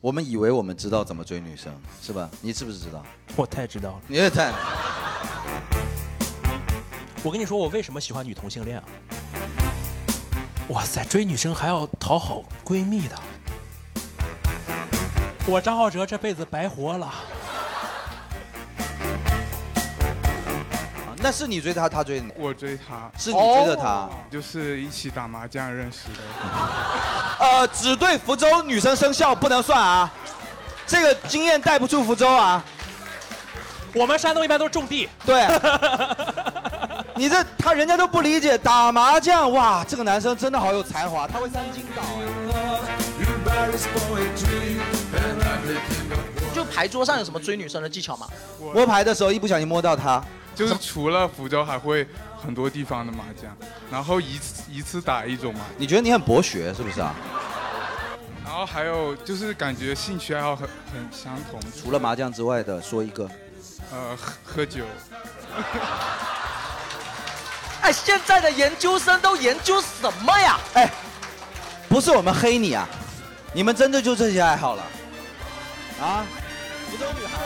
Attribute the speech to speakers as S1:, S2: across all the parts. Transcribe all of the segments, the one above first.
S1: 我们以为我们知道怎么追女生，是吧？你知不知道？
S2: 我太知道了。
S1: 你也太……
S2: 我跟你说，我为什么喜欢女同性恋啊？哇塞，追女生还要讨好闺蜜的，我张浩哲这辈子白活了。
S1: 啊那是你追她，她追你，
S3: 我追他，哦
S1: 是你追的她。
S3: 就是一起打麻将认识的。
S1: 呃，只对福州女生生效，不能算啊。这个经验带不出福州啊。
S2: 我们山东一般都是种地，
S1: 对，哎你这他人家都不理解打麻将哇，这个男生真的好有才华，他会三金倒。
S4: 就牌桌上有什么追女生的技巧吗？
S1: 摸牌的时候一不小心摸到他，
S3: 就是除了福州，还会很多地方的麻将，然后一次一次打一种麻
S1: 你觉得你很博学是不是啊？
S3: 将，然后还有就是感觉兴趣爱好很很相同，
S1: 除了麻将之外的，说一个，
S3: 呃喝喝酒，
S4: 哎，现在的研究生都研究什么呀？
S1: 哎，不是我们黑你啊，你们真的就这些爱好了啊？福州女孩嘛，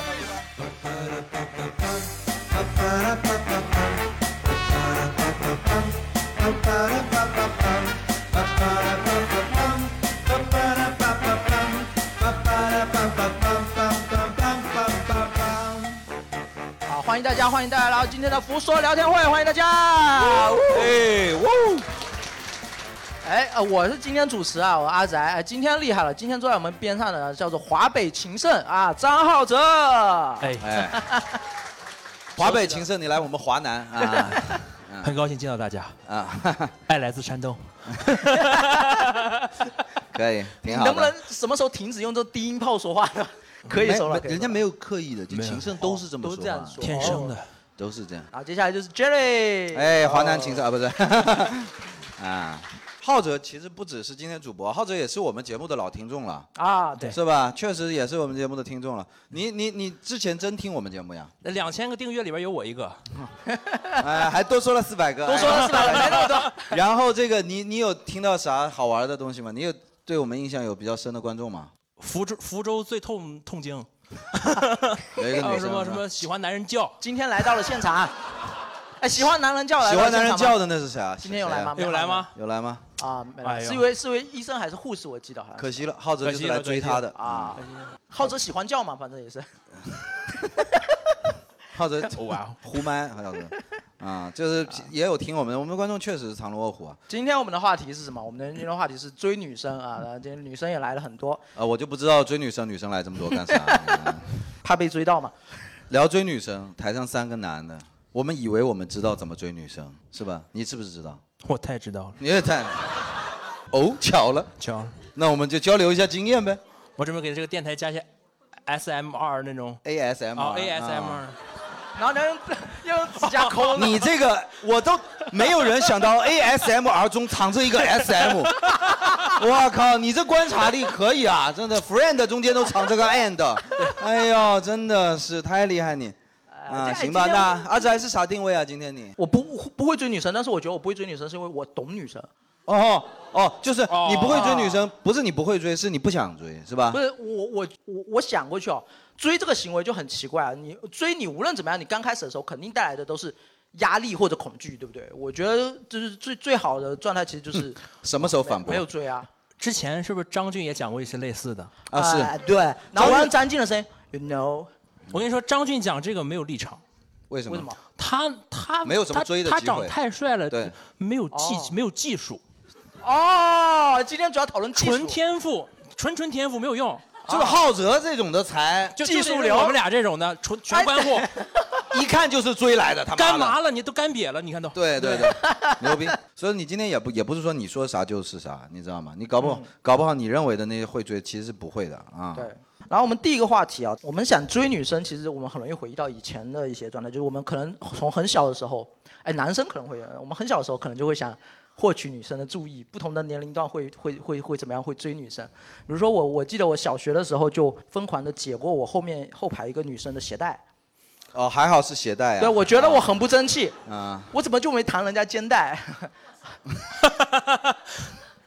S4: 好，欢迎大家，欢迎大家来到今天的福说聊天会，欢迎大家。
S1: 哎，哇哦，
S4: 哎，呃，我是今天主持啊，我阿宅。哎，今天厉害了，今天坐在我们边上的叫做华北情圣啊，张浩哲。
S2: 哎，
S1: 哎，华北情圣，你来我们华南 啊
S2: 哎很高兴见到大家，
S1: 啊，哈哈
S2: 爱来自山东。
S1: 可 以，挺好的。
S4: 能不能什么时候停止用这低音炮说话呢？可以
S1: 没
S4: 收了，
S1: 没
S4: 可以
S1: 人家没有刻意的，就
S2: 没有
S1: 情圣都是这么
S4: 都
S1: 说，
S4: 这样说，
S2: 天生的
S4: 哦。
S1: 都是这样。
S4: 然后接下来就是 Jerry，
S1: 哎，华南
S4: 哦
S1: 情圣啊，不是， 啊，浩哲其实不只是今天主播，浩哲也是我们节目的老听众了，
S4: 啊，对，
S1: 是吧？确实也是我们节目的听众了。你你你之前真听我们节目呀？
S2: 两千个订阅里边有我一个，
S1: 哎，还多说了四百个，
S4: 多说了
S1: 哎
S4: 四百个，没那么多。
S1: 然后这个你你有听到啥好玩的东西吗？你有对我们印象有比较深的观众吗？
S2: 福州福州最痛痛经，
S1: 有一个
S2: 还有
S1: 女
S2: 什
S1: 生
S2: 么
S1: 吗
S2: 啊什么喜欢男人叫，
S4: 今天来到了现场， 哎，喜欢男人叫来到
S1: 喜
S4: 了
S1: 欢男人
S4: 现场
S1: 叫
S4: 吗
S1: 的那是谁啊？
S4: 今天有来吗？
S1: 谁
S2: 有来吗？
S1: 啊？有来吗？
S4: 啊，没来，
S2: 哎呦
S4: 是一位是一位医生还是护士？我记得好像是
S1: 可惜了，浩哲就
S2: 可
S1: 是
S2: 惜了
S1: 来追他的
S4: 可惜了啊
S1: 啊。
S4: 浩哲喜欢叫嘛，反正也是。
S1: 浩哲
S2: 哇，哦
S1: 胡麦 好像是，啊，就是也有听我们，我们的观众确实是藏龙卧虎啊，
S4: 今天我们的话题是什么？我们的今天的话题是追女生 啊，然后今天女生也来了很多，
S1: 啊，我就不知道追女生女生来这么多干啥、嗯
S4: 怕被追到嘛。
S1: 聊追女生，台上三个男的，我们以为我们知道怎么追女生，是吧？你知不知道？
S2: 我太知道了，
S1: 你也太，哦，巧了，
S2: 巧，
S1: 那我们就交流一下经验呗。
S2: 我准备给这个电台加一些 SMR 那种
S1: ASM
S2: 啊 ASMR，
S4: 然后呢，用用指甲抠
S1: 哦你这个我都没有人想 到 ASMR 中藏着一个 SM，我靠，你这观察力可以啊，真的，friend 中间都藏着个 and，哎呦，真的是太厉害你，啊，行吧，那阿宅是啥定位啊？今天你，
S4: 我不 不会追女生，但是我觉得我不会追女生是因为我懂女生，
S1: 哦哦，就是
S2: 哦
S1: 你不会追女生，不是你不会追，是你不想追，是吧
S4: 不？是我我我我想过去哦，追这个行为就很奇怪啊。你追你无论怎么样，你刚开始的时候肯定带来的都是压力或者恐惧，对不对？我觉得就是最最好的状态其实就是
S1: 什么时候反
S4: 没
S1: 驳
S4: 没有追啊
S2: 之前是不是张俊也讲过一些类似的？
S1: 啊？是，
S4: 哎对，然后我让张晋的声音，you know，
S2: 我跟你说，张俊讲这个没有立场，
S1: 为什
S4: 为
S1: 么
S4: 什？么？
S2: 他他
S1: 没有什么
S2: 他
S1: 追的
S2: 他
S1: 机
S2: 长
S1: 会
S2: 太帅了，
S1: 对，
S2: 没有技、
S4: 哦
S2: 没有技术，
S4: 哦，今天主要讨论技术
S2: 纯天赋，纯纯天赋没有用，
S1: 就是浩哲这种的才，
S2: 就
S4: 技术
S2: 就得
S4: 流
S2: 我们俩这种的纯全关户，
S1: 一看就是追来的，他妈的
S2: 干嘛了？你都干瘪了，你看都。
S1: 对对对， 牛逼！所以你今天也不也不是说你说啥就是啥，你知道吗？你搞不好、搞不好你认为的那些会追，其实是不会的啊。
S4: 嗯对，。然后我们第一个话题啊，我们想追女生，其实我们很容易回忆到以前的一些状态，就是我们可能从很小的时候，哎，男生可能会有，我们很小的时候可能就会想获取女生的注意，不同的年龄段会会会会怎么样，会追女生。比如说我，我记得我小学的时候就疯狂的解过我后面后排一个女生的鞋带，
S1: 哦，还好是携带啊。
S4: 对我觉得我很不 争气，
S1: 啊，
S4: 我怎么就没弹人家肩带？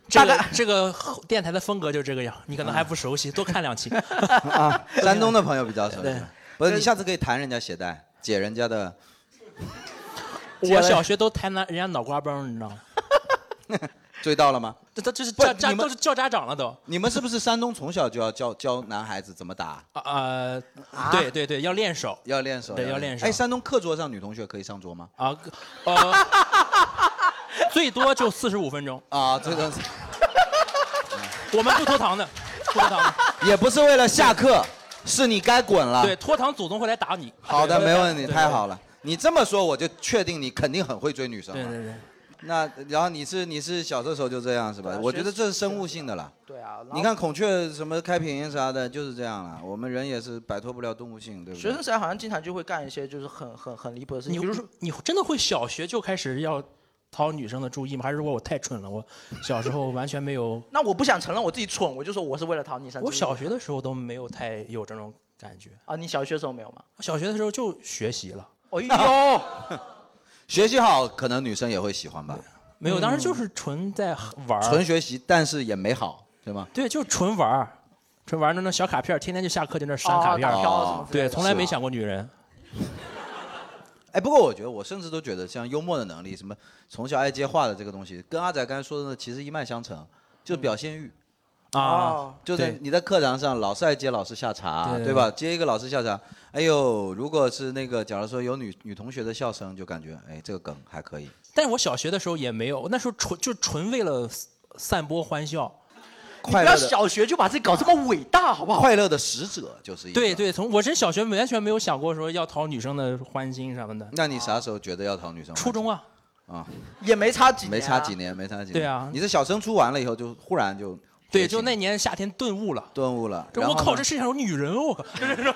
S2: 这
S4: 大
S2: 个
S4: 概
S2: 这个电台的风格就这个样，你可能还不熟
S1: 嗯
S2: 悉，多看 两期。
S1: 啊，山东的朋友比较熟悉
S2: 对。
S1: 不是，你下次可以弹人家鞋带，解人家的。
S2: 我小学都抬男人家脑瓜崩，你知道吗？
S1: 追到了吗？
S2: 这这这是
S1: 不
S2: 叫家
S1: 你们
S2: 都是叫家长了都。
S1: 你们是不是山东从小就要教教男孩子怎么打？
S2: 啊呃，对对对，要练手
S1: 啊要练手，
S2: 对要练手
S1: 哎，山东课桌上女同学可以上桌吗？
S2: 啊，呃，最多就四十五分钟，
S1: 啊，这个
S2: 我们不拖堂的，不拖堂的。
S1: 也不是为了下课，是你该滚了。
S2: 对，，拖堂祖宗会来打你。
S1: 啊好的，
S2: 对
S1: 没问题，
S2: 对对
S1: 太好了。你这么说，我就确定你肯定很会追女生
S2: 对
S1: 了。
S2: 对对，
S1: 那然后你是你是小的时候就这样是吧
S2: 啊
S4: 对？
S1: 我觉得这是生物性的了。
S4: 对啊，然后
S1: 你看孔雀什么开屏啥的，就是这样了。我们人也是摆脱不了动物性，对不
S4: 学生
S1: 对？
S4: 时代好像经常就会干一些就是很很很离谱的事
S2: 你
S4: 情，比
S2: 比
S4: 如
S2: 如
S4: 说
S2: 说，你真的会小学就开始要讨女生的注意吗？还是说我太蠢了？我小时候完全没有，
S4: 那我不想承认我自己蠢，我就说我是为了讨你生气。
S2: 我小学的时候都没有太有这种感觉。
S4: 啊，你小学的时候没有吗？
S2: 我小学的时候就学习了，
S4: 哎呦，
S1: 学习好，可能女生也会喜欢吧。
S2: 啊
S1: 嗯
S2: 没有，当时
S4: 嗯
S2: 就是纯在玩儿
S1: 纯学习，但是也没好，对吗？
S2: 对，就纯玩儿纯玩儿那种小卡片儿，天天就下课就那儿删
S4: 哦
S2: 卡片儿啊
S4: 打
S1: 票
S4: 什么之类
S2: 对，
S4: 的
S2: 从来
S1: 是
S2: 没
S1: 吧
S2: 想过女人。
S1: 哎，不过我觉得，我甚至都觉得，像幽默的能力，什么从小爱接话的这个东西，跟阿仔刚才说的那其实一脉相承，就是表现欲。
S2: 啊，
S4: 哦
S1: 就
S2: 对
S1: 是你在课堂上老是爱接老师下茬，
S2: 对
S1: 对吧？接一个老师下茬，哎呦，如果是那个，假如说有女女同学的笑声，就感觉哎，这个梗还可以。
S2: 但是我小学的时候也没有，那时候纯就纯为了散播欢笑。
S4: 你
S1: 快
S4: 不要
S1: 乐的
S4: 小学就把自己搞这么伟大，好不好？
S1: 快乐的使者就是一个
S2: 对。对，从我真小学完全没有想过说要讨女生的欢心什么的。
S1: 那你啥时候觉得要讨女生？
S2: 啊初中啊，
S1: 啊，
S4: 也没差几年、
S1: 没差几。年，没差几年。
S2: 对啊
S1: 你是小升初完了以后就忽然就
S2: 对，
S1: 觉醒
S2: 就那年夏天顿悟了，
S1: 顿悟了。
S2: 这
S1: 然
S2: 我
S1: 后呢
S2: 靠，这世界上有女 人哦，我靠，就这种，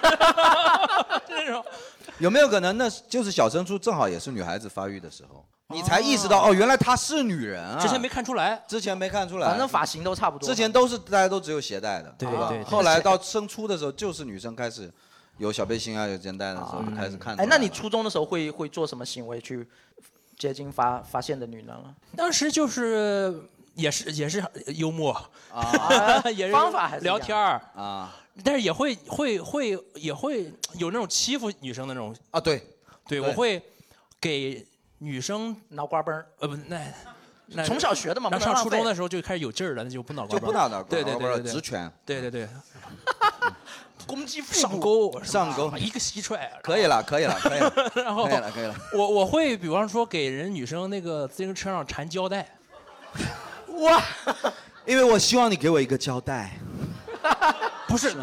S2: 就这种。
S1: 有没有可能，那就是小升初正好也是女孩子发育的时候，你才意识到哦，原来她是女人啊。
S2: 之前没看出来，
S1: 之前没看出来，
S4: 反正发型都差不多。
S1: 之前都是大家都只有鞋带的，
S2: 对
S1: 吧
S2: 对对
S1: 后来到升初的时候，就是女生开始有小背心啊，有肩带的时候就开始看出来
S4: 哎
S1: 了。，
S4: 那你初中的时候会会做什么行为去接近发发现的女人了？
S2: 当时就是也是也是幽默，
S1: 啊
S2: 也是
S4: 方法还是一样
S2: 聊天儿，
S1: 啊
S2: 但是也会会会也会有那种欺负女生的那种，
S1: 啊，对，对
S2: 对我会给女生
S4: 脑瓜崩儿，
S2: 呃不那那
S4: 从小学的嘛，
S2: 那
S4: 不能
S2: 上
S4: 浪
S2: 初
S4: 费
S2: 中的时候就开始有劲儿了，那就不脑瓜
S1: 就不
S2: 崩
S1: 拿脑
S2: 对对对对
S1: 直
S2: 对
S1: 拳
S2: 对对对
S4: 攻击父
S2: 上
S4: 母
S2: 钩是吧
S1: 上钩
S2: 一个啊蹊跷，
S1: 可以了，可以了，可以了，
S2: 然后
S1: 可以了，可以了。
S2: 我我会比方说给人女生那个自行车上缠胶带，
S4: 哇，
S1: 因为我希望你给我一个交 代，
S2: 不是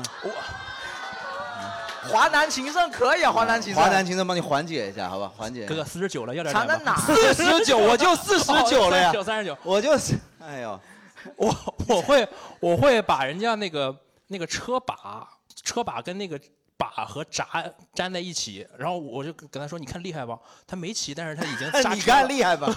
S4: 华南情圣可以啊，华南情圣，
S1: 华南情圣帮你缓解一下，好吧，缓解一下。
S2: 哥哥四十九了，要点
S4: 藏在
S2: 脸吧
S4: 哪？哦
S1: 四十九，我就 四十九了呀，
S2: 九哦三十九，
S1: 我就是，哎呦，
S2: 我我会我会把人家那个那个车把车把跟那个把和闸粘在一起，然后我就跟跟他说：“你看厉害吧？他没骑，但是他已 经刹
S1: 哎你
S2: 车
S1: 看
S2: 了。
S1: 厉 害吧？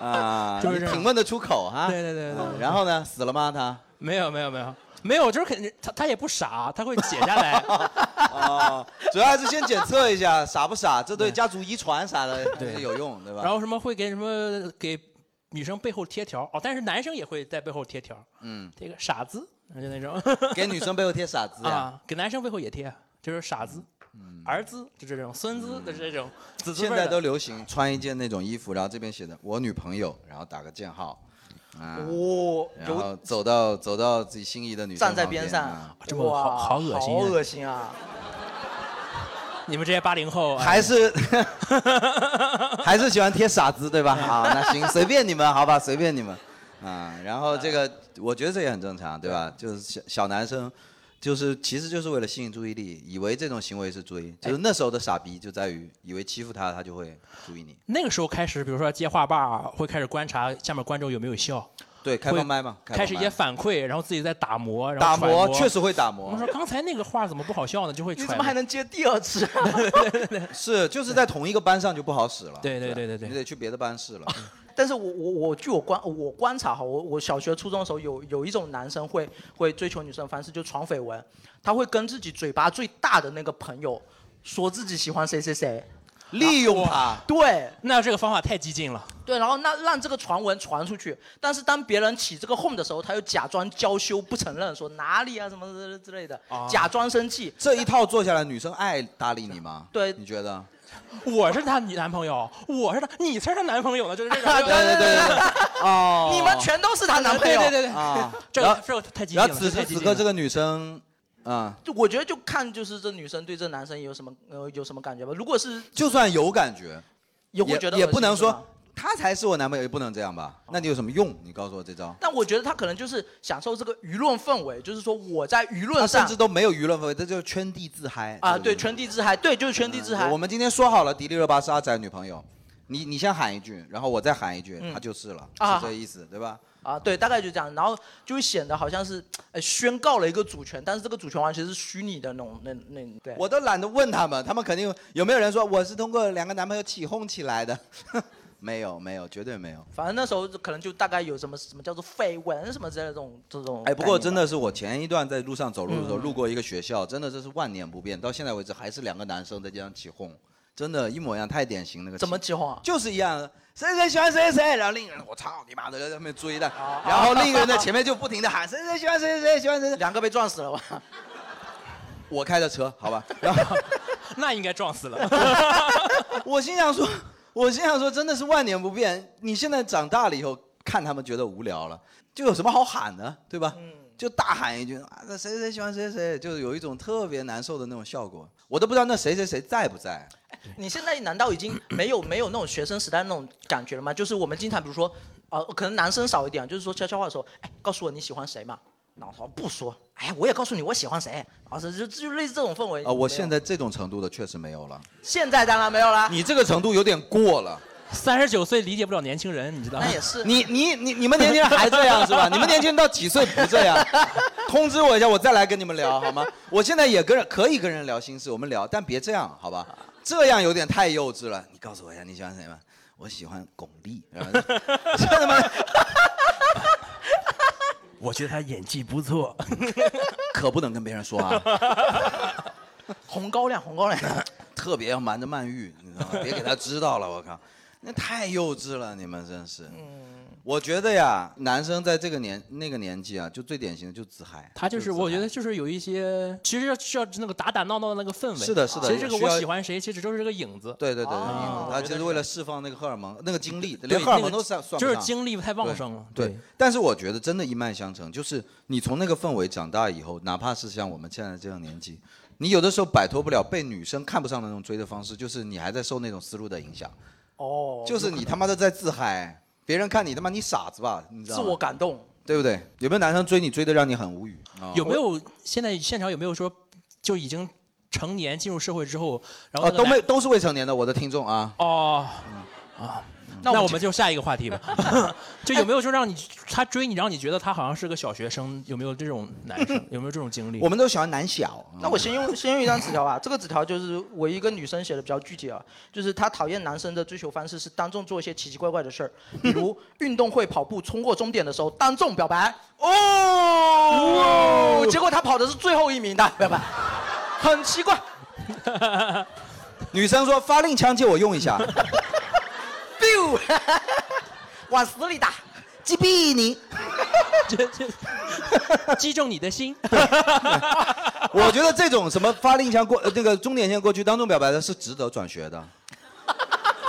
S1: 啊，
S2: 就是
S1: 你
S2: 这样
S1: 挺问得出口哈。
S2: 对对对对
S1: 嗯然后呢？死了吗？他？
S2: 没有没有没有没有，就是肯定他他也不傻，他会解下来。
S1: 哦，主要还是先检测一下傻不傻，这对家族遗传啥的还
S2: 对
S1: 是有用，对吧？
S2: 然后什么会给什么给女生背后贴条哦，但是男生也会在背后贴条，
S1: 嗯，
S2: 贴个傻子，就那 种
S1: 给女生背后贴傻子呀。嗯
S2: 啊，给男生背后也贴，就是傻子。儿子就是这种，孙子就是这种，子子
S1: 现
S2: 辈
S1: 在
S2: 儿
S1: 都
S2: 的。
S1: 流行穿一件那种衣服，然后这边写的“我女朋友”，然后打个箭号，啊，
S4: 哦，
S1: 然
S4: 有
S1: 后走到走到自己心仪的女生
S4: 站在
S1: 旁
S4: 边
S1: 边
S4: 上
S1: 啊，
S2: 这么好
S4: 哇
S2: 好恶心啊
S4: 好恶心啊！
S2: 你们这些八零后，哎
S1: 还是还是喜欢贴傻 子对吧？好，那行，随便你们，好吧，随便你们， 啊，然后这个我觉得这也很正常，对吧？就是小小男生，就是其实就是为了吸引注意力，以为这种行为是追，
S2: 哎
S1: 就是那时候的傻逼就在于以为欺负他，他就会注意你。
S2: 那个时候开始，比如说接话把，会开始观察下面观众有没有笑，
S1: 对，开放麦嘛，放
S2: 开始
S1: 麦
S2: 也反馈，然后自己在打哎磨，然
S1: 打
S2: 后揣
S1: 磨，
S2: 摩
S1: 确。实会打
S2: 我
S1: 磨
S2: 们，说刚才那个话怎么不好笑呢？就会
S4: 你
S2: 揣
S4: 怎
S2: 摩
S4: 么还能接第二次？
S1: 啊 是就是在同一个班上就不好使了。
S2: 对对对对对
S1: 你得去别的班试了。
S4: 但是我我我据我观我观察哈，我我小学初中的时候有有一种男生会会追求女生的方式，就传绯闻，他会跟自己嘴巴最大的那个朋友说自己喜欢谁谁谁，
S1: 利用它。
S4: 对，
S2: 那这个方法太激进了。
S4: 对，然后那让这个传闻传出去，但是当别人起这个哄的时候，他又假装娇羞不承认，说哪里啊什么之之类的，
S2: 啊
S4: 假装生气。
S1: 这一套做下来，女生爱搭理你吗？
S4: 对
S1: 你觉得？
S2: 我是她你男朋友，我是她，你才是她男朋友呢，就是这个。
S1: 对对对对对， 哦，
S4: 你们全都是她男朋友
S2: 对对对对，
S1: 啊，
S2: 这
S1: 然
S2: 个
S1: 后
S2: 这个 太激进
S1: 然
S2: 了。
S1: 后此时
S2: 这个太激
S1: 此
S2: 进
S1: 刻
S2: 了
S1: 这个女生，啊，
S4: 就我觉得就看就是这女生对这男生有什么呃有什么感觉吧。如果是
S1: 就算有感觉，
S4: 也会
S1: 也
S4: 觉得
S1: 也
S4: 恶
S1: 不
S4: 心
S1: 能
S4: 是
S1: 说
S4: 吧哦
S1: 他才是我男朋友，也不能这样吧？那你有什么用？你告诉我这招。
S4: 但我觉得他可能就是享受这个舆论氛围，就是说我在舆
S1: 他
S4: 论
S1: 甚
S4: 上
S1: 至都没有舆论氛围，这就是圈地自嗨
S4: 啊，对圈地自嗨，对，就是圈地自嗨。
S1: 嗯我们今天说好了，迪丽热巴是阿仔女朋友，你你先喊一句，然后我再喊一句，
S4: 嗯
S1: 她就是了，
S4: 啊
S1: 是这意思对吧？
S4: 啊，对，大概就这样，然后就会显得好像是呃宣告了一个主权，但是这个主权完全是虚拟的那种，那那对。
S1: 我都懒得问他们，他们肯定有没有人说我是通过两个男朋友起哄起来的？ 没有，没有，绝对没有。
S4: 反正那时候可能就大概有什么什么叫做绯闻什么之类的这种这种。
S1: 哎，不过真的是我前一段在路上走路的时候，
S4: 嗯
S1: 路过一个学校，真的这是万年不变，到现在为止还是两个男生在街上起哄，真的，一模一样，太典型那个。
S4: 怎么？起哄啊？
S1: 就是一样的，谁谁喜欢谁谁，然后另一个人我操你妈的在后面追的，然后另一个人在前面就不停的喊谁谁喜欢谁谁喜欢谁谁，
S4: 两个被撞死了吧？
S1: 我开的车，好吧，然后
S2: 那应该撞死了。
S1: 我心想说，我心想说，真的是万年不变。你现在长大了以后，看他们觉得无聊了，就有什么好喊的，对吧？
S4: 嗯
S1: 就大喊一句啊，那谁谁喜欢谁谁，就是有一种特别难受的那种效果。我都不知道那谁谁谁在不在。
S4: 你现在难道已经没有没有那种学生时代那种感觉了吗？就是我们经常比如说，呃，可能男生少一点，就是说悄悄话的时候，哎，告诉我你喜欢谁嘛？然后他说不说，哎，我也告诉你我喜欢谁，然后是就就类似这种氛围。
S1: 啊、我
S4: 没有
S1: 现在这种程度的确实没有了。
S4: 现在当然没有啦，
S1: 你这个程度有点过了。
S2: 三十九岁理解不了年轻人，你知道吗
S4: 那？也是。
S1: 你你你你们年轻人还这样是 吧？你们年轻人到几岁不这样？通知我一下，我再来跟你们聊好吗？我现在也跟人可以跟人聊心事，我们聊，但别这样好吧？这样有点太幼稚了。你告诉我一下，你喜欢谁吗？我喜欢巩俐，然后就真的吗？
S2: 我觉得他演技不错。
S1: 可不能跟别人说啊，
S4: 红高粱，红高粱，
S1: 特别要瞒着曼玉，你知 道吗？别给他知道了，我靠，那太幼稚了，你们真是。我觉得呀，男生在这个年那个年纪啊，就最典型的就自嗨。
S2: 他就是，
S1: 自嗨
S2: 我觉得就是有一些，其实要需要那个打打闹闹的那个氛围。
S1: 是的是的
S2: 啊其实这个
S1: 需要
S2: 我喜欢谁，其实就是这个影子。啊
S1: 对对对，
S4: 哦
S1: 他就是为了释放那个荷尔蒙，那个精力，
S2: 对
S1: 连荷尔
S2: 那
S1: 蒙
S2: 个
S1: 都算算不
S2: 就是
S1: 上
S2: 精力太旺盛了。
S1: 对但是我觉得真的，一脉相承，就是你从那个氛围长大以后，哪怕是像我们现在这样年纪，你有的时候摆脱不了被女生看不上的那种追的方式，就是你还在受那种思路的影响，
S4: 哦，
S1: 就是你他妈的在自嗨，别人看你他妈你傻子吧，你知道
S4: 自
S1: 吗
S4: 我感动。
S1: 对不对？有没有男生追你追的让你很无语？
S4: 哦
S1: 啊
S2: 有没有现在现场有没有说就已经成年进入社会之后，然后
S1: 啊，
S2: 那个
S1: 都
S2: 男
S1: 没都是未成年的，我的听众啊，
S2: 哦啊。那
S4: 我
S2: 我们就下一个话题吧， 就有没有就让你他追你，让你觉得他好像是个小学生，有没有这种男生，有没有这种经历？嗯
S1: 我们都喜欢男小。
S4: 那我先用先用一张纸条吧，这个纸条就是我一个女生写的比较具体啊，就是她讨厌男生的追求方式是当众做一些奇奇怪怪的事儿，比 如运动会跑步冲过终点的时候当众表白，哦，结果她跑的是最后一名的表白，很奇 怪，
S1: 女生说发令枪借我用一 下，
S4: biu，往死里打，
S1: 击毙你。
S2: 这这击中你的心，
S1: 我觉得这种什么发令枪过呃那个终点线过去当众表白的是值得转学的，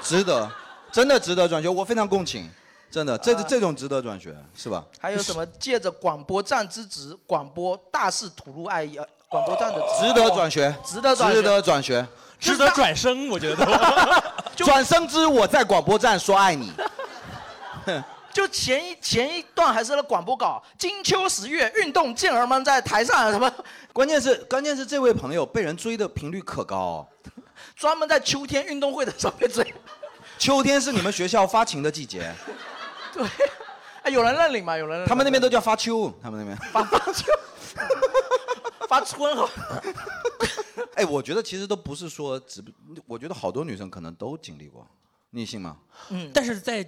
S1: 值得，真的值得转学，我非常共情，真的，
S4: 啊
S1: 这、这种值得转学是吧？
S4: 还有什么借着广播站之职广播大肆吐露爱意，呃广播站的
S1: 值得转学，
S4: 哦值得转学
S1: 值得转学，
S2: 值得转生，我觉得。
S1: 转生之我在广播站说爱你，
S4: 就前一前一段还是那广播稿，金秋十月运动健儿们在台上什么，
S1: 关键是关键是这位朋友被人追的频率可高、哦，
S4: 专门在秋天运动会的时候被追，
S1: 秋天是你们学校发情的季节，
S4: 对， 哎，有人认领吗？有人认领吗
S1: 他们那边都叫发秋，他们那边。
S4: 发发秋， 发春和
S1: 哎，我觉得其实都不是说只不，我觉得好多女生可能都经历过，你信吗？
S4: 嗯
S2: 但是在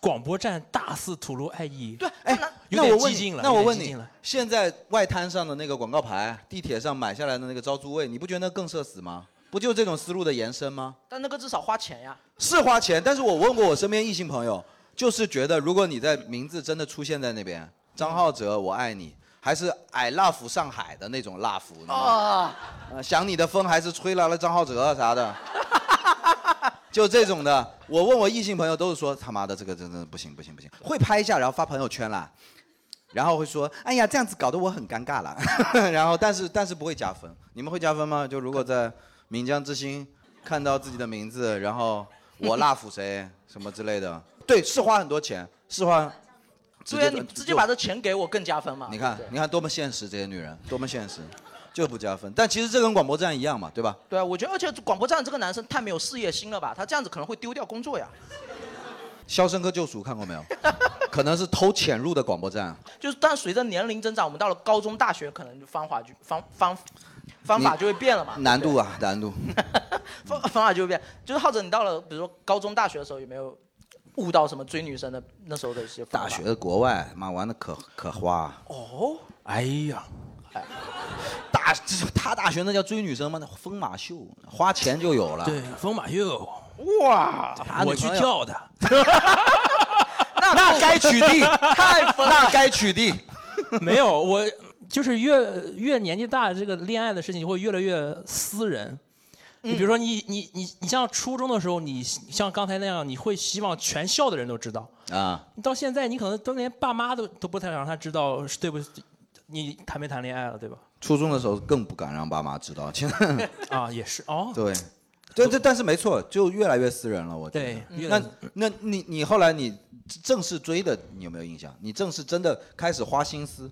S2: 广播站大肆吐露爱意，
S4: 对，
S1: 哎
S4: 那，
S1: 那
S2: 有点
S1: 我问
S2: 激
S1: 你
S2: 进，了
S1: 那
S2: 有
S1: 我
S2: 点
S1: 问
S2: 激
S1: 你
S2: 进了，
S1: 现在外滩上的那个广告牌，地铁上买下来的那个招租位，你不觉得那更社死吗？不就这种思路的延伸吗？
S4: 但那个至少花钱呀。
S1: 是花钱，但是我问过我身边异性朋友，就是觉得如果你在名字真的出现在那边，张浩哲我爱你，还是 I love 上海的那种 love，你知道吗
S4: 啊，
S1: 呃想你的风还是吹来了张浩哲啥的，就这种的。我问我异性朋友都是说他妈的这个真的不行不行不行，会拍一下然后发朋友圈啦，然后会说哎呀这样子搞得我很尴尬啦， 然后但是但是不会加分。你们会加分吗？就如果在岷江之星看到自己的名字，然后我 love 谁什么之类的，对，是花很多钱，是花。呃
S4: 对啊，你直接把这钱给我更加分嘛。
S1: 你看
S4: 啊对，
S1: 你看多么现实，这些女人多么现实，就不加分。但其实这跟广播站一样嘛，对吧？
S4: 对啊，我觉得，而且广播站这个男生太没有事业心了吧？他这样子可能会丢掉工作呀。
S1: 《肖申克救赎》看过没有？可能是偷潜入的广播站。
S4: 就是，但随着年龄增长，我们到了高中、大学，可能就方法就方方方法就会变了嘛，啊
S1: 难度啊，难度。
S4: 方方法就会变。就是浩哲，你到了比如说高中、大学的时候，有没有悟到什么追女生的那时候的一些方法
S1: 大学的国外，妈玩的可可花。啊哎
S4: 哦，
S2: 哎呀，
S1: 大他大学那叫追女生吗？那疯马秀，花钱就有了。
S2: 对，风马秀，
S4: 哇，
S1: 他
S2: 我
S1: 女
S2: 去
S1: 朋友
S2: 跳的，
S1: 那该取缔，
S4: 太疯了
S1: 那该取缔。
S2: 没有，我就是越越年纪大，这个恋爱的事情会越来越私人。
S1: 嗯
S2: 你比如说你，你你你像初中的时候，你你像刚才那样，你会希望全校的人都知道。
S1: 啊，
S2: 你到现在，你可能都连爸妈都都不太想让他知道是对不，你谈没谈恋爱了，对吧？
S1: 初中的时候更不敢让爸妈知道。现在 ，
S2: 啊，也是哦
S1: 对，对对，但是没错，就越来越私人了。我觉得
S2: 对。，越来
S1: 那那你你后来你正式追的，你有没有印象？你正式真的开始花心思，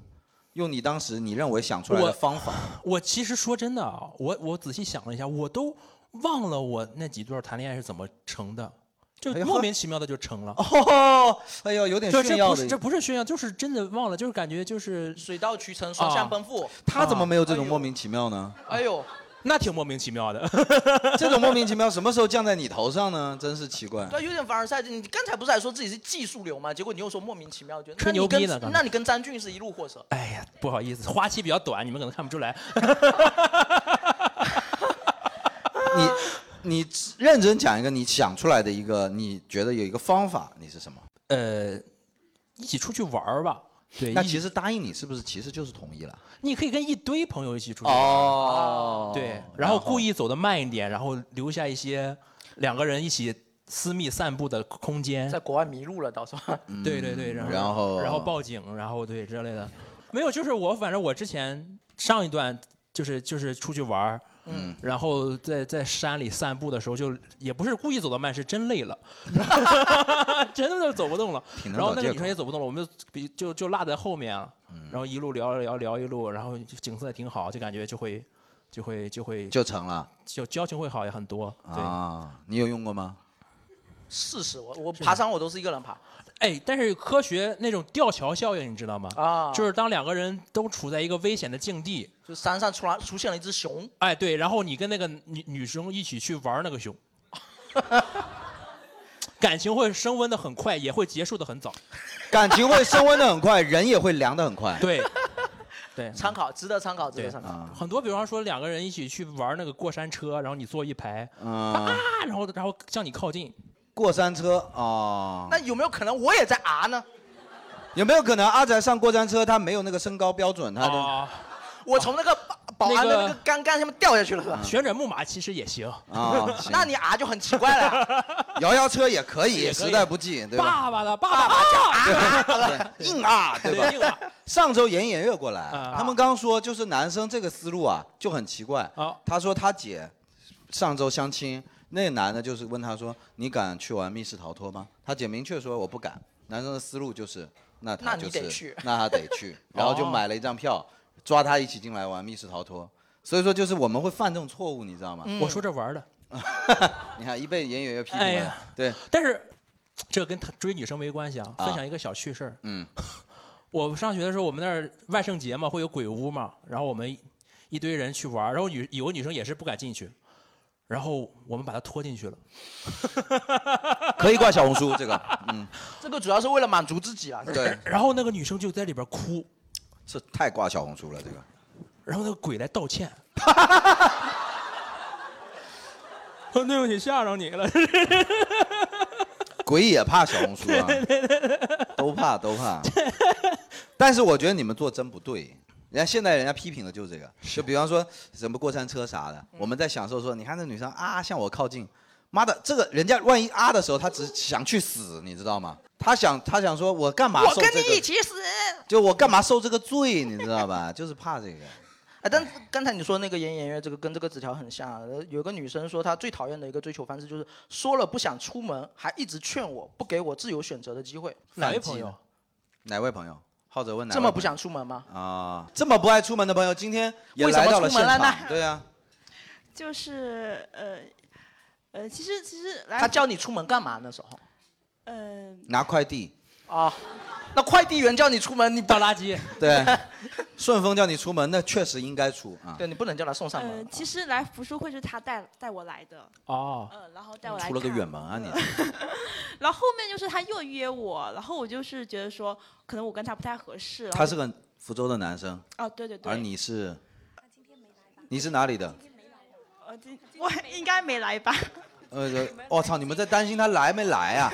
S1: 用你当时你认为想出来的
S2: 我
S1: 方法。
S2: 我其实说真的啊，我我仔细想了一下，我都忘了我那几段谈恋爱是怎么成的，就
S1: 哎呀呵
S2: 莫名其妙的就成了。
S1: 哦，哎呦，有点
S2: 就
S1: 炫
S2: 这
S1: 耀
S2: 不
S1: 的
S2: 是。这不是炫耀，啊就是真的忘了，就是感觉就是
S4: 水到渠成，双向奔赴。
S1: 他怎么没有这种
S4: 啊
S1: 莫名其妙呢？
S4: 哎呦，
S2: 那挺莫名其妙 的。
S1: 这种莫名其妙什么时候降在你头上呢？真是奇怪。
S4: 对，有点凡尔赛。你刚才不是还说自己是技术流吗？结果你又说莫名其妙，觉得
S2: 吹牛逼呢
S4: 那你跟
S2: 刚才
S4: 那你跟张俊是一路货色。
S2: 哎呀，不好意思，花期比较短，你们可能看不出 来。啊
S1: 你你认真讲一个你想出来的一个，你觉得有一个方法，你是什么？
S2: 呃，一起出去玩儿吧。对，
S1: 那
S2: 一
S1: 其实答应你是不是其实就是同意了？
S2: 你可以跟一堆朋友一起出去玩儿。
S1: 哦
S2: 对，然后故意走得慢一点，然后留下一些两个人一起私密散步的空间
S4: 在。国外迷路了，嗯到时候。
S2: 对对对，然后
S1: 然后
S2: 然后报警，然后对之类的，没有，就是我反正我之前上一段就是就是出去玩儿
S1: 嗯
S2: 然后在在山里散步的时候，就也不是故意走得慢，是真 累了，真的是走不动了。
S1: 挺能
S2: 然后
S1: 找
S2: 那个
S1: 借
S2: 女
S1: 口
S2: 生。也走不动了，我们就比就就落在后面了，
S1: 嗯
S2: 然后一路聊聊聊一路，然后景色也挺好，就感觉就会就会就会
S1: 就成了
S2: 就交情会好也很多。对，
S1: 啊！你有用过吗？
S4: 试试我，我爬山我都是一个人爬
S2: 哎，但是科学那种吊桥效应你知道吗？
S4: 啊，
S2: 就是当两个人都处在一个危险的境地，
S4: 就山上突然出现了一只熊，
S2: 哎，对，然后你跟那个女女生一起去玩那 个熊，感情会升温的很快，也会结束的很早。
S1: 感情会升温的很快，人也会凉的很快。
S2: 对，对，
S4: 参考，值得参考，值得
S2: 对
S4: 参考。
S1: 啊，
S2: 很多，比方说两个人一起去玩那个过山车，然后你坐一排
S1: 嗯，
S2: 啊，然后然后向你靠近，
S1: 过山车啊，
S4: 那有没有可能我也在啊呢？
S1: 有没有可能阿宅上过山车，他没有那个身高标准，他的
S2: 啊，
S4: 我从那个保保安的那
S2: 那
S4: 个
S2: 个
S4: 杆杆下面掉下去了是吧？
S2: 旋转木马其实也行。
S1: 啊， 行
S4: 那你啊就很奇怪了呀。
S1: 摇摇车也可以，
S2: 也可以
S1: 时代不济，对吧？
S2: 爸爸的爸爸讲
S1: 对硬啊，对吧？
S2: 对吧？
S1: 上周严严月过来，
S2: 啊
S1: 他们刚说就是男生这个思路啊就很奇怪。
S2: 啊
S1: 他说他姐上周相亲，那男的就是问他说：“你敢去玩密室逃脱吗？”他姐明确说：“我不敢。”男生的思路就是，那他
S4: 那你
S1: 就是
S4: 得去
S1: 那他得去，然后就买了一张票，抓他一起进来玩密室逃脱。所以说，就是我们会犯这种错误，你知道吗？
S2: 我说这玩儿的，
S1: 你看一被严远月批评了，
S2: 哎呀
S1: 对，
S2: 但是这跟他追女生没关系啊。
S1: 啊
S2: 分享一个小趣事儿，
S1: 嗯，
S2: 我上学的时候，我们那儿万圣节嘛，会有鬼屋嘛，然后我们一一堆人去玩儿，然后女有个女生也是不敢进去，然后我们把她拖进去了。
S1: 可以挂小红书这个，嗯，
S4: 这个主要是为了满足自己啊。
S1: 对，
S2: 然后那个女生就在里边哭，
S1: 是太挂小红书了这个。
S2: 哦然后那个鬼来道歉，对不起，吓着你 了。
S1: 鬼也怕小红书啊，都怕都怕。但是我觉得你们做真不对，人家现在人家批评的就是这个，就比方说什么过山车啥
S4: 嗯
S1: 的，我们在享受说，你看那女生啊向我靠近，妈的，这个人家万一啊的时候，她只想去死，你知道吗？她想她想说我干嘛
S4: 我
S1: 受
S4: 跟
S1: 这
S4: 你一
S1: 个，
S4: 起死。
S1: 就我干嘛受这个罪，你知道吧？ 就是怕这个。
S4: 哎，但刚才你说那个言言悦，这个跟这个纸条很像啊。呃有个女生说她最讨厌的一个追求方式就是说了不想出门，还一直劝我不给我自由选择的机会。
S2: 哪位
S1: 反击
S2: 朋友
S1: 呢？哪位朋友？浩哲问哪位
S4: 这
S1: 朋友？
S4: 么不想出门吗？
S1: 啊，这么不爱出门的朋友，今天也
S4: 为什么
S1: 来到了
S4: 出门
S1: 现
S4: 了呢
S1: 场。对呀、
S5: 就是呃呃，其实其实来
S4: 她叫你出门干嘛？那时候
S5: 嗯、
S1: 拿快递，
S4: 啊，那快递员叫你出门，你
S2: 倒
S4: 不
S2: 垃圾。
S1: 对，顺丰叫你出门，那确实应该出啊。
S4: 对你不能叫她送
S5: 呃
S4: 上门。
S5: 其实来福叔会是他带带我来的，
S2: 哦，
S5: 嗯、然后带我来
S1: 出了个
S5: 看
S1: 远门啊你！
S5: 然后后面就是他又约我，然后我就是觉得说，可能我跟他不太合适。然后
S1: 他是个福州的男生，
S5: 哦，对对对，
S1: 而你是，你是哪里的？
S5: 呃，今我应该没来吧？
S1: 呃，我、操，你们在担心他来没来啊？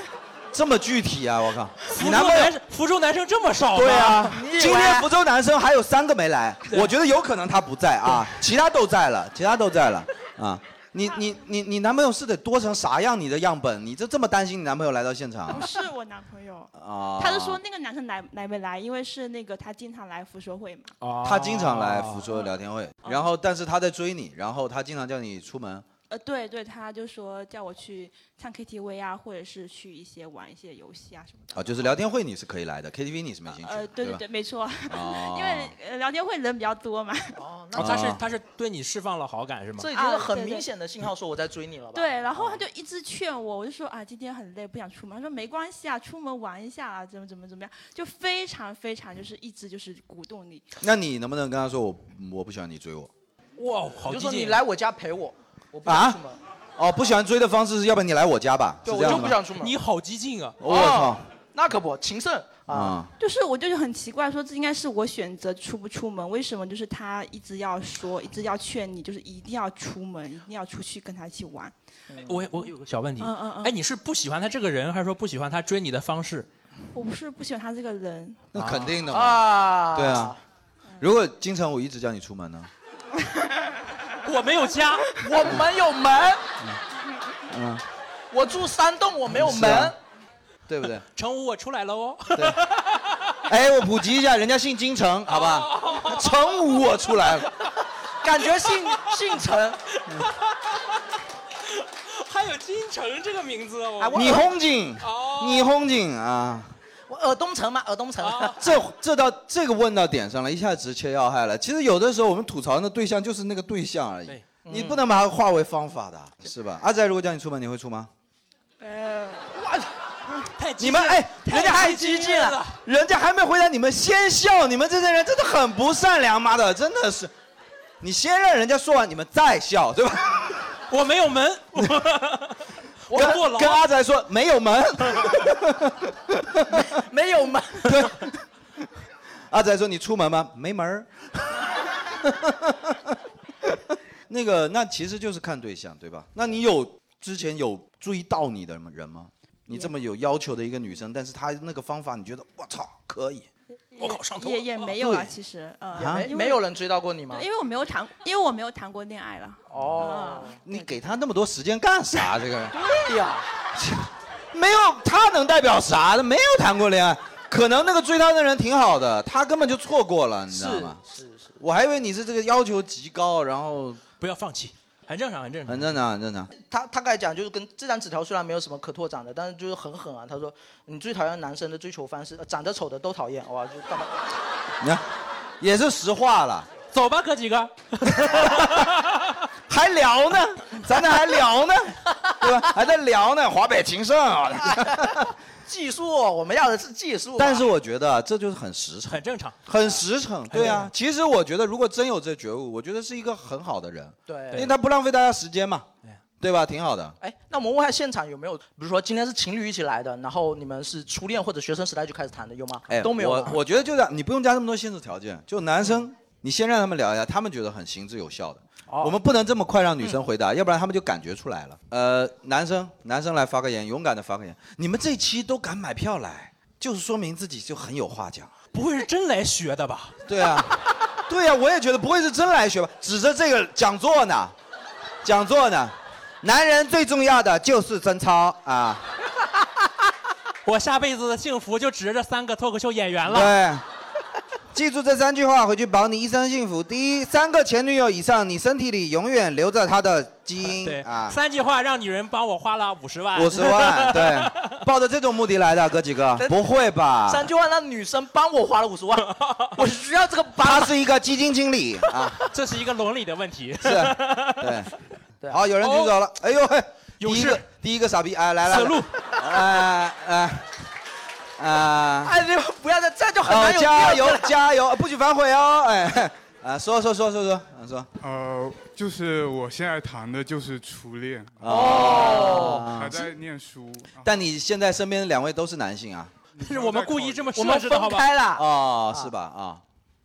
S1: 这么具体啊！我靠，你
S2: 福
S1: 男
S2: 州
S1: 朋友
S2: 男生，福州男生这么少吗
S1: 对啊，
S4: 以
S1: 今
S4: 为
S1: 天
S4: 啊
S1: 福州男生还有三个没来，我觉得有可能他不在啊，其他都在了，其他都在了啊。你你你你男朋友是得多成啥样？你的样本，你这这么担心你男朋友来到 现场
S5: 不是我男朋友，
S1: 啊？
S5: 他就说那个男生来来没来，因为是那个他经常来福说会嘛。
S2: 哦
S1: 他经常来福州聊天会，
S5: 哦
S1: 然后但是他在追你，然后他经常叫你出门，
S5: 呃，对对，他就说叫我去唱 KTV 啊，或者是去一些玩一些游戏啊什么的。
S1: 啊，就是聊天会你是可以来的，KTV 你是没兴趣的，
S5: 呃，对对
S1: 吧？
S5: 对，没错，
S1: 啊，
S5: 因为呃聊天会人比较多嘛。
S4: 哦，那
S2: 哦，他是
S1: 啊
S2: 他是对你释放了好感是吗？
S4: 这已经是
S5: 啊
S4: 很
S5: 对对
S4: 明显的信号，说我在追你了吧？哦
S5: 对，然后他就一直劝我，我就说啊，今天很累，不想出门。他说没关系啊，出门玩一下啊，怎么怎么怎么样，就非常非常就是一直就是鼓动你。
S1: 那你能不能跟他说我我不喜欢你追我？啊
S2: 哇，好
S4: 你就
S2: 激
S4: 说你
S2: 进！
S4: 来我家陪我，我不想出门，
S1: 哦，不喜欢追的方式是要不然你来我家吧，是
S4: 对
S1: 这
S4: 我就
S1: 样
S4: 不
S1: 的吗？
S4: 想出门。哦
S2: 你好激进啊！
S1: 我操
S4: 那可不，情圣啊，
S1: 啊！
S5: 嗯就是我就是很奇怪，说这应该是我选择出不出门，为什么就是他一直要说，一直要劝你，就是一定要出门，一定要出去跟他一起玩。
S2: 我我有个小问题，
S5: 嗯嗯嗯
S2: 哎，你是不喜欢他这个人，还是说不喜欢他追你的方式？
S5: 我不是不喜欢他这个人，
S1: 那肯定的嘛。
S4: 啊，
S1: 对啊，如果金城武一直叫你出门呢？
S2: 我没有家，
S4: 我们有门。
S1: 嗯
S2: 嗯
S4: 我住山洞，我没有
S1: 是啊
S4: 门。
S1: 对 不对？
S2: 成武我出来了哦。
S1: 哎，我普及一下，人家姓金城，好吧？ 成武我出来了，
S4: 感觉姓姓陈，
S2: 还有金城这个名字哦，
S4: 哎我
S1: 你红警
S2: 哦，
S1: 你红警 啊！
S4: 我尔东城嘛，尔东城。
S2: 啊
S1: 这这到这个问到点上了，一下直切要害了。其实有的时候我们吐槽的对象就是那个对象而已
S2: 对，嗯
S1: 你不能把它化为方法的，是吧？阿仔，如果叫你出门，你会出吗？
S5: 呃，
S2: 哎太激
S1: 你
S2: 进
S1: 们哎，
S2: 太
S1: 人家还
S2: 激进了，
S1: 人家还没回答你们，先笑，你们这些人真的很不善良，妈的，真的是。你先让人家说完，你们再笑，对吧？
S2: 我没有门， 我我
S1: 跟
S2: 坐牢啊
S1: 跟阿仔说没有门，
S4: 没有门。
S1: 阿仔说你出门吗？没门儿。 那个，那其实就是看对象，对吧？那你有之前有注意到你的人吗？你这么有要求的一个女生，但是她那个方法，你觉得我操可以？
S2: 我靠上头
S5: 也也没有啊，
S1: 对
S5: 其实呃，
S1: 啊
S4: 没
S5: 因为
S4: 没有人追到过你吗
S5: 对，？因为我没有谈，因为我没有谈过恋爱了。
S4: 哦，
S1: 你给她那么多时间干啥？这个人
S4: 对呀，
S1: 没有她能代表啥的？没有谈过恋爱，可能那个追她的人挺好的，她根本就错过了，你知道吗？
S4: 是是。
S1: 我还以为你是这个要求极高，然后
S2: 不要放弃，很正常，很正常。
S1: 很正常，很正常。
S4: 他他刚才讲就是跟这张纸条虽然没有什么可拓展的，但是就是很狠啊。他说你最讨厌男生的追求方式，呃长得丑的都讨厌，哇，就干嘛？
S1: 你看，也是实话了。
S2: 走吧，哥 几 个。
S1: 还聊呢，咱俩还聊 呢，对吧？还在聊呢，华北情圣啊。
S4: 技术，我们要的是技术啊。
S1: 但是我觉得啊这就是很实诚，
S2: 很正常。
S1: 很实诚。对
S2: 正
S1: 啊
S2: 常，
S1: 其实我觉得如果真有这觉悟，我觉得是一个很好的人，因为
S4: 对。
S1: 他不浪费大家时间嘛
S2: 对啊，
S1: 对吧？挺好的。
S4: 哎，那我们问一下现场有没有，比如说今天是情侣一起来的，然后你们是初恋或者学生时代就开始谈的，有吗？
S1: 哎，
S4: 都没有
S1: 我
S4: 吗。
S1: 我觉得就这样，你不用加那么多限制条件，就男生你先让他们聊一下，他们觉得很行之有效的。
S2: 哦
S1: 我们不能这么快让女生回答，要不然他们就感觉出来了。呃，男生，男生来发个言，勇敢的发个言。你们这期都敢买票来，就是说明自己就很有话讲。
S2: 不会是真来学的吧？
S1: 对啊， 对啊，我也觉得不会是真来学吧？指着这个讲座呢，讲座呢，男人最重要的就是贞操啊。
S2: 我下辈子的幸福就指着这三个脱口秀演员了。
S1: 对，记住这三句话，回去保你一生幸福。第一，三个前女友以上，你身体里永远留着她的基
S2: 对
S1: 因啊，
S2: 三句话让女人帮我花了五十万，
S1: 五十 万，对，抱着这种目的来的，哥几个， 不会吧？
S4: 三句话让女生帮我花了五十万，我需要这个帮。
S1: 他是一个基金经理啊，
S2: 这是一个伦理的问题。
S1: 是，对，好，有人举手了，哎呦嘿，
S2: 哦勇
S1: 第一
S2: 士
S1: 个第一个傻逼，哎，来来，
S2: 此路，
S1: 哎哎啊，
S4: 哎，你们不要再这样 就很
S1: 哦
S4: 难有
S1: 加
S4: 调
S1: 油
S4: 子了。
S1: 加油，不许反悔哦，哎，啊，说说说说说，啊说，
S3: 呃，就是我现在谈的就是初恋，
S1: 哦
S3: 还在念书，啊
S1: 但你现在身边两位都是男性啊？
S3: 女朋
S2: 是
S3: 友
S2: 我们
S3: 在
S2: 故
S3: 考
S2: 意
S3: 研
S2: 这么
S4: 我
S2: 设
S4: 们
S2: 置的，好
S4: 分
S2: 吧？
S4: 开了。
S1: 哦，是吧？啊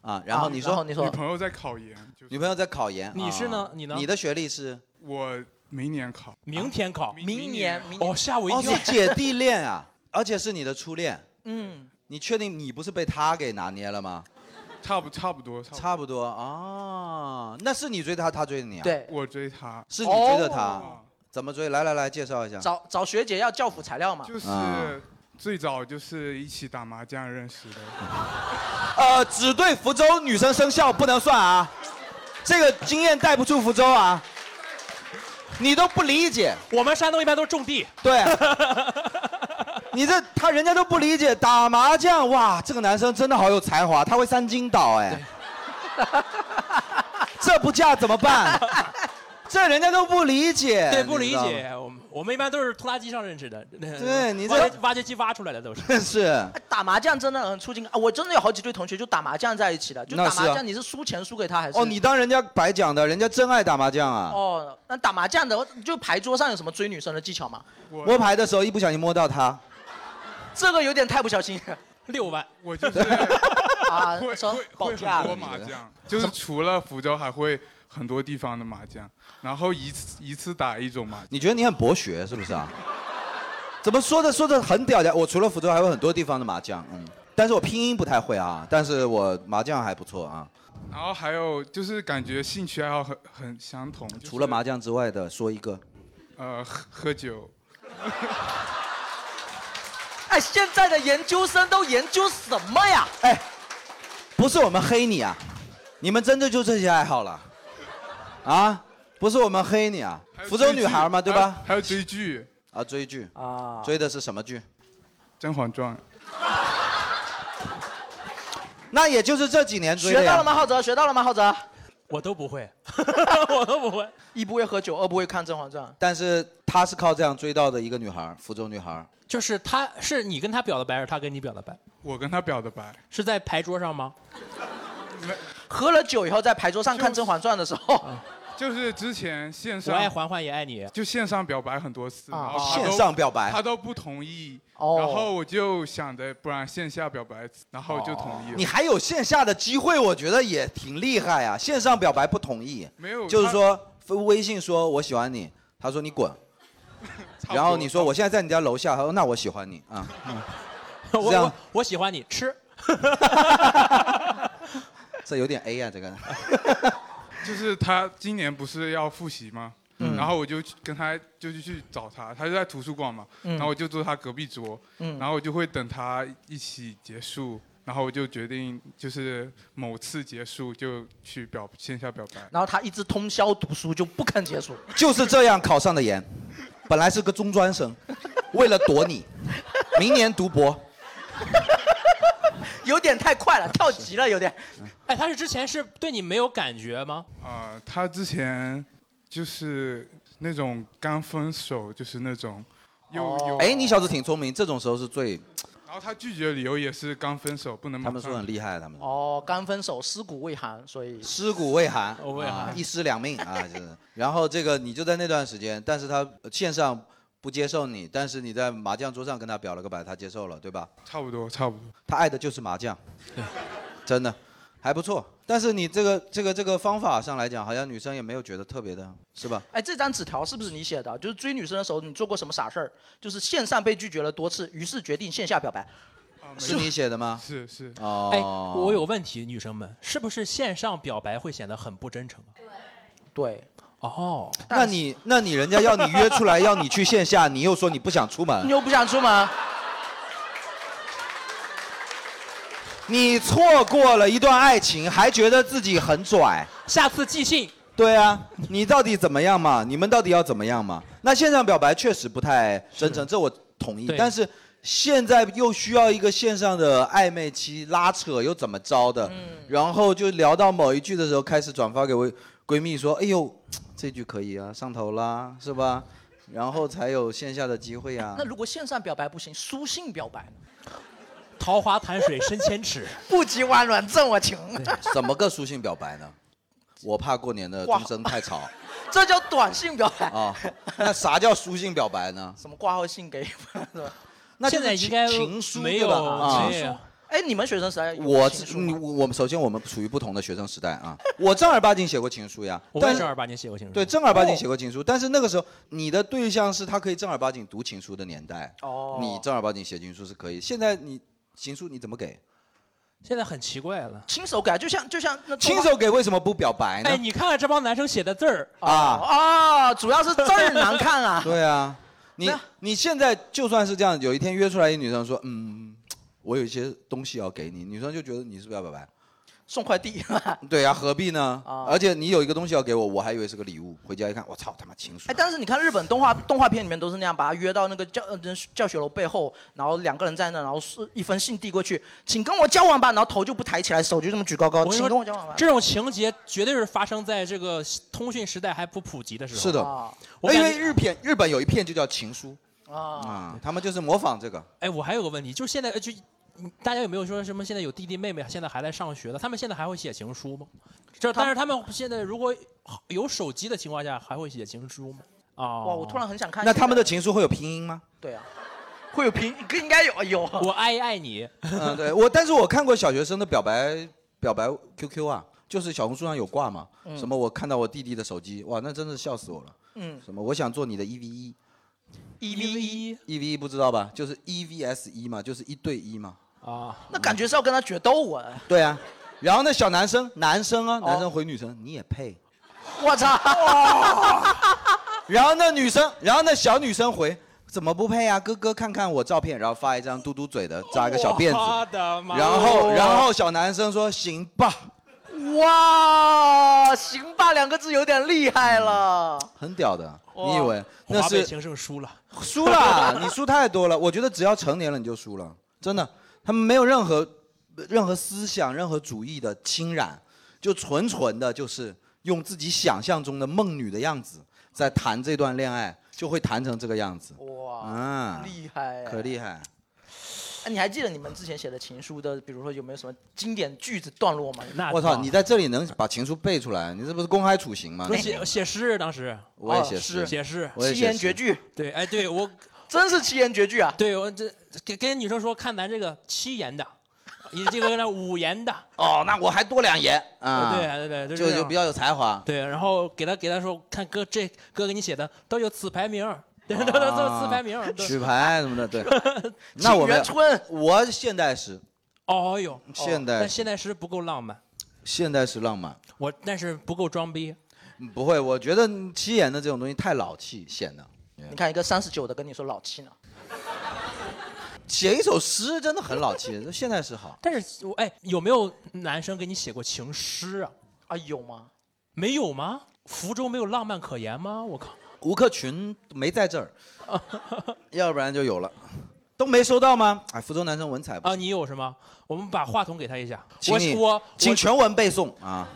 S1: 啊，然后你
S4: 然后
S1: 说
S4: 你
S3: 女
S4: 说，
S3: 朋友在考研，就是
S1: 女朋友在考研，
S2: 你是呢
S1: 啊
S2: 你呢
S1: 你的学历是？
S3: 我明年考，
S2: 明天考。
S4: 明年，明年，
S2: 哦，吓我一
S1: 哦，
S2: 跳
S1: 是！姐弟恋啊，而且是你的初恋。
S4: 嗯，
S1: 你确定你不是被他给拿捏了吗？
S3: 差不差不多差不多。
S1: 差不多啊，那是你追他，他追你啊？，
S4: 对，
S3: 我追她，
S1: 是你追的
S4: 哦
S1: 他，怎么追？来来来，介绍一下。
S4: 找找学姐要教辅材料嘛。
S3: 就是
S1: 啊
S3: 最早就是一起打麻将认识的。
S1: 呃，只对福州女生生效不能算啊，这个经验带不出福州啊。你都不理解，
S2: 我们山东一般都是种地，
S1: 对，你这他人家都不理解打麻将哇，这个男生真的好有才华，他会三金倒哎， 这不嫁怎么办？这人家都不理解，
S2: 对，不理
S1: 你知道吗。
S2: 解。我们我们一般都是拖拉机上认识的，
S1: 对你这
S2: 挖掘挖掘机挖出来的都是。
S1: 真 是，
S4: 哎打麻将真的很促进啊！我真的有好几对同学就打麻将在一起的，就
S1: 那
S4: 打
S1: 是啊
S4: 麻将，你是输钱输给他还是？
S1: 哦，你当人家白讲的，人家真爱打麻将啊。
S4: 哦，那打麻将的就牌桌上有什么追女生的技巧吗？
S3: 我
S1: 摸牌的时候一不小心摸到他，
S4: 这个有点太不小心了
S2: 六万，
S3: 我就是会
S4: 啊！
S3: 会
S4: 说
S3: 会
S4: 保
S3: 会
S4: 价
S3: 很多麻将，就是除了福州还会很多地方的麻将，然后一次一次打一种麻将。
S1: 你觉得你很博学是不是啊？ 怎么说着说着很屌的？我除了福州还有很多地方的麻将，嗯，但是我拼音不太会啊，但是我麻将还不错啊。
S3: 然后还有就是感觉兴趣爱好很很相同，就是
S1: 除了麻将之外的，说一个。
S3: 呃喝喝酒，
S4: 哎，现在的研究生都研究什么呀？
S1: 哎，不是我们黑你啊，你们真的就这些爱好了，啊？不是我们黑你啊
S3: 还，有
S1: 福州
S3: 追
S1: 女
S3: 剧
S1: 孩嘛，对
S3: 还有
S1: 吧？
S3: 还有追剧《
S1: 啊，追剧，
S4: 啊，
S1: 追的是什么剧？
S3: 甄嬛传》，
S1: 那也就是这几年追的
S4: 学到了
S1: 呀。
S4: 吗？浩哲，学到了吗？浩哲，
S2: 我都不会，我都不会。
S4: 一不会喝酒，二不会看《甄嬛传》。
S1: 但是他是靠这样追到的一个女孩，福州女孩。
S2: 就是他是你跟他表的白，还是他跟你表的白？
S3: 我跟他表的白，
S2: 是在牌桌上吗？
S4: 喝了酒以后，在牌桌上看《甄嬛传》的时候，
S3: 就是之前线
S2: 我爱
S3: 上
S2: 环环也爱你。
S3: 就线上表白很多次，
S4: 啊
S3: 然后他
S1: 线
S3: 都
S1: 上表白
S3: 他，都不同意，
S4: 哦
S3: 然后我就想着不然线下表白，然后就同意了。
S1: 哦你还 有线下的机会，我觉得也挺厉害啊。线上表白不同意，
S3: 没有，
S1: 就是
S3: 他
S1: 说微信说我喜欢你，他说你滚，
S3: 差不多
S1: 然后你说我现在在你家楼下，他说那我喜欢你 啊。
S2: 我
S1: 这样
S2: 我我喜欢你吃。
S1: 这有点 A 啊，这个。
S3: 就是他今年不是要复习吗？
S1: 嗯
S3: 然后我就去跟他就是去找他，他就在图书馆嘛，
S1: 嗯
S3: 然后我就坐他隔壁桌，然后我就会等他一起结束，然后我就决定就是某次结束就去表线下表白。
S4: 然后他一直通宵读书就不肯结束。
S1: 就是这样考上的研，本来是个中 专生，为了躲你，明年读博。
S4: 有点太快了，跳级
S1: 嗯
S4: 了有点。
S2: 哎，他是之前是对你没有感觉吗？
S3: 啊、他之前就是那种刚分手，就是那种又有，
S1: 哎，你小子挺聪明，这种时候是最
S3: 然后他拒绝的理由也是刚分手，不能马
S1: 他
S3: 上
S1: 们说很厉害，他们
S4: 哦，刚分手，尸骨未寒，所以
S1: 尸骨未寒，
S2: 哦未寒
S1: 啊一尸两命啊， 就是。然后这个你就在那段时间，但是他呃线上不接受你，但是你在麻将桌上跟他表了个白，他接受了，对吧？
S3: 差不多差不多。
S1: 他爱的就是麻将，真的。还不错。但是你这个这个这个方法上来讲，好像女生也没有觉得特别的，是吧？
S4: 哎，这张纸条是不是你写的？就是追女生的时候，你做过什么傻事儿？就是线上被拒绝了多次，于是决定线下表白。
S2: 啊
S1: 是 你写的
S3: 啊
S1: 吗？
S3: 是是。
S1: 哦，
S2: 哎，我有问题，女生们，是不是线上表白会显得很不真诚啊？
S4: 对。
S2: 哦，
S1: 那你那你人家要你约出来，要你去线下，你又说你不想出门
S4: 你，又不想出门，
S1: 你错过了一段爱情，还觉得自己很拽。
S2: 下次寄信。
S1: 对啊，你到底怎么样嘛？你们到底要怎么样嘛？那线上表白确实不太真诚，这我同意
S2: 对。
S1: 但是现在又需要一个线上的暧昧期拉扯，又怎么着的？
S2: 嗯
S1: 然后就聊到某一句的时候，开始转发给我闺蜜说：“哎呦，这句可以啊，上头啦，是吧？”然后才有线下的机会啊
S4: 那。如果线上表白不行，书信表白呢？
S2: 桃花潭水深千尺，
S4: 不及婉软赠我情，
S1: 怎么个书信表白呢？我怕过年的
S4: 哇
S1: 钟声太吵
S4: 这叫短信表白。
S1: 啊。那啥叫书信表白 呢？
S4: 什么挂号信给？是吧
S1: 那就
S2: 现
S1: 是
S2: 在应该
S1: 情情书
S2: 没
S1: 对
S2: 有
S1: 吧啊
S2: 这样
S4: 哎，你们学生时代有
S1: 我
S4: 情书
S1: 你
S4: 吗
S1: 我我们首先我们属于不同的学生时代啊， 我正儿八经写过情书呀，
S2: 我
S1: 但
S2: 也
S1: 是
S2: 正儿八经写过情书。哦
S1: 对正儿八经写过情书，但是那个时候你的对象是他可以正儿八经读情书的年代，
S4: 哦，
S1: 你正儿八经写情书是可以。现在你情书你怎 么给？
S2: 现在很奇怪了。
S4: 亲手给，就像就像那
S1: 亲手给为什么不表白呢？
S2: 哎，你看看这帮男生写的字儿，
S4: 哎
S1: 啊，
S4: 啊，哦主要是字儿难看啊。
S1: 对啊，你
S4: 那
S1: 你现在就算是这样，有一天约出来一女生说，嗯，我有一些东西要给你，女生就觉得你是不是要表白？
S4: 送快递，
S1: 对呀、何必呢？
S4: 啊
S1: 而且你有一个东西要给我，我还以为是个礼物，回家一看，我操他妈情书
S4: 哎，！但是你看日本动画动画片里面都是那样，把他约到那个教呃教学楼背后，然后两个人在那，然后是一封信递过去，请跟我交往吧，然后头就不抬起来，手就这么举高高，
S2: 我跟你
S4: 请
S2: 说
S4: 跟我交往吧。
S2: 这种情节绝对是发生在这个通讯时代还不普及的时候。
S1: 是的，哎
S4: 啊
S2: 我
S1: 因
S2: 感
S1: 为
S2: 觉，
S1: 日片日本有一片就叫《情书》
S4: 啊，
S1: 啊，他们就是模仿这个。
S2: 哎，我还有个问题，就是现在呃就你大家有没有说什么现在有弟弟妹妹现在还在上学的，他们现在还会写情书吗？这但是他们现在如果有手机的情况下，还会写情书吗？啊，
S4: 哇，我突然很想看。
S1: 哦那他们的情书会有拼音吗？
S4: 对啊，会有评， 应该有哎有。
S2: 我爱爱你，
S1: 嗯，对我，但是我看过小学生的表白表白 QQ 啊，就是小红书上有挂嘛，什么我看到我弟弟的手机，哇，那真的笑死我了。
S4: 嗯
S1: 什么我想做你的 EV 一
S4: 一
S2: v 一
S1: ，EV 一不知道吧？就是 EVS 一嘛，就是一对一嘛。
S2: 啊，
S4: 那感觉是要跟他决斗我，
S1: 对啊，然后那小男生，男生
S2: 哦
S1: 啊，男生回女生，你也配？
S4: 我操！
S1: 然后那女生，然后那小女生回，怎么不配啊？哥哥看看我照片，然后发一张嘟嘟嘴的，扎一个小辫
S2: 我
S1: 子，
S2: 的妈！
S1: 然后然后小男生说行吧，
S4: 哇，行吧，两个字有点厉害了。
S1: 很屌的，你以为那
S2: 华北
S1: 是
S2: 情圣输了，
S1: 输了？你输太多了，我觉得只要成年了你就输了，真的，他们没有任何任何思想、任何主义的侵染，就纯纯的就是用自己想象中的梦女的样子在谈这段恋爱，就会谈成这个样子，
S4: 哇，
S1: 啊，
S4: 厉害！
S1: 可厉害。
S4: 哎，你还记得你们之前写的情书的，比如说有没有什么经典句子段落吗？
S2: 那
S1: 我操，
S2: 倒
S1: 你在这里能把情书背出来，你这不是公开处刑吗哎
S2: 我？写写诗当时
S1: 啊我也
S4: 哦
S1: 写诗，
S2: 写诗，
S1: 我也
S4: 七
S1: 写
S4: 言
S1: 诗
S4: 绝句，
S2: 对，哎，对我
S4: 真是七言绝句啊！
S2: 对我这给跟女生说，看咱这个七言的，你这个那五言的，
S1: 哦，那我还多两言啊，
S2: 对对对，
S1: 就
S2: 这
S1: 就
S2: 样
S1: 比较有才华。
S2: 对，然后给他给他说，看哥这哥给你写的都有此牌名儿，对， 都都都
S1: 啊
S2: 此牌名儿，都
S1: 曲牌什么的，对。 那
S4: 沁
S1: 我
S4: 园
S1: 们
S4: 春，
S1: 我现代诗，
S2: 哦哟，
S1: 现代
S2: 但现代诗不够浪漫，
S1: 现代诗浪漫，
S2: 我但是不够装逼，
S1: 嗯不会，我觉得七言的这种东西太老气，显得
S4: 你看一个三十九的跟你说老气呢，
S1: 写一首诗真的很老 气，现代诗好。
S2: 但是我哎有没有男生给你写过情诗啊？
S4: 啊有吗？
S2: 没有吗？福州没有浪漫可言吗？我靠！
S1: 吴克群没在这儿， 要不然就有了。都没收到吗？哎，福州男生文采不
S2: 啊，
S1: 行，
S2: 你有什么？我们把话筒给他一下。
S1: 请
S2: 我
S1: 你
S2: 我
S1: 请
S2: 我
S1: 全文背诵啊。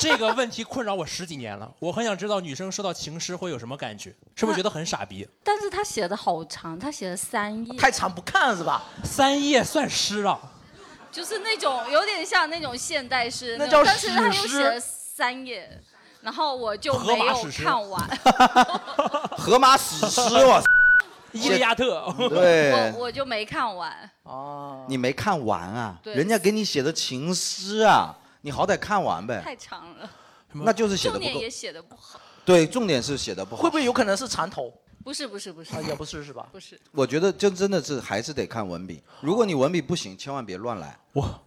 S2: 这个问题困扰我十几年了，我很想知道女生收到情诗会有什么感觉，是不是觉得很傻逼？
S6: 但是他写的好长，他写了三页，
S4: 太长不看是吧？
S2: 三页算诗啊？
S6: 就是那种有点像那种现代诗
S4: 那
S6: 种
S4: 叫
S6: 但是他又
S4: 史诗
S6: 写了三页，然后我就
S2: 荷
S6: 没
S2: 马
S6: 有
S2: 史诗
S6: 看完，
S1: 荷马史诗，我
S2: 伊利亚特，
S1: 对
S6: 我，我就没看完。
S4: 哦，
S1: 你没看完啊？
S6: 对
S1: 人家给你写的情诗啊，你好歹看完呗。
S6: 太长了，
S1: 那就是写的
S6: 重
S1: 不
S6: 点
S1: 够
S6: 也。写的不好。
S1: 对，重点是写的不好。
S4: 会不会有可能是长头？
S6: 不是不是不是
S4: 啊，也不是是吧？
S6: 不是，
S1: 我觉得真真的是还是得看文笔。如果你文笔不行，千万别乱来。
S2: 我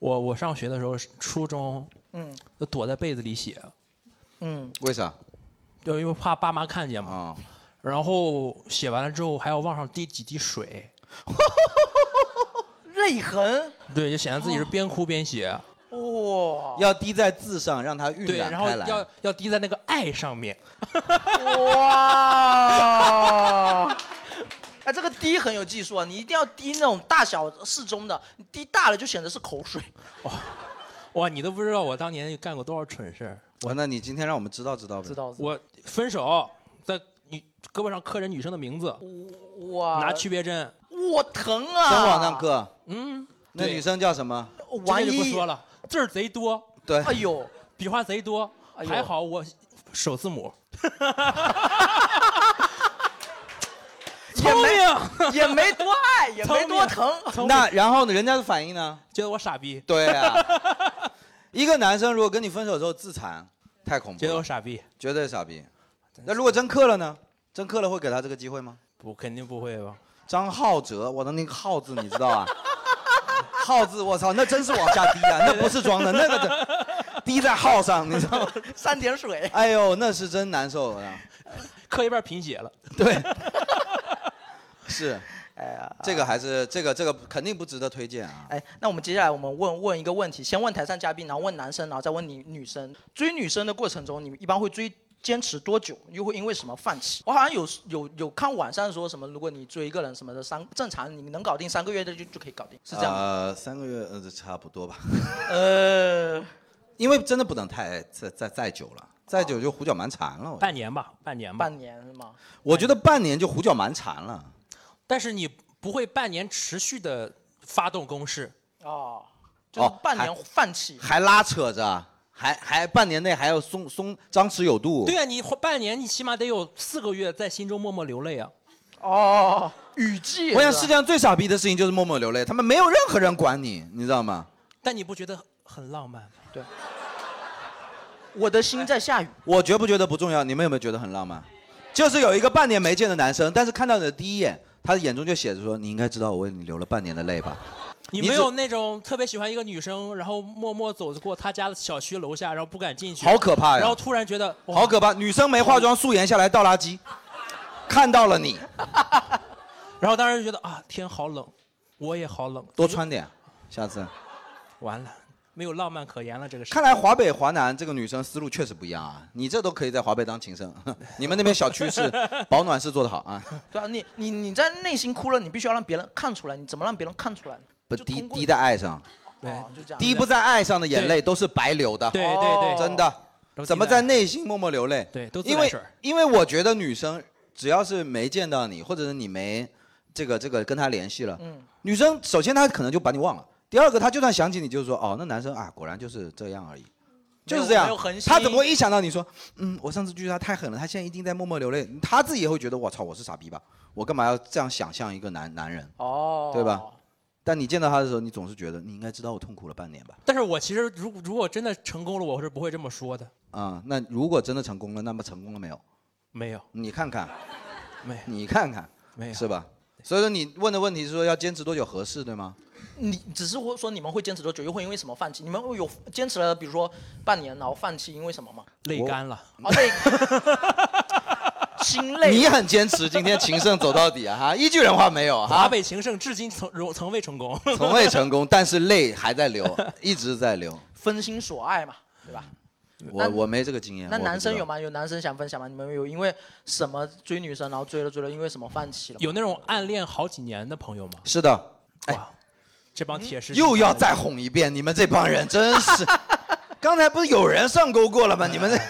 S2: 我我上学的时候，初中
S4: 嗯
S2: 都躲在被子里写，
S4: 嗯，
S1: 为啥？啊
S2: 就因为怕爸妈看见嘛。然后写完了之后还要往上滴几滴水，
S4: 泪痕，
S2: 对，就显得自己是边哭边写。
S4: 哇、
S1: 要滴在字上，让它晕
S2: 哦对，
S1: 染
S2: 然后
S1: 开来。
S2: 要要滴在那个爱上面。
S4: 哇！哎，这个滴很有技术啊，你一定要滴那种大小适中的，你滴大了就显得是口水。
S2: 哇，你都不知道我当年干过多少蠢事儿。
S1: 我那你今天让我们知道知道呗。
S4: 知道？知道
S2: 我分手，在女胳膊上刻着女生的名字，
S4: 哇！
S2: 拿区别针。
S4: 我疼啊！
S1: 真往上。刻。
S2: 嗯，
S1: 那
S2: 对
S1: 女生叫什么？
S2: 这
S4: 万
S2: 个就不
S4: 一
S2: 说，了，字儿贼多，
S1: 对
S4: 啊哎，呦，
S2: 笔画贼多，
S4: 哎呦
S2: 还好我首字母。
S4: 也
S2: 聪
S4: 没
S2: 明，
S4: 也没多爱，也没多疼。
S1: 那然后呢？人家的反应呢？
S2: 觉得我傻逼，
S1: 对啊，一个男生如果跟你分手之后自残，太恐怖
S2: 觉得
S1: 了
S2: 我，傻逼，
S1: 绝对傻逼。那如果真刻了呢？真刻了会给他这个机会吗？
S2: 不肯定不会吧？
S1: 张浩哲，我的那个浩字你知道啊？ 浩字，我操，那真是往下滴 啊，那不是装的，那个真滴在号上，你知道吗？
S4: 三点水，
S1: 哎呦，那是真难受啊！
S2: 刻一半贫血了，
S1: 对，是
S4: 哎呀，
S1: 这个还是这个这个肯定不值得推荐啊。
S4: 哎，那我们接下来我们问问一个问题，先问台上嘉宾，然后问男生，然后再问你女生。追女生的过程中，你们一般会追坚持多久？又会因为什么放弃？我好像有有有看网上说什么，如果你追一个人什么的，三正常你能搞定三个月的就就可以搞定，是这样吗？
S1: 呃，三个月呃差不多吧，
S4: 呃，
S1: 因为真的不能太再再再久了，再久就胡搅蛮缠了。我觉得
S2: 半年吧，半年吧。
S4: 半年是吗？
S1: 我觉得半年就胡搅蛮缠了。
S2: 但是你不会半年持续的发动攻势，
S4: 哦，就是
S1: 哦
S4: 半年
S1: 还
S4: 放弃。
S1: 还拉扯着，还还半年内还要松松张弛有度。
S2: 对啊，你花半年你起码得有四个月在心中默默流泪啊。
S4: 哦，
S1: 呃
S4: 雨季。
S1: 我想
S4: 是
S1: 世
S4: 吧
S1: 界上最傻逼的事情就是默默流泪，他们没有任何人管你，你知道吗？
S2: 但你不觉得很浪漫吗？
S4: 我的心在下雨。
S1: 我觉不觉得不重要，你们有没有觉得很浪漫？就是有一个半年没见的男生，但是看到你的第一眼，他的眼中就写着说：“你应该知道我为你流了半年的泪吧
S2: 你
S1: 你
S2: 没
S1: 只
S2: 有那种特别喜欢一个女生，然后默默走过她家的小区楼下，然后不敢进？”去，
S1: 好可怕呀！
S2: 然后突然觉得哇
S1: 好可怕，女生没化妆素颜下来倒垃圾，看到了你，
S2: 然后当时就觉得啊，天好冷，我也好冷，
S1: 多穿点，下次。
S2: 完了，没有浪漫可言了。这个事
S1: 看来华北、华南这个女生思路确实不一样啊！你这都可以在华北当情圣， 你们那边小区是保暖是做得好啊，
S4: 对啊，你你你在内心哭了，你必须要让别人看出来，你怎么让别人看出来呢？
S1: 不
S4: 就
S1: 滴
S4: 通过
S1: 滴在爱上，
S2: 对
S4: 哦，就这样。
S1: 滴不在爱上的眼泪都是白流的，
S2: 对对对，
S1: 真的。
S2: 都
S1: 怎么
S2: 自带
S1: 在内心默默流泪？
S2: 对都自
S1: 因
S2: 来
S1: 为
S2: 水儿
S1: 因为我觉得女生只要是没见到你，或者是你没这个这个跟她联系了，
S4: 嗯
S1: 女生首先她可能就把你忘了，第二个她就算想起你，就是说哦，那男生啊，果然就是这样而已。就是这
S4: 没
S1: 样
S4: 有恒，心
S1: 她怎么会一想到你说，嗯，我上次拒绝他太狠了，他现在一定在默默流泪，她自己也会觉得，我操，我是傻逼吧？我干嘛要这样想象一个男男人？
S4: 哦，
S1: 对吧？但你见到他的时候，你总是觉得你应该知道我痛苦了半年吧？
S2: 但是我其实如如果真的成功了，我是不会这么说的。
S1: 啊、那如果真的成功了，那么成功了没有？
S2: 没有，
S1: 你看看，
S2: 没有，
S1: 你看看，
S2: 没有，
S1: 是吧？所以说你问的问题是说要坚持多久合适，对吗？
S4: 你只是会说你们会坚持多久，又会因为什么放弃？你们会有坚持了，比如说半年，然后放弃，因为什么吗？
S2: 泪
S1: 我
S2: 干了。
S4: 哦，对，心累。
S1: 你很坚持，今天情圣走到底啊！ 哈，一句人话没有
S2: 华
S1: 啊哈，
S2: 北情圣至今从容从未成功。
S1: 从未 成功，但是泪还在流，一直在流。
S4: 分心所爱嘛，对吧？
S1: 我我没这个经验。
S4: 那
S1: 我不知道
S4: 男生有？吗？有男生想分享吗？你们有因为什么追女生，然后追了追了，因为什么放弃了吗？
S2: 有那种暗恋好几年的朋友吗？
S1: 是的，
S2: 哇，这帮铁石心
S1: 又要
S2: 肠的
S1: 再哄一遍，你们这帮人 真是。刚才不是有人上钩过了吗？你们
S4: 哎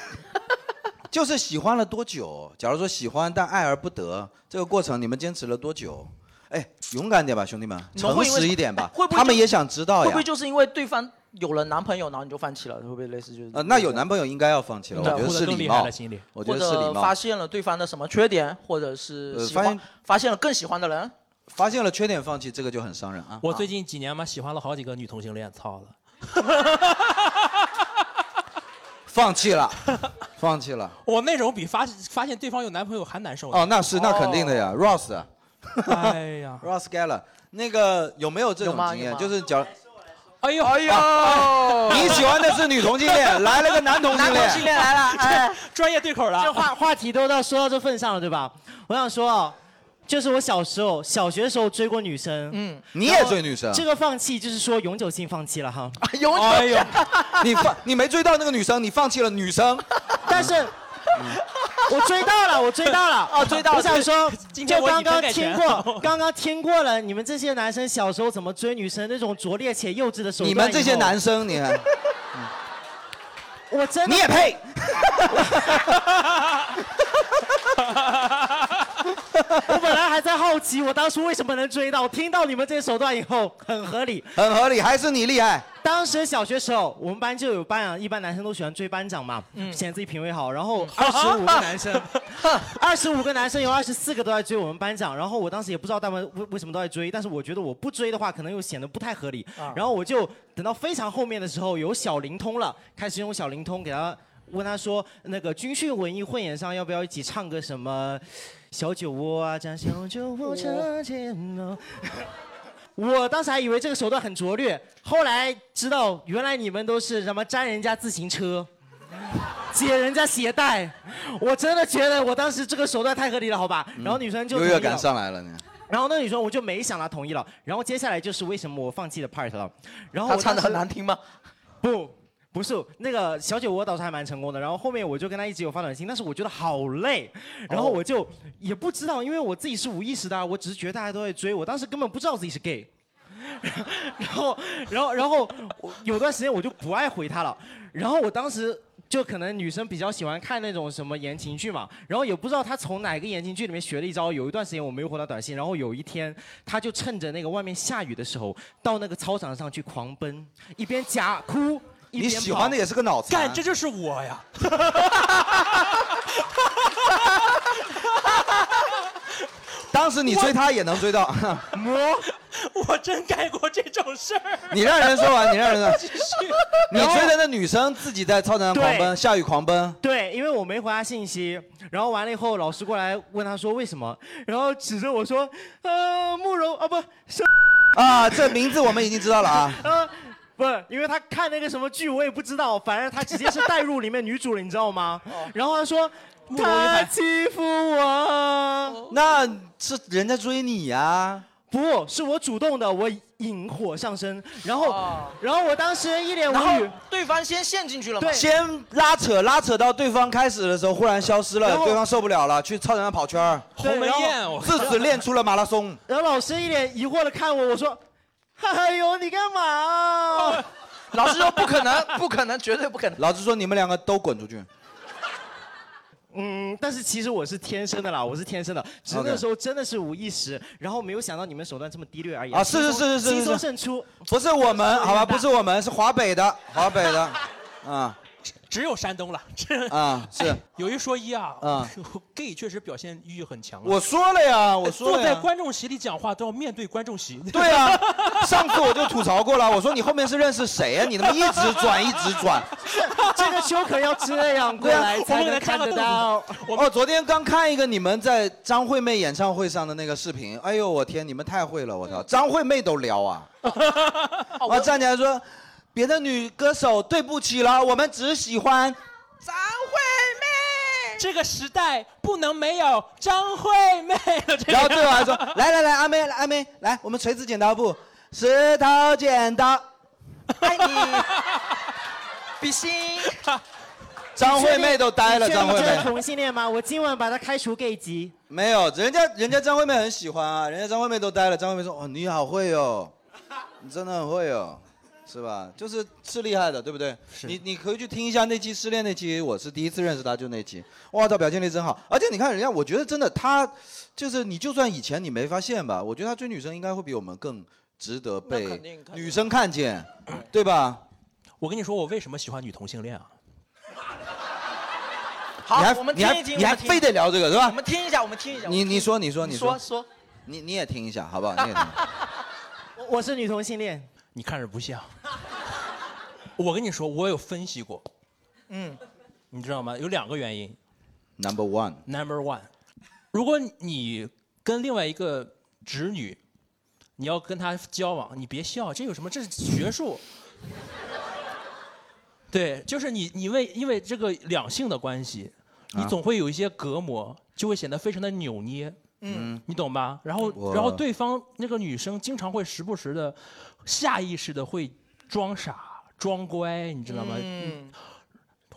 S1: 这 就是喜欢了多久？假如说喜欢但爱而不得，这个过程你们坚持了多久？哎，勇敢点吧，兄弟们，
S4: 你们
S1: 诚
S4: 会因为
S1: 实一点吧
S4: 哎。会不会
S1: 他们
S4: 就
S1: 也想知道
S4: 会
S1: 呀。
S4: 不会就是因为对方有了男朋友，然后你就放弃了？会不会类似就是？
S1: 呃，那有男朋友应该要放弃了，我
S4: 对
S1: 觉得
S2: 哭得
S1: 是
S2: 嗯更
S1: 礼
S2: 厉害
S1: 貌
S2: 了，。心里
S1: 我觉
S4: 或
S1: 得是
S4: 者
S1: 礼
S4: 发
S1: 貌。
S4: 现了对方的什么缺点，或者是
S1: 呃
S4: 喜
S1: 发
S4: 欢、
S1: 现
S4: 发现了更喜欢的人，
S1: 发现了缺点放弃，这个就很伤人啊。
S2: 我最近几年嘛，喜欢了好几个女同性恋，操了。
S1: 放弃 了，放弃了。
S2: 我那种比发发现对方有男朋友还难受呢
S1: 哦，那是那肯定的呀、r o s s
S2: 哎呀
S1: r o s s Geller，那个有没有这种
S2: 有吗
S1: 经验？
S2: 有吗
S1: 就是讲，
S2: 哎呦
S1: 哎呦，你喜欢的是 女同性恋，来了个男同性恋，
S7: 来了，
S2: 专业对口了。
S7: 这话话题都到说到这份上了，对吧？我想说啊，就是我小时候小学的时候追过女生，嗯，
S1: 你也追女生
S7: 这个放弃就是说永久性放弃了 哈，
S4: 永
S1: 哎呦， 你放你没追到那个女生，你放弃了女生， 嗯
S7: 但是。我追到了，我追到了，
S1: 哦追到了
S7: 我想说，
S1: 今天
S7: 就
S1: 我
S7: 刚
S1: 以偏
S7: 刚
S1: 概
S7: 听
S1: 全
S7: 过，刚刚听过了，你们这些男生小时候怎么追女生那种拙劣且幼稚的手段以
S1: 你
S7: 后。
S1: 们这些男生，你看，
S7: 我真的
S1: 你也配？
S7: 我本来还在好奇，我当初为什么能追到。我听到你们这些手段以后，很合理，
S1: 很合理，还是你厉害。
S7: 当时小学时候，我们班就有班长，一般男生都喜欢追班长嘛，显得自己品味好。然后二十五个男生， 二十五个男生有二十四个都在追我们班长。然后我当时也不知道他们为为什么都在追，但是我觉得我不追的话，可能又显得不太合理。
S8: 啊
S7: 然后我就等到非常后面的时候，有小灵通了，开始用小灵通给他问他说，那个军训文艺汇演上要不要一起唱个什么小酒窝啊，这样小酒窝唱前哦。 我当时还以为这个手段很拙劣，后来知道原来你们都是什么粘人家自行车，解人家鞋带，我真的觉得我当时这个手段太合理了，好吧？然后女 生就
S1: 优
S7: 同
S1: 越
S7: 意了
S1: 感上来了，你
S7: 然后那女生我就没想她同意了，然后接下来就是为什么我放弃的 part 了。然后
S4: 她
S7: 我
S4: 唱得很
S7: 难听吗？不，不是那个小酒窝倒是还蛮成功的。然后后面我就跟她一直有发短信，但是我觉得好累，然后我就也不知道，因为我自己是无意识的啊，我只是觉得大家都在追，我当时根本不知道自己是 gay。然后，然后，然后我有段时间我就不爱回她了。然后我当时就可能女生比较喜欢看那种什么言情剧嘛，然后也不知道她从哪个言情剧里面学了一招。有一段时间我没有回她短信，然后有一天她就趁着那个外面下雨的时候，到那个操场上去狂奔，一边假哭。一边
S1: 你喜欢的也是个脑残干这
S7: 就是我呀！
S1: 啊当时你追她也能追到，
S7: 我
S2: 我真干过这种事儿。
S1: 你让人说完你让人 说
S2: 继续
S1: 你追的那女生自己在操场上狂奔，
S7: 对
S1: 下雨狂奔，
S7: 对，因为我没回他信息，然后完了以后，老师过来问他说为什么，然后指着我说，呃，慕容啊不是
S1: 啊，这名字我们已经知道了啊。
S7: 啊，不，因为他看那个什么剧，我也不知道，反正他直接是带入里面女主了，你知道吗？
S1: 哦
S7: 然后他说
S8: 慕容一
S7: 他
S8: 海
S7: 欺负我，
S1: 那是人家追你呀、
S7: 不是我主动的，我引火上身，然后、
S1: 哦
S7: 然后我当时一脸无
S4: 然后
S7: 语。
S4: 对方先陷进去了嘛，
S1: 先拉扯拉扯到对方开始的时候忽然消失了
S7: 然，后
S1: 对方受不了了，去操场上跑圈儿。
S7: 对鸿门宴然后我
S1: 自此练出了马拉松。
S7: 然后老师一脸疑惑的看我，我说：“ 哎呦，你干嘛？”
S1: 老师说不可能， 不可能，绝对不可能。老师说你们两个都滚出去。
S7: 嗯，但是其实我是天生的啦，我是天生的，只是
S1: OK
S7: 那时候真的是无意识，然后没有想到你们手段这么低劣而已。
S1: 啊，是是是是是，
S7: 哎轻松
S1: 是
S7: 胜出。
S1: 不是我们，好吧，不是我们，是华北的，华北 的，啊
S2: 只有山东了，这
S1: 啊是
S2: 哎有一说一啊，
S1: 啊
S2: gay 确实表现欲很强啊、哎
S1: 我说了呀我说了
S2: 坐
S1: 呀
S2: 在观众席里讲话都要面对观众席。
S1: 对啊，上次我就吐槽过了，我说你后面是认识谁呀、你他妈一直转一直转，
S7: 这个秋可要这样过来才能看得到。
S1: 哦，昨天刚看一个你们在张惠妹演唱会上的那个视频，哎呦我天，你们太会了，我
S7: 嗯
S1: 操，张惠妹都撩 啊！
S7: 哦
S1: 我站起来说，别的女歌手对不起了，我们只喜欢
S2: 这个时代不能没有张惠妹。
S1: 然后对方还 说：“来来来，啊阿妹，阿妹，来，我们锤子剪刀布，石头剪刀，爱你，比心。” 张惠妹都呆了，
S7: 你确定
S1: 张惠
S7: 你确定这是
S1: 妹
S7: 同性恋吗？我今晚把他开除 gay 级。
S1: 没有，人家人家张惠妹很喜欢啊，人家张惠妹都呆了。张惠妹说：“哦，你好会哦， 你真的很会哦，是吧？就是是厉害的，对不对？你你可以去听一下那期失恋那期，我是第一次认识她，就那期，哇，她表现力真好。而且你看人家，我觉得真的她，就是你就算以前你没发现吧，我觉得她追女生应该会比我们更值得被女生看见，对吧？
S2: 我跟你说，我为什么喜欢女同性恋啊？
S1: 你还
S4: 好，我们
S1: 你还
S4: 听一听，
S1: 你还
S4: 我们听一听
S1: 非得聊这个是吧
S4: 我们听一下，我们听一下。
S1: 你你说你说
S4: 你
S1: 你
S4: 说
S1: 说
S4: 说，
S1: 你你也听一下好不好？你也听。
S7: 我我是女同性恋，
S2: 你看着不像。我跟你说，我有分析过，
S4: 嗯，
S2: 你知道吗？有两个原因。
S1: Number one，
S2: Number one，如果你跟另外一个侄女，你要跟她交往，你别笑，这有什么？这是学 术。对，就是你，你为因为这个两性的关系，你
S1: 啊
S2: 总会有一些隔膜，就会显得非常的扭捏。
S1: 嗯，
S2: 你懂吧？然后，
S1: 我
S2: 然后对方那个女生经常会时不时的、下意识的会装傻、装乖，你知道吗？
S1: 嗯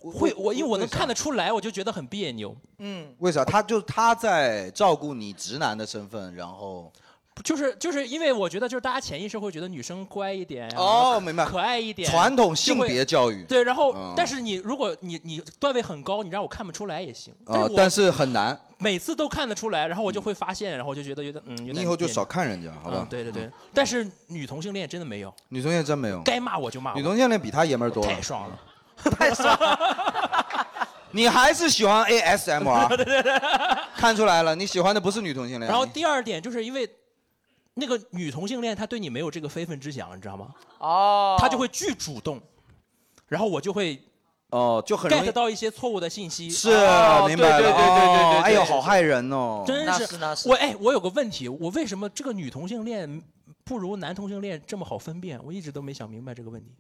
S2: 会我因为我能
S1: 为啥
S2: 看得出来，我就觉得很别扭。
S4: 嗯，
S1: 为啥？他就他在照顾你直男的身份，然后
S2: 就是就是因为我觉得就是大家潜意识会觉得女生乖一点呀、
S1: 哦明白
S2: 可爱一点，
S1: 传统性
S2: 就会
S1: 别教育
S2: 对，然后、
S1: 嗯
S2: 但是你如果你你段位很高，你让我看不出来也行，
S1: 啊、
S2: 我
S1: 但是很难，
S2: 每次都看得出来，然后我就会发现，然后我就觉得有点嗯，有点
S1: 你以后就
S2: 别扭
S1: 少看人家，好吧
S2: 嗯？对对对，但是女同性恋真的没有，
S1: 女同性恋真没有，
S2: 该骂我就骂我，
S1: 嗯女同性恋比他爷们儿多了
S2: 太。爽了，
S1: 你还是喜欢 ASMR，看出来了，你喜欢的不是女同性恋。
S2: 然后第二点就是因为那个女同性恋，她对你没有这个非分之想，你知道吗？
S4: 哦，
S2: 她就会巨主动，然后我就会
S1: 哦，就很容
S2: get
S1: 易
S2: 到一些错误的信息。
S1: 是
S4: 哦
S1: 明白了，
S4: 对对对对对对
S1: 哦哎呦，
S4: 对
S1: 好害人哦。
S2: 真
S4: 那
S2: 是
S4: 是那是
S2: 我哎，我有个问题，我为什么这个女同性恋不如男同性恋这么好分辨？我一直都没想明白这个问题。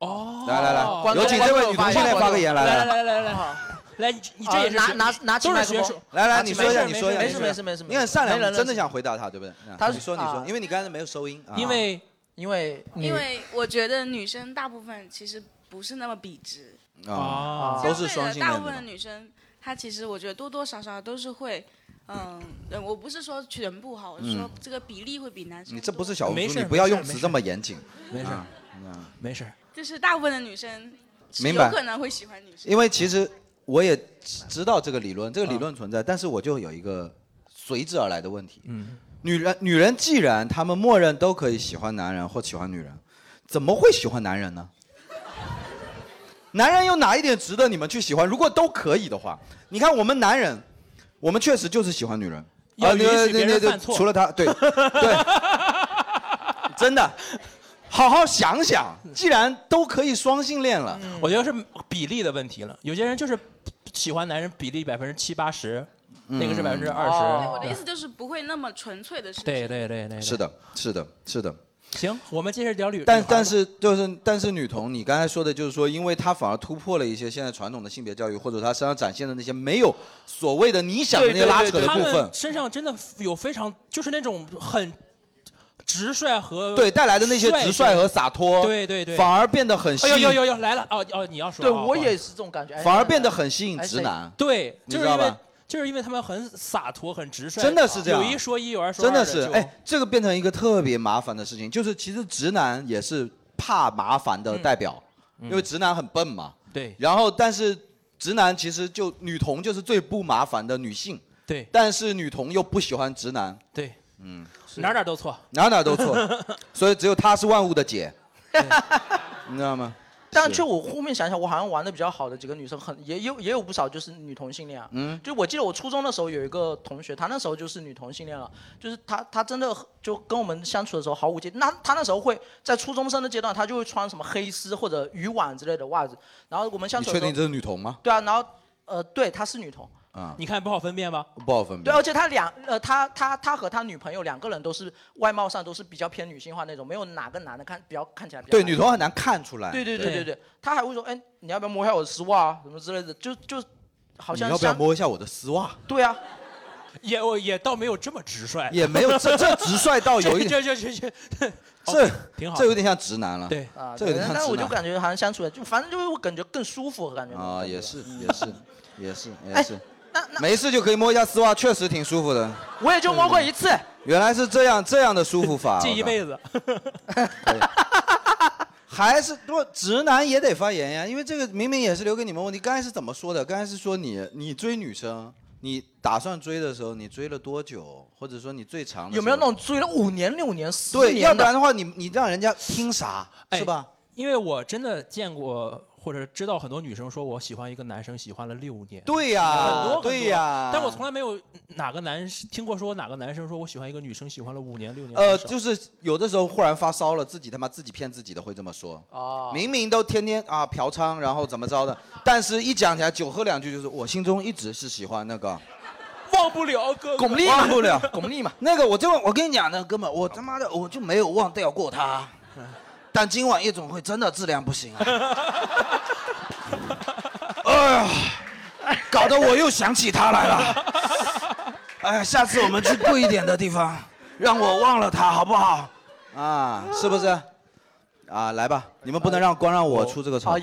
S2: 哦，
S1: 来来来
S4: 观，众
S1: 有请这位女同性恋发个言，
S2: 来来
S1: 来，
S2: 来来来来，来你啊你这也是
S4: 拿
S2: 学
S4: 呃拿拿起
S2: 都
S4: 麦
S2: 是
S4: 克
S2: 学
S4: 风
S2: 术，
S1: 来来，
S2: 啊
S1: 你
S2: 没
S1: 说一下，
S2: 事
S1: 你说一下，
S4: 没事
S1: 你说一
S4: 没
S1: 下
S4: 事没事没事，
S1: 你很善
S4: 没人
S1: 良，
S4: 认
S1: 你真的
S4: 识
S1: 想回答他，对不对？
S4: 他
S1: 你说你说
S4: 啊，
S1: 因为你刚才没有收音，啊
S2: 因为
S4: 因为你
S6: 因
S1: 嗯
S6: 为我觉得女生大部分其实不是那么笔直，
S1: 啊，
S2: 啊
S1: 都是双性恋的
S6: 大部分的女生，她其实我觉得多多少少都是会，嗯，呃我不是说全部哈，我是说
S1: 嗯
S6: 这个比例会比男生。
S1: 你这不是小红
S2: 没
S1: 书，
S2: 事
S1: 你不要
S2: 没事
S1: 用词
S2: 没事
S1: 这么严谨，
S2: 没事
S1: 啊嗯
S2: 没事，
S6: 就是大部分的女生是
S1: 明白
S6: 有可能会喜欢女生。
S1: 因为其实我也知道这个理论，这个理
S2: 啊
S1: 论存在，但是我就有一个随之而来的问题，
S2: 嗯，
S1: 女人，女人既然她们默认都可以喜欢男人或喜欢女人，怎么会喜欢男人呢？男人有哪一点值得你们去喜欢？如果都可以的话，你看我们男人，我们确实就是喜欢女人。
S2: 要
S1: 啊
S2: 允许
S1: 那
S2: 别人
S1: 那那
S2: 犯错
S1: 除了他， 对对，真的，好好想想，既然都可以双性恋了，
S2: 我觉得是比例的问题了。有些人就是喜欢男人比例百分之七八十，那
S1: 嗯
S2: 个是百分之
S4: 哦
S6: 我
S2: 二
S6: 的
S2: 十
S6: 意。思就是不会那么纯粹的事情。
S2: 对对对对，
S1: 是
S2: 的。
S1: 的，是的，是的。
S2: 行，我们接着聊女，
S1: 但
S2: 女孩吧
S1: 但是就是但是女童，你刚才说的就是说，因为她反而突破了一些现在传统的性别教育，或者她身上展现的那些没有所谓的你想的那些拉扯的
S2: 他
S1: 部
S2: 们
S1: 分，
S2: 身上真的有非常就是那种很直率和
S1: 对带来的那些直率和洒脱，
S2: 对对对
S1: 反而变得很吸
S2: 哎呦
S1: 引，
S2: 呦呦呦来了哦哦你要说
S4: 对
S2: 哦
S4: 我
S2: 不好意思
S4: 也是这种感觉，哎哎
S1: 反而
S4: 真
S1: 变得很吸引直男。
S2: 对，
S1: 你
S2: 就
S1: 知
S2: 是
S1: 道
S2: 因为
S1: 吧
S2: 就是因为他们很洒脱、很直率，
S1: 真的是这样
S2: 有一说一，有二说二
S1: 真
S2: 的
S1: 的是，哎，，这个变成一个特别麻烦的事情，就是其实直男也是怕麻烦
S2: 嗯
S1: 的代表，因为直男很笨嘛。
S2: 就对
S1: 然后，但是直男其实就女童就是最不麻烦的女性，
S2: 对
S1: 但是女童又不喜欢直男，
S2: 对，嗯，哪儿哪儿都错。
S1: 哪哪 都 错，所以只有她是万物的姐， 你知道吗？
S4: 但就我后面想想，我好像玩的比较好的几个女生很，也有也有不少就是女同性恋啊。嗯，就我记得我初中的时候有一个同学，她那时候就是女同性恋了，就是她她真的很就跟我们相处的时候毫无芥蒂。那她那时候会在初中生的阶段，她就会穿什么黑丝或者渔网之类的袜子，然后我们相
S1: 你
S4: 处的
S1: 确
S4: 时候
S1: 定，这是女童吗？
S4: 对啊，然后呃，对，她是女同，
S1: 啊、
S2: 你看不好分辨吧？
S1: 不好分
S4: 对，
S1: 辨。
S4: 而且她两呃，她她她和她女朋友两个人都是外貌上都是比较偏女性化那种，没有哪个男的看比较看起来比较
S1: 对，
S4: 男
S1: 女童很难看出来。
S4: 对对
S2: 对
S4: 对对对，他还会说，哎，你要不要摸一下我的丝袜啊，什么之类的，就就好
S1: 你
S4: 像
S1: 要不要
S4: 像
S1: 摸一下我的丝袜？
S4: 对啊，
S2: 也我也倒没有这么直
S4: 哎
S2: 率，
S1: 也没有，这这直率 到有 一点，
S2: 这这这这这
S1: 这
S2: 挺好，
S1: 这有点像直男了。
S2: 对。
S4: 啊，
S1: 这
S4: 哦对
S1: 有点
S4: 但是
S1: 像直
S4: 我就
S1: 男。
S4: 感觉好像相处的，就反正就会感觉更舒服，感觉
S1: 啊，
S4: 对
S1: 也
S4: 吧
S1: 是也是也是也
S4: 哎
S1: 是，
S4: 那那
S1: 没事就可以摸一下丝袜，确实挺舒服的。嗯
S4: 我也就摸过一次，
S1: 原来是这样这样的舒服法。
S2: 这
S1: 我
S2: 一
S1: 靠
S2: 辈子，
S1: 还是不直男也得发言呀，因为这个明明也是留给你们问题。刚才是怎么说的？刚才是说你你追女生，你打算追的时候，你追了多久？或者说你最长的
S4: 有没有
S1: 时
S4: 那
S1: 候
S4: 种追了五年、六年、十
S1: 对？
S4: 年
S1: 要不
S4: 的？
S1: 然的话，你你让人家听啥、
S2: 哎
S1: 是吧？
S2: 因为我真的见过或者知道很多女生说我喜欢一个男生喜欢了六年，
S1: 对呀
S2: 很多很多
S1: 对呀
S2: 但我从来没有哪个男生听过说哪个男生说我喜欢一个女生喜欢了五年六年，
S1: 呃，
S2: 很少
S1: 就是有的时候忽然发烧了，自己他妈自己骗自己的会这么说。
S4: 哦
S1: 明明都天天啊嫖娼，然后怎么着的，但是一讲起来酒喝两句就是我心中一直是喜欢那 个。
S2: 忘不了哥
S1: 巩俐忘不 了，巩俐嘛。那个我就我跟你讲呢，哥们，我他妈的我就没有忘掉过他，但今晚夜总会真的质量不行 啊。哎呀，搞得我又想起他来了。哎呀，下次我们去贵一点的地方，让我忘了他好不好？啊，是不是？啊，来吧，你们不能让光让我出这个丑。
S4: 哦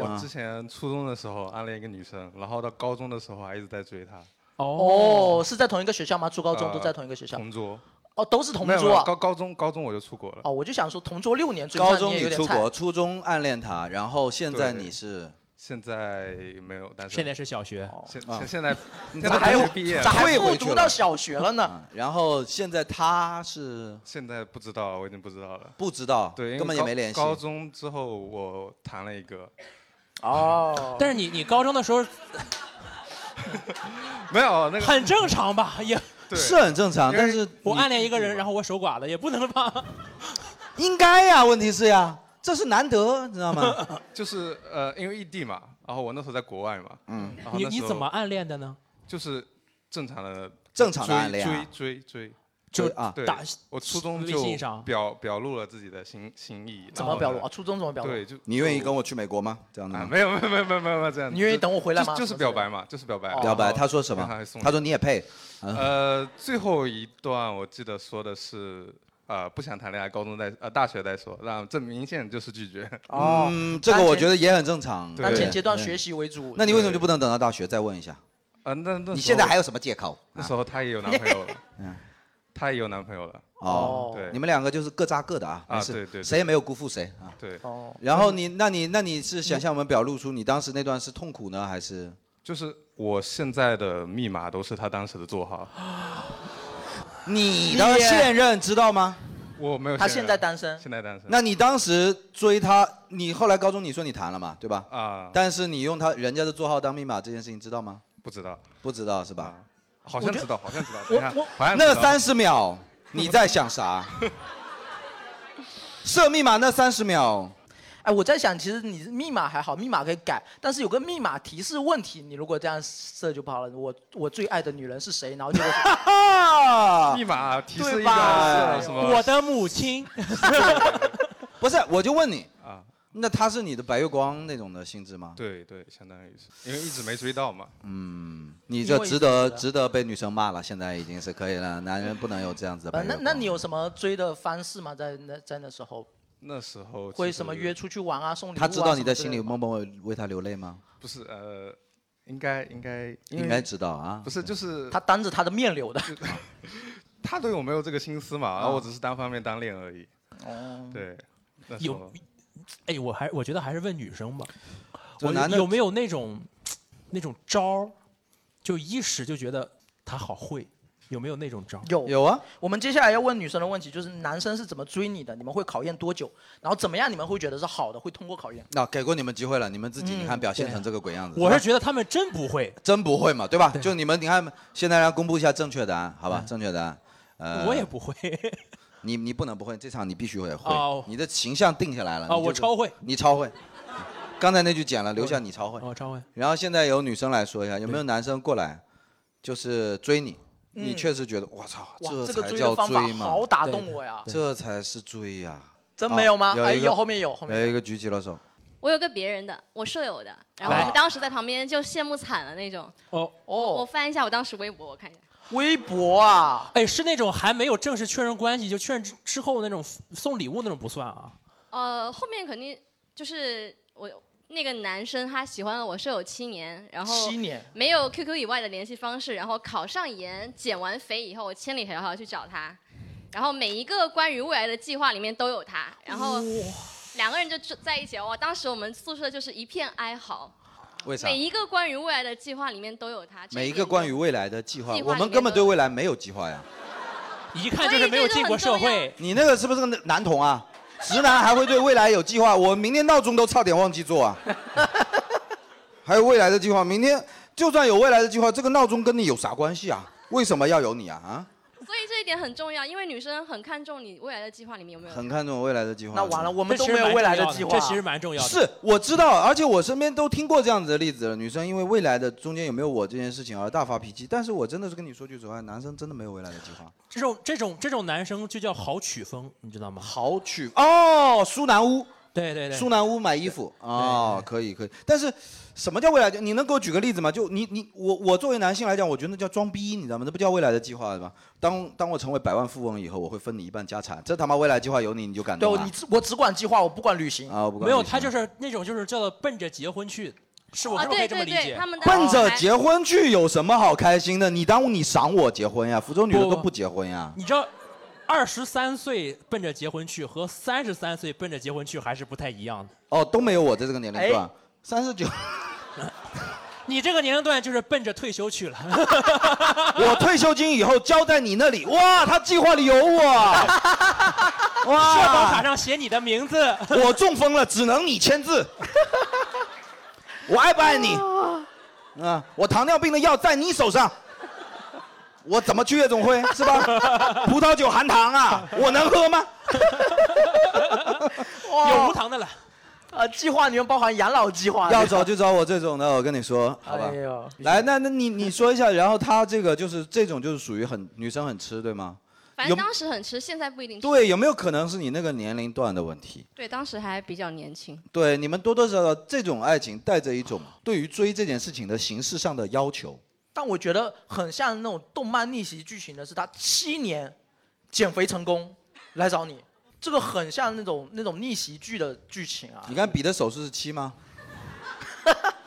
S9: 我
S1: 啊
S9: 之前初中的时候暗恋一个女生，然后到高中的时候还一直在追她。
S4: 哦，是在同一个学校吗？初高中都
S9: 呃
S4: 在同一个学校？
S9: 同桌。
S4: 哦，都是同
S9: 没有没
S4: 桌
S9: 有
S4: 啊。
S9: 高高中高中我就出国了。
S4: 哦，我就想说同桌六年，追
S1: 高
S4: 上
S1: 中
S4: 你也有
S1: 你
S4: 点
S1: 出
S4: 菜
S1: 国，初中暗恋他，然后现在
S9: 对
S1: 你是
S9: 现在没有，但是
S1: 现在
S2: 是小学。
S9: 现
S1: 啊
S9: 现现在
S1: 你
S9: 现在
S1: 咋还
S9: 大学
S1: 有
S9: 毕业了，
S1: 咋还复读到小
S4: 学 了呢？
S1: 嗯然后现在他是
S9: 现在不知道，我已经不知道了。
S1: 不知道，
S9: 对，因为
S1: 根本也
S9: 高
S1: 没联系。
S9: 高中之后我谈了一个，
S4: 哦，
S2: 但是你你高中的时候
S9: 没有那个
S2: 很正常吧，也
S9: 对
S1: 是很正常，
S2: 因为
S1: 但是
S2: 我
S1: 你
S2: 暗恋一个人，然后我守寡了，也不能吧？
S1: 应该呀、问题是呀、这是难 得，你知道吗？
S9: 就是呃，因为异地嘛，然后我那时候在国外嘛，
S1: 嗯
S9: 然后
S2: 你
S9: 那
S2: 你
S9: 时候
S2: 怎么暗恋的呢？
S9: 就是正常的
S1: 正常的暗恋啊
S9: 追追追追，
S1: 就啊
S9: 对
S1: 打
S9: 我初中
S1: 微
S9: 就
S1: 信上
S9: 表表露了自己的心心意，
S4: 怎么
S9: 然后呢
S4: 表露啊？初中怎么表露？
S9: 对，就
S1: 你愿意跟我去美国吗？这样的
S9: 啊
S1: 吗？
S9: 没有没有没有没有没有没有这样子，
S4: 你愿意
S9: 就
S4: 等我回来吗
S9: 就就是表白嘛，就是表白。
S1: 哦表白，
S9: 然后
S1: 他说什么
S9: 然后还送？
S1: 他说你也配。嗯
S4: 哦
S9: 呃，最后一段我记得说的是，呃，不想谈恋爱，高中再呃大学再说，那这明显就是拒绝。
S1: 嗯，这个我觉得也很正常。
S9: 当前
S1: 对
S9: 阶段学
S4: 习为主
S1: 那你为什么就不能等到大学再问一下？
S9: 啊，那那
S1: 你现在还有什么借口？ 嗯
S9: 那时候她也有男朋友了，她也有男朋友了。
S1: 哦，
S9: 对，
S1: 你们两个就是各扎各的啊，
S9: 啊
S1: 没事，
S9: 对对对
S1: 谁也没有辜负谁啊。
S9: 对。
S4: 哦
S1: 然后你，那你，那你是想向我们表露出你当时那段是痛苦呢，还是？
S9: 就是我现在的密码都是她当时的座号。
S1: 你的现任知道吗？
S9: 我没有
S4: 他
S9: 现
S4: 现
S9: 任
S4: 在单身，
S9: 现在单身。
S1: 那你当时追他，你后来高中你说你谈了嘛，对吧？
S9: 啊。
S1: 但是你用他人家的座号当密码这件事情知道吗？
S9: 不知道，啊
S1: 不知道是吧？
S9: 好像知道，好像知道。
S1: 我
S9: 等一下
S1: 我
S9: 好像知
S1: 那
S9: 道
S1: 三十秒你在想啥？设密码那三十秒，
S4: 哎，我在想，其实你密码还好，密码可以改，但是有个密码提示问题，你如果这样设就不好了。我我最爱的女人是谁？然后就
S1: 啊
S9: 密码提示
S4: 对
S9: 一
S4: 吧
S9: 个是什么？
S2: 的母亲，
S1: 哎 不是，我就问你
S9: 啊，
S1: 那他是你的白月光那种的性质吗？
S9: 对对，相当于是，因为一直没追到嘛。
S1: 嗯，你这值得值得被女生骂了，现在已经是可以了，男人不能有这样子的白
S4: 呃
S1: 月
S4: 那
S1: 光。
S4: 那你有什么追的方式吗？在那在那时候，
S9: 那时候
S4: 会什么约出去玩啊，送礼物、啊、啊
S1: 他知道你在
S4: 什么之
S1: 心
S4: 类
S1: 里
S4: 的
S1: 默默为他流泪吗？
S9: 不是呃，应该应该
S1: 应该知道啊。
S9: 不是就是
S4: 他当着他的面流的。 啊
S9: 他对我没有这个心思嘛，然后我只是单方面单恋而已。
S4: 哦，
S9: 对，那时
S2: 有
S9: 候，
S2: 哎，我还我觉得还是问女生吧。
S1: 这
S2: 我
S1: 男的
S2: 有没有那种那种招儿，就一时就觉得他好会，有没有那种招儿？
S4: 有
S1: 有啊。
S4: 我们接下来要问女生的问题就是：男生是怎么追你的？你们会考验多久？然后怎么样你们会觉得是好的，会通过考验？
S1: 那、给过你们机会了，你们自己
S4: 嗯
S1: 你看表现
S4: 对
S1: 成这个鬼样子。
S2: 我是
S1: 得
S2: 觉得他们真不会，
S1: 真不会嘛，对吧？就你们你看，现在来公布一下正确答案，好吧？
S2: 嗯
S1: 正确答案，呃，
S2: 我也不会。
S1: 你你不能不会，这场你必须会会，
S2: 哦
S1: 你的形象定下来了。
S2: 哦
S1: 你就是
S2: 我超会，
S1: 你超会。刚才那句剪了，留下你超会。
S2: 我哦超会。
S1: 然后现在有女生来说一下，有没有男生过来，就是追你？你确实觉得我操，
S4: 嗯哇，这个
S1: 才
S4: 追
S1: 叫
S4: 的方法
S1: 追嘛？
S4: 好打动我呀！
S1: 这才是追呀、
S4: 真没有吗
S1: 啊有
S4: 哎
S1: 一个
S4: 有后面有后面有
S1: 有一个举起了手。
S10: 我有个别人的，我舍友的，然后
S1: 来
S10: 我们当时在旁边就羡慕惨了那种。
S2: 哦
S10: 我我翻一下我当时微博，我看一下。
S4: 微博啊，
S2: 哎，是那种还没有正式确认关系，就确认之之后那种送礼物那种不算啊。
S10: 呃，后面肯定就是我那个男生他喜欢了我舍友七年，然后
S4: 七年
S10: 没有 QQ 以外的联系方式，然后考上研、减完肥以后，我千里迢迢去找他，然后每一个关于未来的计划里面都有他，然后两个人就住在一起。哇，当时我们宿舍就是一片哀嚎，
S1: 为啥？
S10: 每一个关于未来的计划里面都有他。这
S1: 每一
S10: 点
S1: 个关于未来的计划
S10: 计，划
S1: 我们
S10: 里面
S1: 根本
S10: 都
S1: 对未来没有计划呀。
S2: 一看就是没有进过社会。
S1: 你那个是不是个男童啊？直男还会对未来有计划，我明天闹钟都差点忘记 做啊。还有未来的计划，明天就算有未来的计划，这个闹钟跟你有啥关系啊？为什么要有你啊？啊，
S10: 所以这一点很重要，因为女生很看重你未来的计划里面有没有。
S1: 很看重未来的计划。
S10: 那完了我们
S2: 这其实蛮重要这其实蛮重要的。
S1: 是，我知道，而且我身边都听过这样子的例子了。女生因为未来的中间有没有我这件事情而大发脾气，但是我真的是跟你说句实话，男生真的没有未来的计划。
S2: 这种这种这种男生就叫好曲风，你知道吗？
S1: 好曲哦，苏南屋。
S2: 对对对，
S1: 苏南屋买衣服哦，可以可以。但是什么叫未来？你能给我举个例子吗？就你你我我作为男性来讲，我觉得那叫装逼，你知道吗？那不叫未来的计划对吧？当当我成为百万富翁以后，我会分你一半家产，这他妈未来计划有你你就感
S4: 对
S1: 动
S4: 我
S1: 啊
S4: 你只我只管计划，我不管旅行
S1: 啊！我不管
S2: 没有，
S1: 你
S2: 他就是那种就是叫做奔着结婚去，是我
S10: 啊
S2: 是不是可以这么
S10: 对
S2: 理
S10: 对对
S2: 解？
S10: 他们
S1: 奔着结婚去有什么好开心的？你耽误你赏我结婚呀？福州女的
S2: 不
S1: 都不结婚
S4: 嗯
S1: 呀？
S2: 你知道，二十三岁奔着结婚去和三十三岁奔着结婚去还是不太一样的。
S1: 哦，都没有我在这个年龄段，三十九，
S2: 你这个年龄段就是奔着退休去了。
S1: 我退休金以后交在你那里。哇，他计划里有我，哇
S2: 社保卡上写你的名字。
S1: 我中风了，只能你签字。我爱不爱你？啊，我糖尿病的药在你手上。我怎么去夜总会是吧？葡萄酒含糖啊，我能喝吗？
S2: 有无糖的了。
S4: 呃，计划里面包含养老计划。
S1: 要找就找我这种的，我跟你说，好吧
S4: 哎？呦，
S1: 来，那那你你说一下，然后他这个就是这种就是属于很女生很吃，对吗？
S10: 反
S1: 有
S10: 正当时很吃，现在不一定吃。
S1: 对，有没有可能是你那个年龄段的问题？
S10: 对，当时还比较年轻。
S1: 对，你们多多少少这种爱情带着一种对于追这件事情的形式上的要求。
S4: 但我觉得很像那种动漫逆袭剧情的是，他七年减肥成功来找你，这个很像那种那种逆袭剧的剧情啊。
S1: 你看比的手势是七吗？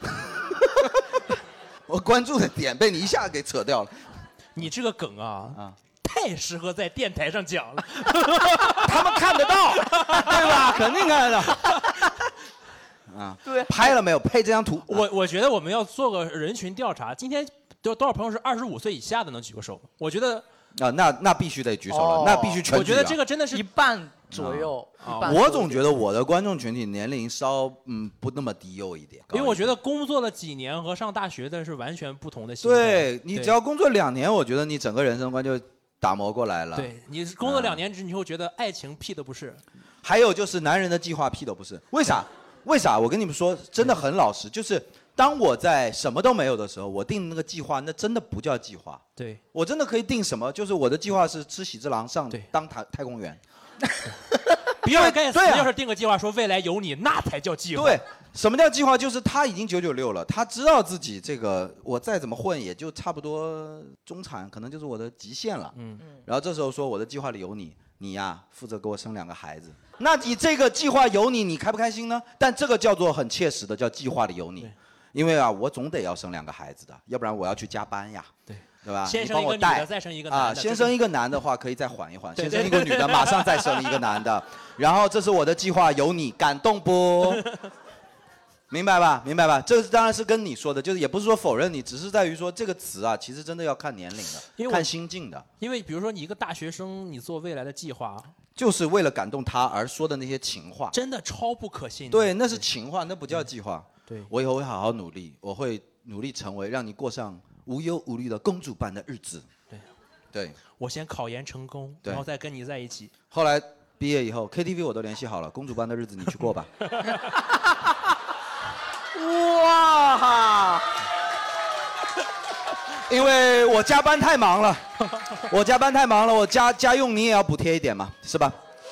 S1: 我关注的点被你一下给扯掉了。
S2: 你这个梗啊， 太适合在电台上讲了。
S1: 他们看得到，对
S2: 啊
S1: 吧？肯定看得到。啊，
S4: 对，
S1: 拍了没有？配这张图。
S2: 我我觉得我们要做个人群调查，今天有多少朋友是二十五岁以下的？能举个手吗？我觉得
S1: 啊，那那必须得举手了，那必须全
S2: 哦我
S1: 举
S2: 觉
S1: 啊。
S2: 得这个真的是
S4: 一半左右，一半左右
S1: 我总觉得我的观众群体年龄稍嗯不那么低幼一点，
S2: 因为我觉得工作了几年和上大学的是完全不同的心态。
S1: 对你只要工作两年，我觉得你整个人生观就打磨过来了。嗯
S2: 对，你工作两年之后，你就觉得爱情屁都不是。
S1: 还有就是男人的计划屁都不是，为啥？为啥？我跟你们说，真的很老实，就是当我在什么都没有的时候，我定那个计划，那真的不叫计划，
S2: 对，
S1: 我真的可以定什么？就是我的计划是吃喜之郎上当太太空 员，
S2: 比尔盖茨
S1: 对啊
S2: 要是定个计划说未来有你，那才叫计划。
S1: 对，什么叫计划？就是他已经九九六了，他知道自己这个我再怎么混也就差不多中产，可能就是我的极限了。嗯，然后这时候说我的计划里有你，你呀负责给我生两个孩子。那你这个计划有你，你开不开心呢？但这个叫做很切实的，叫计划里有你。因为啊，我总得要生两个孩子的，要不然我要去加班呀。对。对吧？
S2: 先
S1: 你
S2: 生
S1: 帮
S2: 一
S1: 我
S2: 个女
S1: 带
S2: 的再生一个
S1: 啊，
S2: 男的
S1: 先
S2: 这
S1: 生
S2: 个
S1: 一个男的话可以再缓一缓，
S2: 对
S1: 先
S2: 对
S1: 生一个女的马上再生一个男 的，然后这是我的计划，有你感动不？ 明白吧？明白吧？这是当然是跟你说的，就是也不是说否认你，只是在于说这个词啊，其实真的要看年龄
S2: 因
S1: 的，
S2: 为我
S1: 看心境的，
S2: 因为比如说你一个大学生，你做未来的计划，
S1: 就是为了感动他而说的那些情话。
S2: 真的超不可信。
S1: 对，那是情话，那不叫计划。
S2: 对
S1: 我以后会好好努力，我会努力成为让你过上无忧无虑的公主般的日子。
S2: 对，
S1: 对。
S2: 我先考研成功，
S1: 对
S2: 然后再跟你在一起。
S1: 后来毕业以后，KTV 我都联系好了，公主般的日子你去过 吧。
S4: 哇哈！
S1: 因为我加班太忙了，我加班太忙了，我家家用你也要补贴一点嘛，是吧？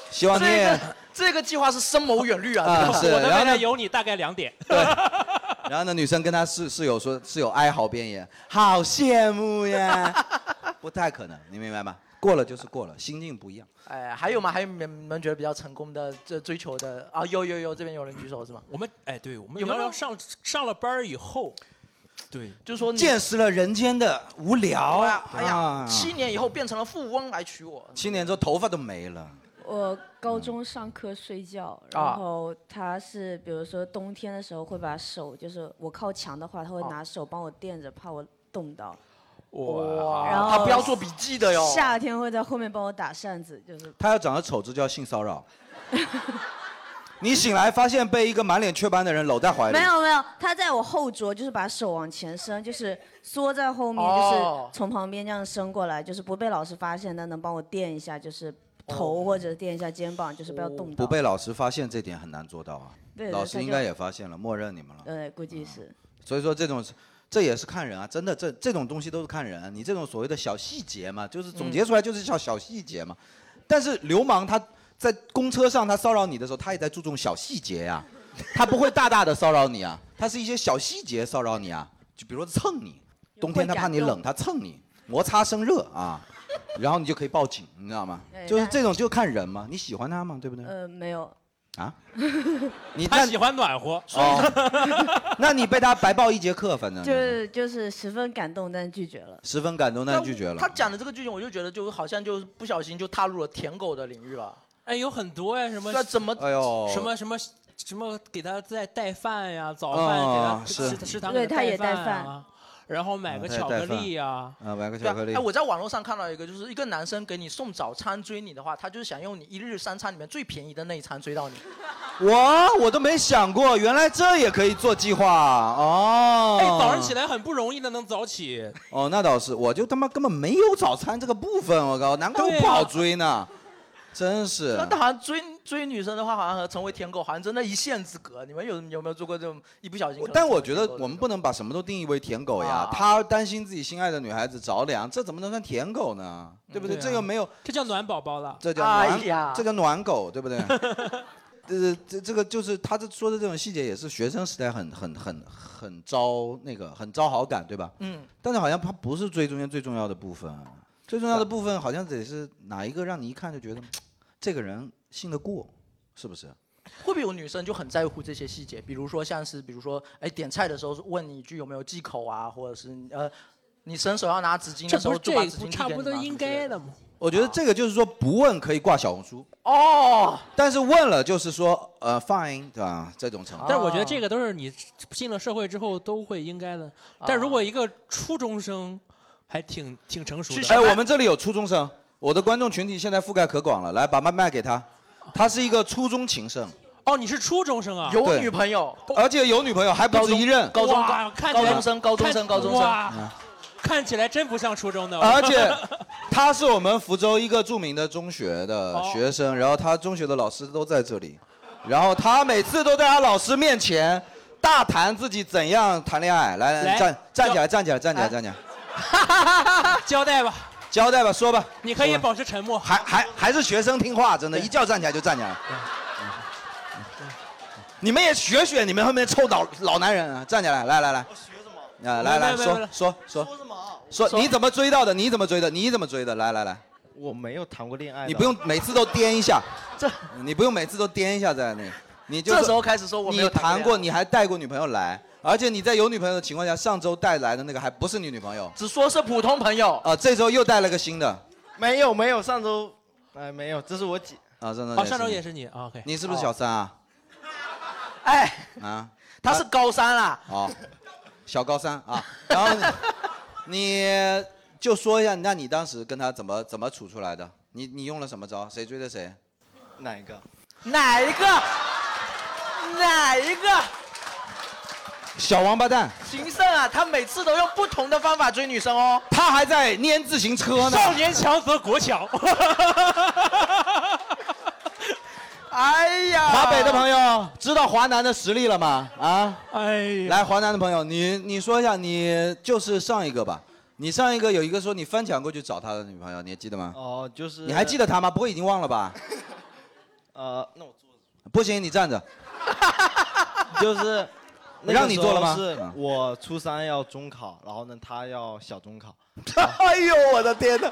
S1: 希望你
S4: 这
S1: 也
S4: 个。这个计划是深谋远虑啊！
S1: 啊
S4: 这个
S1: 是
S2: 我的
S1: 然后
S2: 未来
S1: 呢
S2: 有你，大概两点。
S1: 然后呢，女生跟她室室友说，室友哀嚎遍野，好羡慕呀，不太可能，你明白吗？过了就是过了，心境不一样。
S4: 哎，还有吗？还有你们你们觉得比较成功的这追求的啊？有有有，这边有人举手是吗？
S2: 我们哎，对，我们
S4: 有没
S2: 聊
S4: 有
S2: 聊上上了班儿以后，对，
S4: 就是说你
S1: 见识了人间的无聊
S4: 哎呀，哎呀，
S1: 啊
S4: 七年以后变成了富翁来娶我，
S1: 七年之后头发都没了，
S11: 我高中上课睡觉，
S4: 嗯
S1: 啊
S11: 然后他是比如说冬天的
S4: 啊
S11: 时候会把手，就是我靠墙的话，他会拿手帮我垫着，怕我冻到。
S2: 哇
S11: 然后
S4: 他不要做笔记的哟
S11: 夏天会在后面帮我打扇子，就是
S1: 他要长得丑，这叫性骚扰。 你醒来发现被一个满脸雀斑的人搂在怀里，
S11: 没有没有，他在我后桌，就是把手往前伸，就是缩在后面，
S1: 哦
S11: 就是从旁边这样伸过来，就是不被老师发现，但能帮我垫一下，就是
S4: 哦
S11: 头或者垫一下肩膀，就是不要动到。
S1: 不被老师发现这点很难做到啊。
S11: 对
S1: 老师
S11: 他
S1: 应
S11: 就
S1: 该也发现了，默认你们了。
S11: 对，呃估计是。
S1: 所以说这种，这也是看人啊，真的这这种东西都是看人。啊你这种所谓的小细节嘛，就是
S11: 嗯
S1: 总结出来就是叫小细节嘛。但是流氓他在公车上他骚扰你的时候，他也在注重小细节呀、他不会大大的骚扰你啊，他是一些小细节骚扰你啊，就比如说蹭你，冬天他怕你冷，他蹭你，摩擦生热啊，然后你就可以报警，你知道吗
S11: 对？
S1: 就是
S11: 但
S1: 这种就看人嘛，你喜欢他吗？对不对？
S11: 呃，没有。
S1: 啊，你
S2: 他喜欢暖和，
S1: 哦，那你被他白报一节课，反
S4: 嗯
S1: 正
S11: 就是就是十分感动，但拒绝了。
S1: 十分感动，但拒绝了
S4: 他。讲的这个剧情，我就觉得就好像就是不小心就踏入了舔狗的领域了。
S2: 哎，有很多呀，什么
S4: 那怎么
S1: 哎呦
S2: 什么什么什么给他再带饭呀，早饭
S1: 嗯
S2: 给他
S1: 是嗯
S2: 食食堂
S4: 对
S2: 给
S4: 他也
S2: 带
S4: 带
S2: 啊，然后买个
S1: 带
S2: 巧
S1: 带
S2: 克
S1: 饭
S2: 力呀，
S1: 啊，买个
S4: 对
S1: 巧
S4: 啊
S1: 克力。
S4: 哎，我在网络上看到一个，就是一个男生给你送早餐追你的话，他就是想用你一日三餐里面最便宜的那一餐追到你。
S1: 我我都没想过，原来这也可以做计划啊哦。
S2: 哎，早上起来很不容易的，能早起。
S1: 哦，那倒是，我就他妈根本没有早餐这个部分，我靠，难怪我不好追呢，真是
S4: 那。好像追追女生的话，好像和成为舔狗好像真的一线之隔。你们有有没有做过这种一不小心可能？
S1: 但我觉得我们不能把什么都定义为舔狗
S2: 啊
S1: 呀。他担心自己心爱的女孩子着凉，这怎么能算舔狗呢？对不对？
S2: 啊
S1: 这又没有，
S2: 这叫暖宝宝了，
S1: 这叫
S2: 哎
S1: 暖，这叫暖狗，对不 对？这这这个就是他这说的这种细节，也是学生时代很很很很招那个很招好感，对吧？
S4: 嗯，
S1: 但是好像它不是最中间最重要的部分啊，最重要的部分好像得是哪一个让你一看就觉得这个人信得过，是不是？
S4: 会不会有女生就很在乎这些细节？比如说像是，比如说，哎，点菜的时候问你一句有没有忌口啊，或者是呃，你伸手要拿纸巾
S2: 这
S4: 的时
S2: 不
S4: 候
S2: 是
S4: 就把
S2: 这
S4: 纸巾
S2: 不
S4: 递
S2: 差
S4: 给
S2: 不
S4: 你
S2: 多
S4: 吗
S2: 应该的吗？
S1: 我觉得这个就是说不问可以挂小红书，
S4: 哦，
S1: 但是问了就是说呃 fine 对吧？这种程度。
S2: 但我觉得这个都是你进了社会之后都会应该的。但如果一个初中生，还挺挺成熟的。
S1: 哎，我们这里有初中生，我的观众群体现在覆盖可广了，来把麦卖给他，他是一个初中情圣，
S2: 哦，你是初中生啊？
S1: 对
S4: 友，
S1: 而且有女朋友还不止一任，
S2: 高中哇看起来高中生高中生看高中生哇
S1: 嗯
S2: 看起来真不像初中的。
S1: 而且 他是我们福州一个著名的中学的
S2: 哦
S1: 学生，然后他中学的老师都在这里，然后他每次都在他老师面前大谈自己怎样谈恋爱。来
S2: 来
S1: 站站起来，站起来，站起来，站起来，
S2: 交代吧，
S1: 交代吧，说吧。
S2: 你可以
S1: 说吧
S2: 保持沉默。
S1: 还还还是学生听话，真的，一叫站起来就站起来。你们也学学你们后面臭老老男人啊，站起来，来来来。啊，来来
S7: 没没没
S1: 说
S7: 没
S1: 说说说
S7: 说
S1: 你怎么追到的？你怎么追的？你怎么追的？来来来。
S7: 我没有谈过恋爱的，
S1: 你不用每次都颠一下，这你不用每次都颠一下在那，你就
S4: 这时候开始说我没有
S1: 你
S4: 谈
S1: 谈
S4: 过恋爱
S1: 过，你还带过女朋友来，而且你在有女朋友的情况下，上周带来的那个还不是你女朋友，
S4: 只说是普通朋友
S1: 啊，这周又带了个新的
S7: 没有没有，上周哎没有，这是我姐。
S1: 啊，上周
S2: 哦，上周也是你啊，OK。
S1: 你是不是小三啊？
S4: 哎，
S1: 啊，
S4: 他是高三啊啦，
S1: 哦，小高三啊，然后 你你就说一下，那你当时跟他怎么怎么处出来的？你你用了什么招？谁追的谁？
S7: 哪一个？
S4: 哪一个？哪一个？
S1: 小王八蛋，
S4: 情圣啊，他每次都用不同的方法追女生哦。
S1: 他还在粘自行车呢。
S2: 少年强则 国强。
S4: 哎呀，
S1: 华北的朋友知道华南的实力了吗？啊，
S2: 哎呀，
S1: 来华南的朋友，你你说一下，你就是上一个吧。你上一个有一个说你翻墙过去找他的女朋友，你还记得吗？
S7: 哦，就是
S1: 你还记得？他吗？不会已经忘了吧？
S7: 呃，那我
S1: 不行，你站着。
S7: 就是那个时候
S1: 让你做了吗嗯
S7: 是我初三要中考，然后呢，他要小中考。
S1: 哎呦，我的天哪！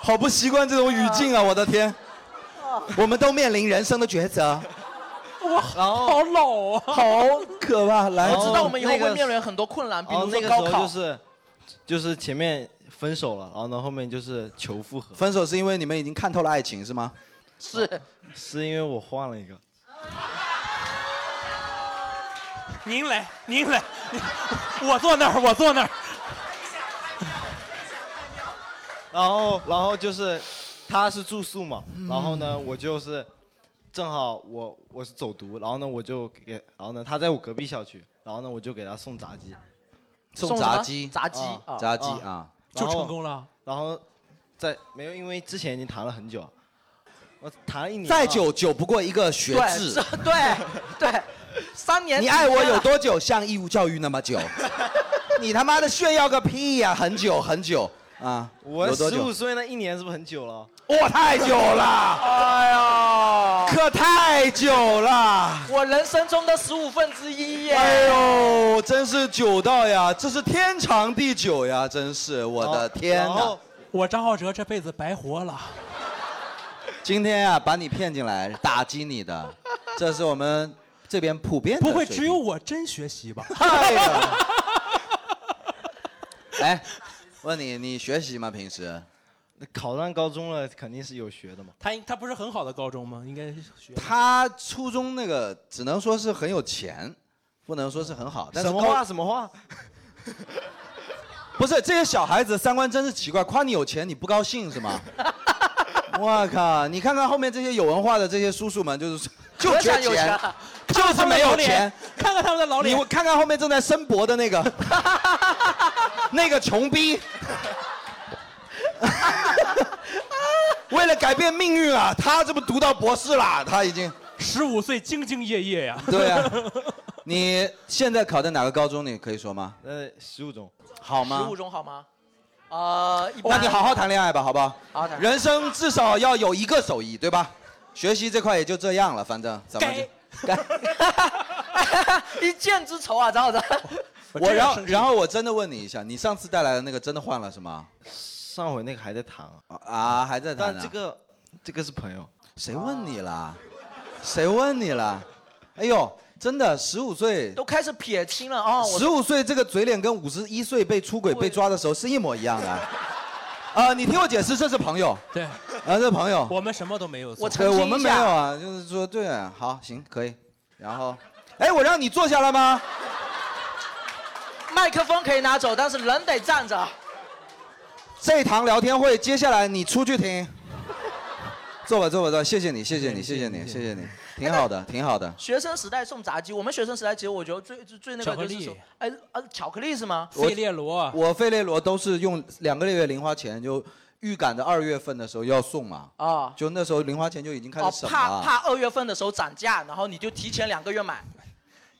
S1: 好不习惯这种语境啊，我的天！我们都面临人生的抉择，
S2: 哇，好老哦，
S1: 好可怕。来，
S4: 我知道我们以后
S7: 哦那个
S4: 会面临很多困难，比
S7: 然后
S1: 哦
S4: 如说
S7: 那个时
S4: 高考
S7: 候就。是就是前面分手了，然后呢后面就是求复合，
S1: 分手是因为你们已经看透了爱情 是吗？
S4: 是
S7: 是因为我换了一个。
S2: 您来，您来，我坐那儿，我坐那儿。
S4: 哦
S12: 然后然后就是他是住宿嘛，
S4: 嗯
S12: 然后呢我就是正好我我是走读，然后呢我就给，然后呢他在我隔壁小区，然后呢我就给他送炸鸡，
S1: 送送炸鸡什么炸鸡啊炸鸡啊
S12: 然后
S1: 就成功
S2: 了。
S12: 然后在没有，因为之前已经谈了很久，我谈了一年啊，
S1: 再久久不过一个学
S4: 对
S1: 制
S4: 这。 对对，三年
S1: 你
S4: 之啊
S1: 爱我
S4: 间
S1: 有
S4: 了
S1: 多久，像义务教育那 么久。你他妈的炫耀个屁呀、很久很久啊，
S12: 我
S1: 有多
S12: 十
S1: 久
S12: 五？岁那一年是不是很久了？
S1: 哇，太久了，
S4: 哎呀，
S1: 可太久了。
S4: 我人生中的十五分之一耶！
S1: 哎呦，真是久到呀，这是天长地久呀，真是我的天
S12: 哦
S1: 哪！
S2: 我张浩哲这辈子白活了。
S1: 今天啊，把你骗进来，打击你的， 这是我们这边普遍的
S2: 不会
S1: 水
S2: 只
S1: 平
S2: 有我真学习 吧？
S1: 哎，问你，你学习吗？平时？
S12: 考上高中了，肯定是有学的嘛。
S2: 他他不是很好的高中吗？应该学
S1: 他初中那个只能说是很有钱，不能说是很好。但是
S12: 什么
S1: 高
S12: 话？什么话？
S1: 不是这些小孩子三观真是奇怪，夸你有钱你不高兴是 吗？我靠！你看看后面这些有文化的这些叔叔们，就是就
S2: 可
S1: 缺
S2: 想有钱
S1: 就是没有钱。
S2: 看看他们的老脸
S1: 你看看后面正在申博的那 个，那个穷逼，为了改变命运啊，他这不读到博士啦，他已经
S2: 十五岁兢兢业业呀。
S1: 对啊，你现在考的哪个高中？你可以说吗？
S12: 呃，十五中，
S1: 好
S4: 十
S1: 吗？
S4: 五中好吗？呃，一
S1: 哦那
S4: 般。
S1: 你好好谈恋爱吧，好不好？
S4: 好好谈
S1: 人生至少要有一个手艺，对吧？学习这块也就这样了，反正咱们就
S4: 一箭之仇啊，张老师。
S1: 我然后然后我真的问你一下，你上次带来的那个真的换了是吗？
S12: 上回那个还在谈啊，
S1: 啊，还在谈、啊。
S12: 但这个这个是朋友，
S1: 谁问你啦？谁问你啦？哎呦，真的，十五岁，
S4: 都开始撇清了哦。我
S1: 十五岁这个嘴脸跟五十一岁被出轨被抓的时候是一模一样的。啊，你听我解释，这是朋友。
S2: 对，
S1: 啊，这是朋友。
S2: 我们什么都没有做。
S1: 对，我们没有啊，就是说，对，好，行，可以。然后，哎，我让你坐下来吗？
S4: 麦克风可以拿走，但是人得站着。
S1: 这堂聊天会，接下来你出去 听。坐吧，坐吧，坐吧。谢谢你，谢谢你，谢谢你，谢谢你，挺好的，挺好的。
S4: 学生时代送炸鸡，我们学生时代其实我觉得最最最那
S1: 巧
S4: 个
S1: 克
S4: 就
S1: 力
S4: 是说，哎呃，巧克力是吗？
S1: 我
S2: 罗
S1: 我费列罗都是用两个月零花钱就预赶着二月份的时候要送嘛，
S4: 啊，
S1: 就那时候零花钱就已经开
S4: 哦
S1: 始，省
S4: 怕
S1: 了。
S4: 怕二月份的时候涨价，然后你就提前两个月买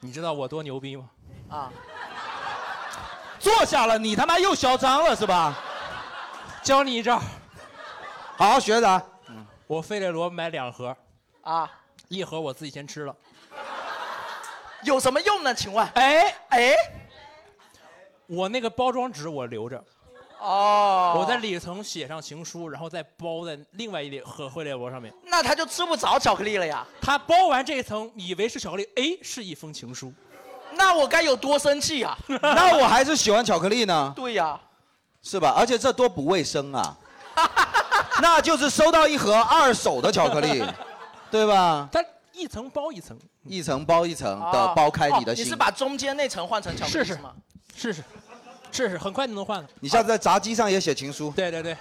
S2: 你知道我多牛逼吗？
S4: 啊。
S1: 坐下了，你他妈又嚣张了是吧？
S2: 教你一招。嗯
S1: 好，学啊长。
S2: 我费列罗买两盒，
S4: 啊，
S2: 一盒我自己先吃了。
S4: 有什么用呢？请问？
S2: 哎
S4: 哎，
S2: 我那个包装纸我留着，
S4: 哦，
S2: 我在里层写上情书，然后再包在另外一列盒费列罗上面。
S4: 那他就吃不着巧克力了呀。
S2: 他包完这一层，以为是巧克力，哎，是一封情书。
S4: 那我该有多生气啊 呀、
S1: 那我还是喜欢巧克力呢，
S4: 对呀、
S1: 是吧？而且这多不卫生 啊！那就是收到一盒二手的巧克力，对吧？
S2: 它一层包一层，
S1: 一层嗯包一层的剥开你的
S4: 哦你
S1: 心。
S4: 是把中间那层换成巧克力是吗？
S2: 是是是是，很快就能换了。
S1: 你下次在炸鸡上也写情书。
S2: 对对对。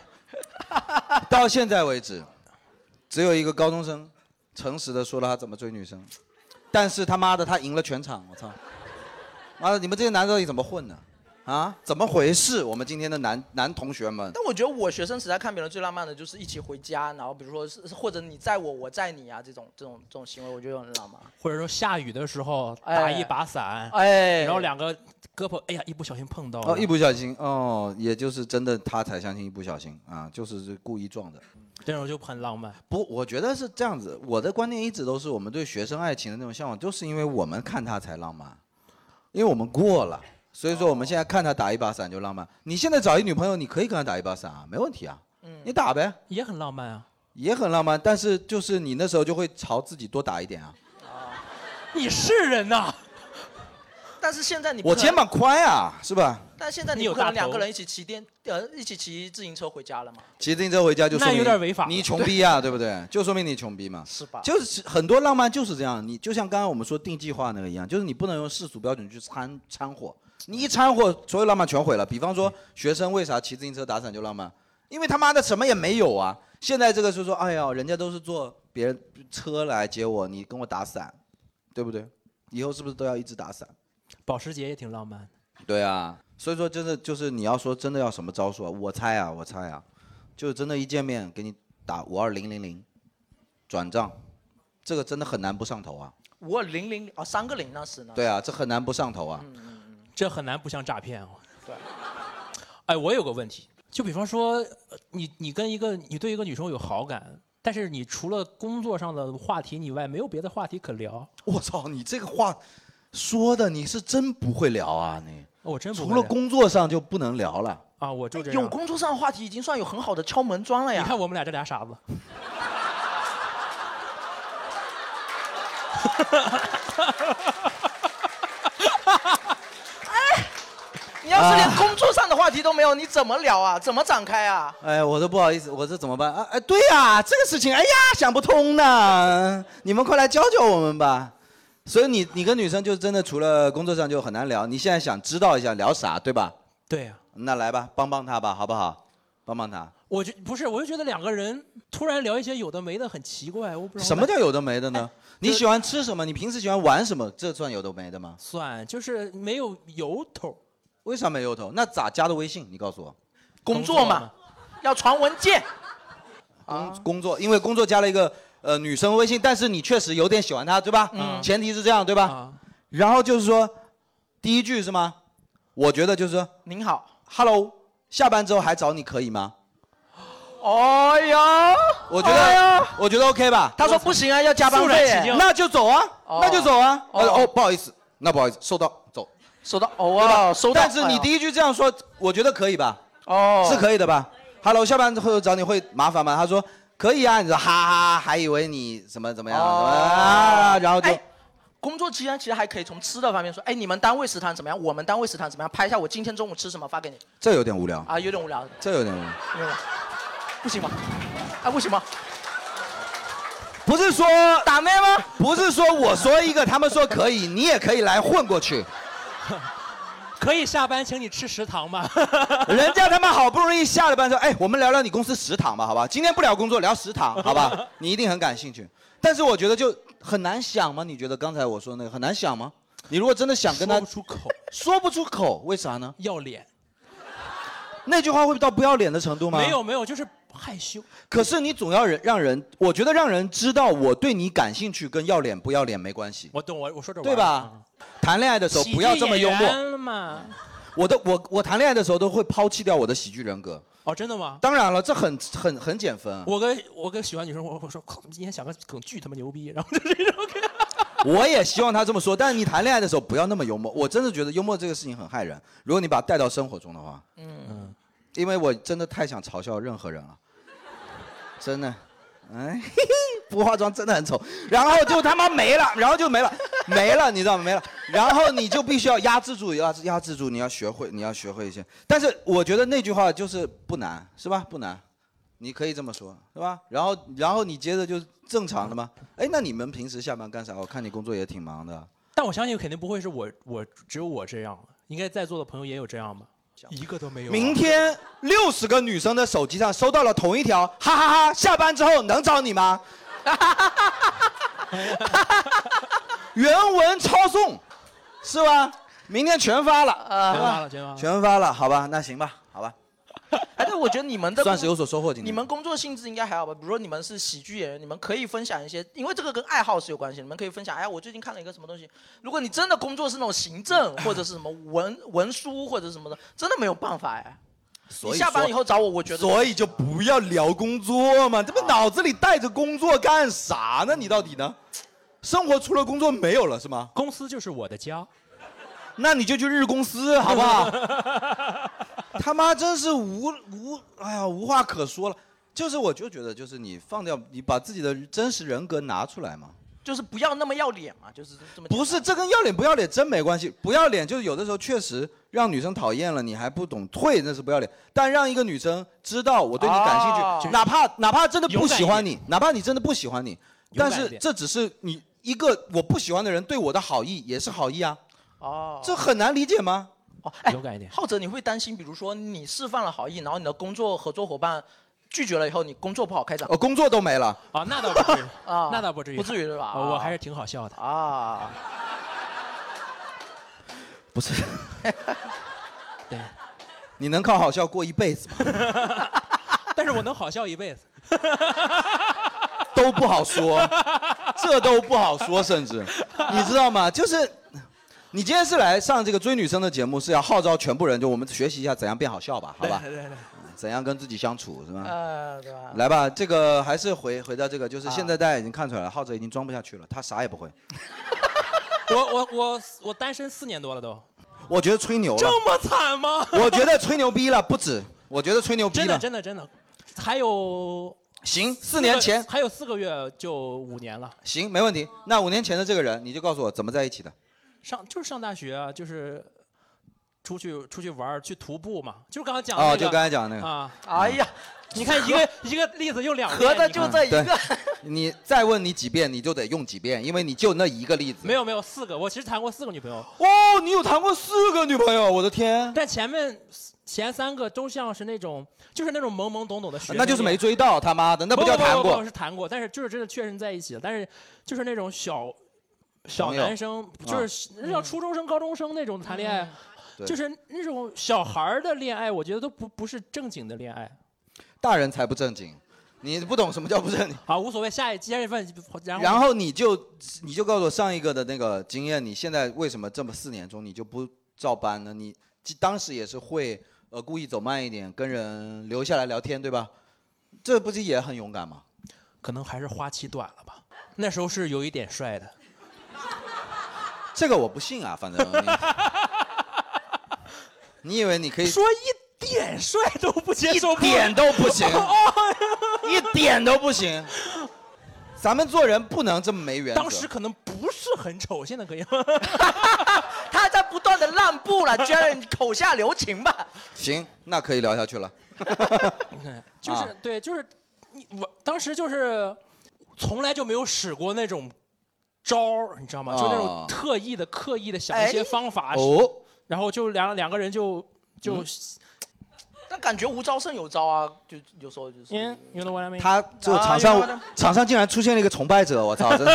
S1: 到现在为止，只有一个高中生诚实的说了他怎么追女生，但是他妈的他赢了全场，我操！妈的，你们这些男的到底怎么混呢？啊，怎么回事？我们今天的男男同学们，
S4: 但我觉得我学生时代看别人最浪漫的就是一起回家，然后比如说是或者你载我，我载你啊这种这种这种行为，我觉得很浪漫。
S2: 或者说下雨的时候
S4: 哎
S2: 打一把伞，
S4: 哎
S2: 然后两个胳膊，哎呀，一不小心碰到了，
S1: 哦，一不小心哦，也就是真的他才相信一不小心啊，就是故意撞的。
S2: 这种就很浪漫。
S1: 不，我觉得是这样子。我的观念一直都是，我们对学生爱情的那种向往，就是因为我们看他才浪漫，因为我们过了，所以说我们现在看他打一把伞就浪漫。你现在找一女朋友，你可以跟她打一把伞啊，没问题啊，你打呗，
S2: 嗯也很浪漫啊。
S1: 也很浪漫。但是就是你那时候就会朝自己多打一点啊，
S2: 哦你是人呐、
S4: 但是现在你不
S1: 我
S4: 可
S1: 肩
S4: 能
S1: 膀，宽啊，是吧？
S4: 但现在
S2: 你
S4: 你
S2: 有
S4: 不可
S2: 大
S4: 能两个
S2: 头
S4: 人一起骑电呃一起骑自行车回家了嘛？
S1: 骑自行车回家就说明
S2: 那有点违法了
S1: 你穷逼啊，对不对？就说明你穷逼嘛，
S4: 是吧
S1: 就是很多浪漫就是这样，你就像刚刚我们说定计划那个一样，就是你不能用世俗标准去掺
S2: 嗯
S1: 掺和，你一掺和，所有浪漫全毁了。比方说学生为啥骑自行车打伞就浪漫？因为他妈的什么也没有啊。现在这个是说，哎呀，人家都是坐别人车来接我，你跟我打伞，对不对？以后是不是都要一直打伞？
S2: 保时捷也挺浪漫的。
S1: 对啊，所以说真的就是你要说真的要什么招数啊？我猜啊，我猜啊，就是真的一见面给你打五二零零零，转账，这个真的很难不上头啊。
S4: 五二零零哦，三个零那是呢？
S1: 对啊，这很难不上头
S2: 嗯
S1: 啊。
S2: 这很难不像诈骗哦。
S4: 对。
S2: 哎，我有个问题，就比方说，呃你你跟一个你对一个女生有好感，但是你除了工作上的话题以外，没有别的话题可聊。
S1: 我操，你这个话说的你是真不会聊啊你。
S2: 哦我真不会
S1: 除了工作上就不能聊了。
S2: 啊，我就这样。
S4: 有工作上的话题已经算有很好的敲门砖了呀。
S2: 你看我们俩这 俩傻子。
S4: 哎你要是连工作上的话题都没有，你怎么聊啊？怎么展开啊？
S1: 哎，我都不好意思，我这怎么办啊？哎，对呀、这个事情，哎呀，想不通呢。你们快来教教我们吧。所以你你跟女生就真的除了工作上就很难聊。你现在想知道一下聊啥，对吧？
S2: 对呀、
S1: 那来吧，帮帮她吧，好不好？帮帮她。
S2: 我就不是，我就觉得两个人突然聊一些有的没的很奇怪，我不知道
S1: 什么叫有的没的
S2: 哎
S1: 呢？你喜欢吃什么？你平时喜欢玩什么？这算有的没的吗？
S2: 算，就是没有由头。
S1: 为啥没由头？那咋加的微信？你告诉我。
S4: 工作嘛，要传文件。
S1: 工工作，因为工作加了一个呃女生微信，但是你确实有点喜欢她，对吧？
S2: 嗯
S1: 前提是这样，对吧？
S4: 啊
S1: 然后就是说，第一句是吗？我觉得就是说，
S4: 您好
S1: ，Hello，下班之后还找你可以吗？
S4: 哎呀，
S1: 我觉得，
S4: 哎呀
S1: 我觉得 OK 吧？
S4: 他说不行啊，要加班费耶。
S1: 那就走啊，
S4: 哦
S1: 那就走啊。
S4: 哦
S1: 哦哦，不好意思，那不好意思，收到，走，
S4: 收到，哦哇，收到
S1: 但是你第一句这样说，我觉得可以吧？
S4: 哦，
S1: 是可以的吧？Hello，下班后找你会麻烦吗？他说可以啊，你说哈哈，还以为你怎么怎么样、啊，然后就。
S4: 工作期间其实还可以从吃的方面说，哎，你们单位食堂怎么样？我们单位食堂怎么样？拍一下我今天中午吃什么发给你。
S1: 这有点无聊，
S4: 啊，有点无聊，
S1: 这有点无聊。
S4: 有点无聊不行吗？哎，为什么？
S1: 不是说
S4: 打妹吗？
S1: 不是说我说一个，他们说可以，你也可以来混过去。
S2: 可以下班请你吃食堂吗？
S1: 人家他妈好不容易下了班说，哎，我们聊聊你公司食堂吧，好吧？今天不聊工作，聊食堂，好 吧？你一定很感兴趣。但是我觉得就很难想吗？你觉得刚才我说的那个很难想吗？你如果真的想跟他说不
S2: 出口，
S1: 说不出口，为啥呢？
S2: 要脸
S1: 那句话会到不要脸的程度吗？
S2: 没有没有，就是害羞。
S1: 可是你总要人让人，我觉得让人知道我对你感兴趣，跟要脸不要脸没关系，
S2: 我懂，我我说这玩
S1: 对
S2: 意儿
S1: 吧？？谈恋爱的时候不要这么幽
S2: 喜剧
S1: 默
S2: 演。员嘛。
S1: 我都我我谈恋爱的时候都会抛弃掉我的喜剧人格。
S2: 哦，真的吗？
S1: 当然了，这很很很减分啊。
S2: 我跟我跟喜欢女生，我我说靠，今天想个梗巨他妈牛逼，然后就是
S1: 我也希望他这么说，但是你谈恋爱的时候不要那么幽默。我真的觉得幽默这个事情很害人，如果你把它带到生活中的话，
S4: 嗯，
S1: 因为我真的太想嘲笑任何人了，真的，哎， 嘿嘿不化妆真的很丑，然后就他妈没了，然后就没了，没了，你知道吗？没了，然后你就必须要压制住，压制压制住，你要学会，你要学会一些。但是我觉得那句话就是不难，是吧？不难，你可以这么说，是吧？然后，然后你接着就正常的嘛。哎，那你们平时下班干啥？我看你工作也挺忙的。
S2: 但我相信肯定不会是我，我只有我这样了，应该在座的朋友也有这样吧？一个都没有啊。
S1: 明天六十个女生的手机上收到了同一条，哈哈哈下班之后能找 你吗？原文抄送，是吧？明天全发了，
S4: 啊全发了
S1: 是吧
S4: 全发了
S1: 全发了，好吧，那行吧，好吧，
S4: 哎，但我觉得你们的
S1: 算是有所收获。今天
S4: 你们工作性质应该还好吧？比如说你们是喜剧演员，你们可以分享一些，因为这个跟爱好是有关系。你们可以分享，哎呀，我最近看了一个什么东西。如果你真的工作是那种行政或者是什么文文书或者什么的，真的没有办法哎。
S1: 所以
S4: 你下班
S1: 说
S4: 以后找我，我觉得啊
S1: 所以就不要聊工作嘛，这不脑子里带着工作干啥呢？你到底呢？生活除了工作没有了是吗？
S2: 公司就是我的家，
S1: 那你就去日公司好不好？ 他妈真是无无，哎呀，无话可说了。就是我就觉得，就是你放掉，你把自己的真实人格拿出来嘛。
S4: 就是不要那么要脸嘛，就是这么。
S1: 不是，这跟要脸不要脸真没关系。不要脸就是有的时候确实让女生讨厌了，你还不懂退，那是不要脸。但让一个女生知道我对你感兴趣，
S4: 哦
S1: 哪怕哪怕真的
S4: 勇
S1: 不
S4: 敢
S1: 喜欢
S4: 一
S1: 你，哪怕你真的不喜欢你，
S4: 勇敢
S1: 但
S4: 一
S1: 是
S4: 点
S1: 这只是你一个我不喜欢的人对我的好意，也是好意啊。
S4: 哦，哎
S1: 这很难理解吗？
S2: 勇敢一点。
S4: 浩哲，你会担心，比如说你释放了好意，然后你的工作合作伙伴拒绝了以后，你工作不好开展？
S1: 我哦工作都没了。
S2: 啊，那倒不至于，
S4: 啊，
S2: 那倒不至于，
S4: 不至于是吧？
S2: 啊我还是挺好笑的
S4: 啊。
S1: 不是，
S2: 对，
S1: 你能靠好笑过一辈子吗？
S2: 但是我能好笑一辈子。
S1: 都不好说，这都不好说，甚 至你知道吗？就是你今天是来上这个追女生的节目，是要号召全部人，就我们学习一下怎样变好笑吧，好吧？
S4: 对对对，
S1: 怎样跟自己相处是吧？
S2: 啊
S4: 呃，对吧？
S1: 来吧，这个还是回回到这个，就是
S4: 啊
S1: 现在大家已经看出来了，浩哲已经装不下去了，他啥也不 会。
S2: 我我我我单身四年多了都，
S1: 我觉得吹牛了，？
S2: 这么惨吗
S1: 我觉 得吹牛逼了不止，我觉得吹牛逼
S2: 真
S1: 了
S2: 的。真的真的，还有
S1: 行，
S2: 个
S1: 四年前
S2: 还有四个月就五年了。
S1: 行，没问题。那五年前的这个人，你就告诉我怎么在一起的。
S2: 上就是上大学啊，就是出去出去玩儿去徒步嘛，就是刚刚讲的
S1: 哦
S2: 那个
S1: 就刚才讲的那个
S2: 啊。
S4: 哎呀，
S2: 你看一个一个例子用两遍，你看
S1: 嗯对 你再问你几遍，你就得用几遍，因为你就那一个例子。
S2: 没有没有四个，我其实谈过四个女朋友，
S1: 哦，你有谈过四个女朋友，我的天！
S2: 但前面前三个都像是那种就是那种懵懵懂懂的学生，
S1: 那就是没追到，他妈的，那叫谈
S2: 不不不
S1: 过
S2: 不是。谈过，但是就是真的确认在一起了，但是就是那种小小
S1: 朋友啊
S2: 男生，就是那叫初中生、高中生那种谈恋爱，
S1: 嗯对
S2: 就是那种小孩儿的恋爱，我觉得都不不是正经的恋爱
S1: 大人才不正经，你不懂什么叫不正经。
S2: 啊，无所谓。下一下一份，然后
S1: 然后你就你就告诉我上一个的那个经验，你现在为什么这么四年中你就不照搬呢？你既当时也是会呃故意走慢一点，跟人留下来聊天，对吧？这不是也很勇敢吗？
S2: 可能还是花期短了吧。那时候是有一点帅的，
S1: 这个我不信啊，反正 你你以为你可以
S2: 说一点帅都不哦接受，
S1: 一点都不 行，一点都不行。咱们做人不能这么没原则。
S2: 当时可能不是很丑，现在可以吗？
S4: 他在不断的让步了，觉得你口下留情吧。
S1: 行，那可以聊下去了。
S2: 就是、
S1: 啊
S2: 对，就是你我当时就是从来就没有使过那种招儿，你知道吗？就那
S1: 啊
S2: 种特意的、刻意的想一些
S4: 哎
S2: 方法，
S1: 哦，
S2: 然后就两两个人就就、
S4: 嗯但感觉无招胜有招啊，就有时候就是。
S2: 因因为我来没
S1: 他就场上、
S4: 啊有啊
S1: 场上竟然出现了一个崇拜者，我操！真的，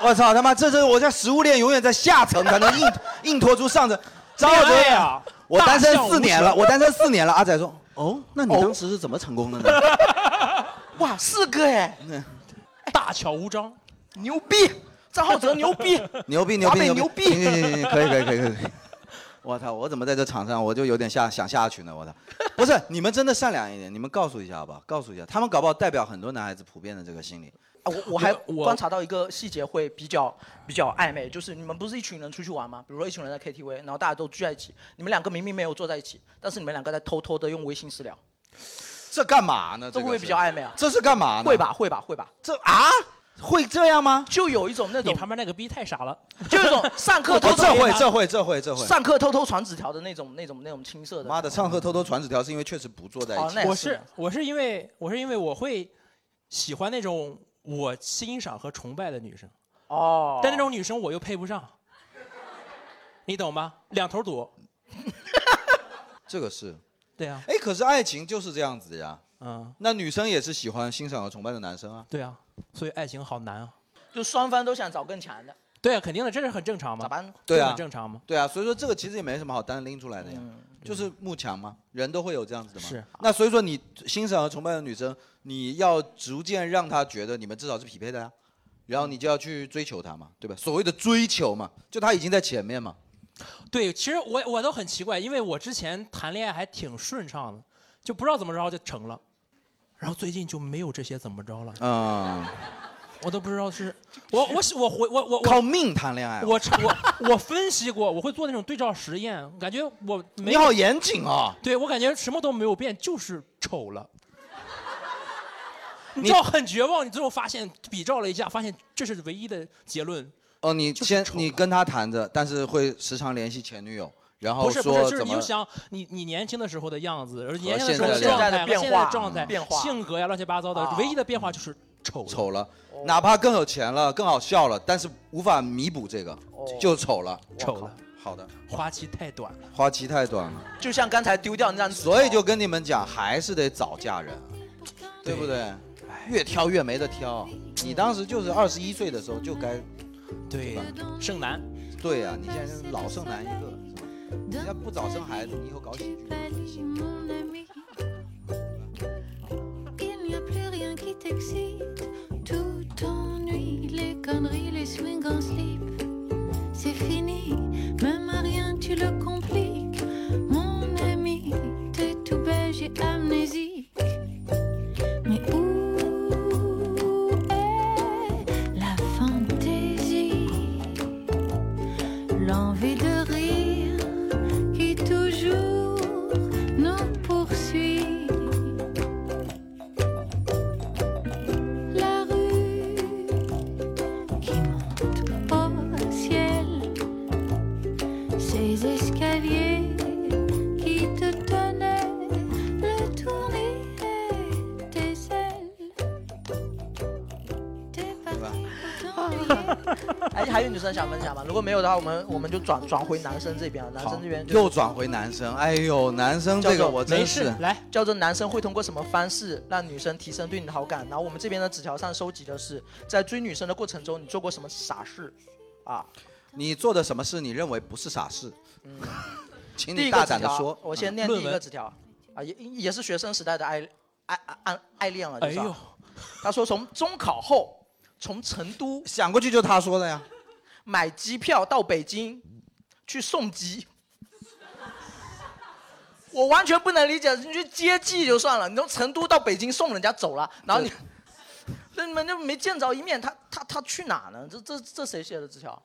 S1: 我操他妈，这这我在食物链永远在下层才能硬硬拖出上层。张浩哲
S2: 恋爱啊
S1: 我单身四年了，
S2: 大象无
S1: 我
S2: 形
S1: 单身四年了。阿仔说，哦，那你当时是怎么成功的呢？
S4: 哇，四个哎，
S2: 大巧无章，
S4: 牛逼！张浩哲牛逼，
S1: 牛逼牛逼嗯
S4: 华北
S1: 牛
S4: 牛逼啊
S1: 行行行行，可以可以可以可以。我操！我怎么在这场上我就有点下想下去呢？我操！不是，你们真的善良一点，你们告诉一下好不好？告诉一下，他们搞不好代表很多男孩子普遍的这个心理。
S4: 啊，我我还
S2: 我
S4: 观察到一个细节会比较比较暧昧，就是你们不是一群人出去玩吗？比如说一群人在 KTV，然后大家都聚在一起，你们两个明明没有坐在一起，但是你们两个在偷偷的用微信私聊，
S1: 这干嘛呢？
S4: 这会不
S1: 个
S4: 会
S1: 是
S4: 比较暧昧啊？
S1: 这是干嘛呢？
S4: 会吧，会吧，会吧，
S1: 这啊，会这样吗？
S4: 就有一种那
S2: 你
S4: 种
S2: 旁边那个逼太傻了，
S4: 就有一 种上课
S1: 哦
S4: 偷偷
S1: 这会这会这会这会。
S4: 上课偷偷传纸条的那种那种那种青涩的。
S1: 妈的，上课偷偷传纸条是因为确实不坐在一
S4: 哦
S1: 起。
S4: 那也
S2: 我
S4: 是
S2: 是我是因为我是因为我会喜欢那种我欣赏和崇拜的女生，
S4: 哦，
S2: 但那种女生我又配不上，你懂吗？两头堵，
S1: 这个是，
S2: 对啊，
S1: 哎，可是爱情就是这样子呀。
S2: 嗯，
S1: 那女生也是喜欢欣赏和崇拜的男生啊。
S2: 对啊，所以爱情好难啊。
S4: 就双方都想找更强的，
S2: 对啊，肯定的，这是很正常嘛。
S4: 咋办呢？
S1: 对
S2: 这
S1: 啊，
S2: 很正常嘛。嗯
S1: 对啊，所以说这个其实也没什么好单拎出来的呀，
S4: 嗯
S1: 就是慕强嘛，人都会有这样子的嘛。
S2: 是。
S1: 那所以说你欣赏和崇拜的女生，你要逐渐让她觉得你们至少是匹配的呀、然后你就要去追求她嘛，对吧？所谓的追求嘛，就她已经在前面嘛。
S2: 对，其实我我都很奇怪，因为我之前谈恋爱还挺顺畅的，就不知道怎么着就成了，然后最近就没有这些怎么着了，
S1: 嗯，
S2: 我都不知道是我我我回我我
S1: 靠
S2: 我
S1: 命谈恋爱啊、
S2: 我我我分析过，我会做那种对照实验，感觉我没
S1: 你好严谨啊！
S2: 对我感觉什么都没有变，就是 丑了。你
S1: 你
S2: 知道很绝望，你最后发现比照了一下，发现这是唯一的结论，
S1: 哦，你先你跟他谈着，但是会时常联系前女友，然后
S2: 不是不是，
S1: 哦说
S2: 就是
S1: 怎
S2: 你
S1: 么
S2: 就想你你年轻的时候的样子，而年
S1: 和
S2: 轻的时候
S1: 现在的
S4: 样子
S2: 状态和现
S4: 变
S2: 在
S4: 化
S2: 的状态、
S4: 变化
S2: 性格呀乱七八糟的，唯一的变化就是丑。
S1: 丑了，
S4: 哦
S1: 哪怕更有钱了，更好笑了，但是无法弥补这个，就丑了。
S2: 丑了，
S1: 好的，
S2: 花期太短了。
S1: 花期太短了，
S4: 就像刚才丢掉那张纸，
S1: 所以就跟你们讲，还是得早嫁人，啊对不对？越挑越没得挑。你当时就是二十一岁的时候就该，
S2: 对
S1: 吧？
S2: 剩男。
S1: 对呀、你现在是老剩男一个，是吧？你要不早生孩子，你以后搞喜剧。
S13: Il n'y a plus rien qui t'excite. Tout t'ennuie, les conneries, les swings en slip. C'est fini, même à rien tu le compliques. Mon ami, t'es tout beige et amnésique. Mais où est la fantaisie? L'envie de rire qui toujours nous poursuit. La rue qui monte au ciel, ces escaliers qui te tenaient le tournis de tes ailes.
S4: 哎，还有女生想分享吗？如果没有的话，我们我们就转转回男生这边了。男生这
S2: 嗯
S4: 边就
S1: 又转回男生，哎呦，男生
S4: 叫
S1: 这个
S4: 做
S1: 我真是，
S4: 来叫做男生会通过什么方式让女生提升对你的好感？然后我们这边的纸条上收集的是在追女生的过程中你做过什么傻事啊？
S1: 你做的什么事你认为不是傻事？
S4: 嗯，
S1: 请
S4: 第
S1: 你
S4: 一个
S1: 大
S4: 纸
S1: 胆的
S4: 条
S1: 说。
S4: 我先
S1: 嗯
S4: 念第一个纸。
S1: 论文
S4: 条啊，也也是学生时代的爱爱爱爱恋了，就
S1: 哎
S4: 是
S1: 呦
S4: 啊。他说从中考后，从成都
S1: 想过去就他说的呀，
S4: 买机票到北京去送机。我完全不能理解，你去接机就算了，你从成都到北京送人家走了，然后你， 那你们就没见着一面，他他他去哪呢？这这这谁写的纸条？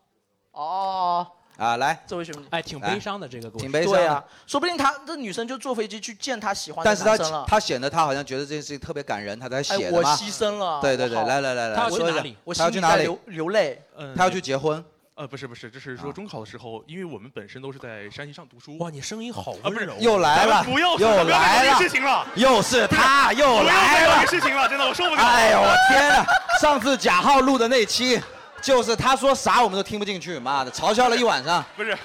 S4: 哦，
S1: 啊，来，
S4: 这位兄弟，
S2: 哎，挺悲伤的这个故事，
S1: 挺悲伤的
S4: 对啊，说不定他这女生就坐飞机去见他喜欢的
S1: 但是他
S4: 男生了。
S1: 他显得他好像觉得这件事情特别感人，他才写
S4: 哎，
S1: 的
S4: 我
S1: 嘛。
S4: 牺牲了。
S1: 对对对，
S4: 我好
S1: 来来来来，说一下
S4: 我
S1: 他要
S4: 心里
S1: 去哪
S4: 在
S1: 里？
S4: 流流泪。
S14: 嗯
S1: 他要去结婚。
S14: 呃，不是不是，就是说中考的时候，因为我们本身都是在山西上读书。
S2: 哇，你声音好
S14: 啊，不是
S1: 又来
S14: 咱们
S1: 了，
S14: 不要
S1: 又来了，
S14: 事情了，
S1: 又是他，又来
S14: 不要再聊
S1: 了，
S14: 这事情了真的我受不了
S1: 哎呦，我天哪！上次贾浩录的那期，就是他说啥我们都听不进去，妈的，嘲笑了一晚上。
S14: 不是，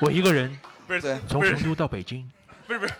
S2: 我一个人
S14: 不是
S1: 对，
S2: 从成都到北京，
S14: 不是不是，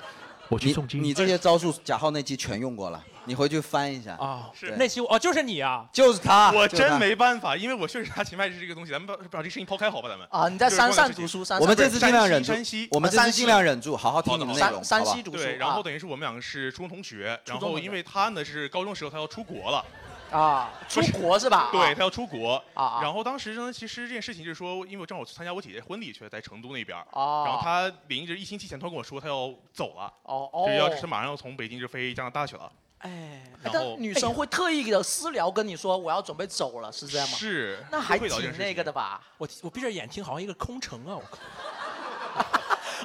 S2: 我去送
S1: 你你这些招数，贾浩那期全用过了，你回去翻一下
S2: 啊。
S14: 是
S2: 那期我哦，就是你啊，
S1: 就是他，
S14: 我
S1: 就是他
S14: 真没办法，因为我确实拿秦麦是这个东西，咱们把把这个事情抛开好吧，咱们
S4: 啊你在
S14: 就是关于
S4: 山上
S14: 这个事情
S4: 读书山上
S1: 我们这次尽量忍住
S14: 山西，，
S1: 我们这次尽量忍住，好好听你们内容，好吧？
S14: 对，
S4: 啊
S14: 然后等于是我们两个是初中同学，然后因为他呢是高中时候他要出国了。
S4: 啊，出国是吧？
S14: 对他要出国
S4: 啊
S14: 然后当时呢，其实这件事情就是说，因为我正好去参加我姐姐婚礼去了，在成都那边儿
S4: 哦
S14: 然后他临着一星期前，突然跟我说他要走了，
S4: 哦
S14: 就要
S4: 哦
S14: 是马上要从北京就飞加拿大去了。
S4: 哎，
S14: 然
S4: 但
S14: 后
S4: 女生会特意的私聊跟你说我要准备走了，是这样吗？
S14: 是
S4: 那还
S14: 会聊这件
S4: 挺
S14: 事
S4: 那
S14: 情
S4: 个的吧？
S2: 我我闭着眼听，好像一个空乘啊，我靠！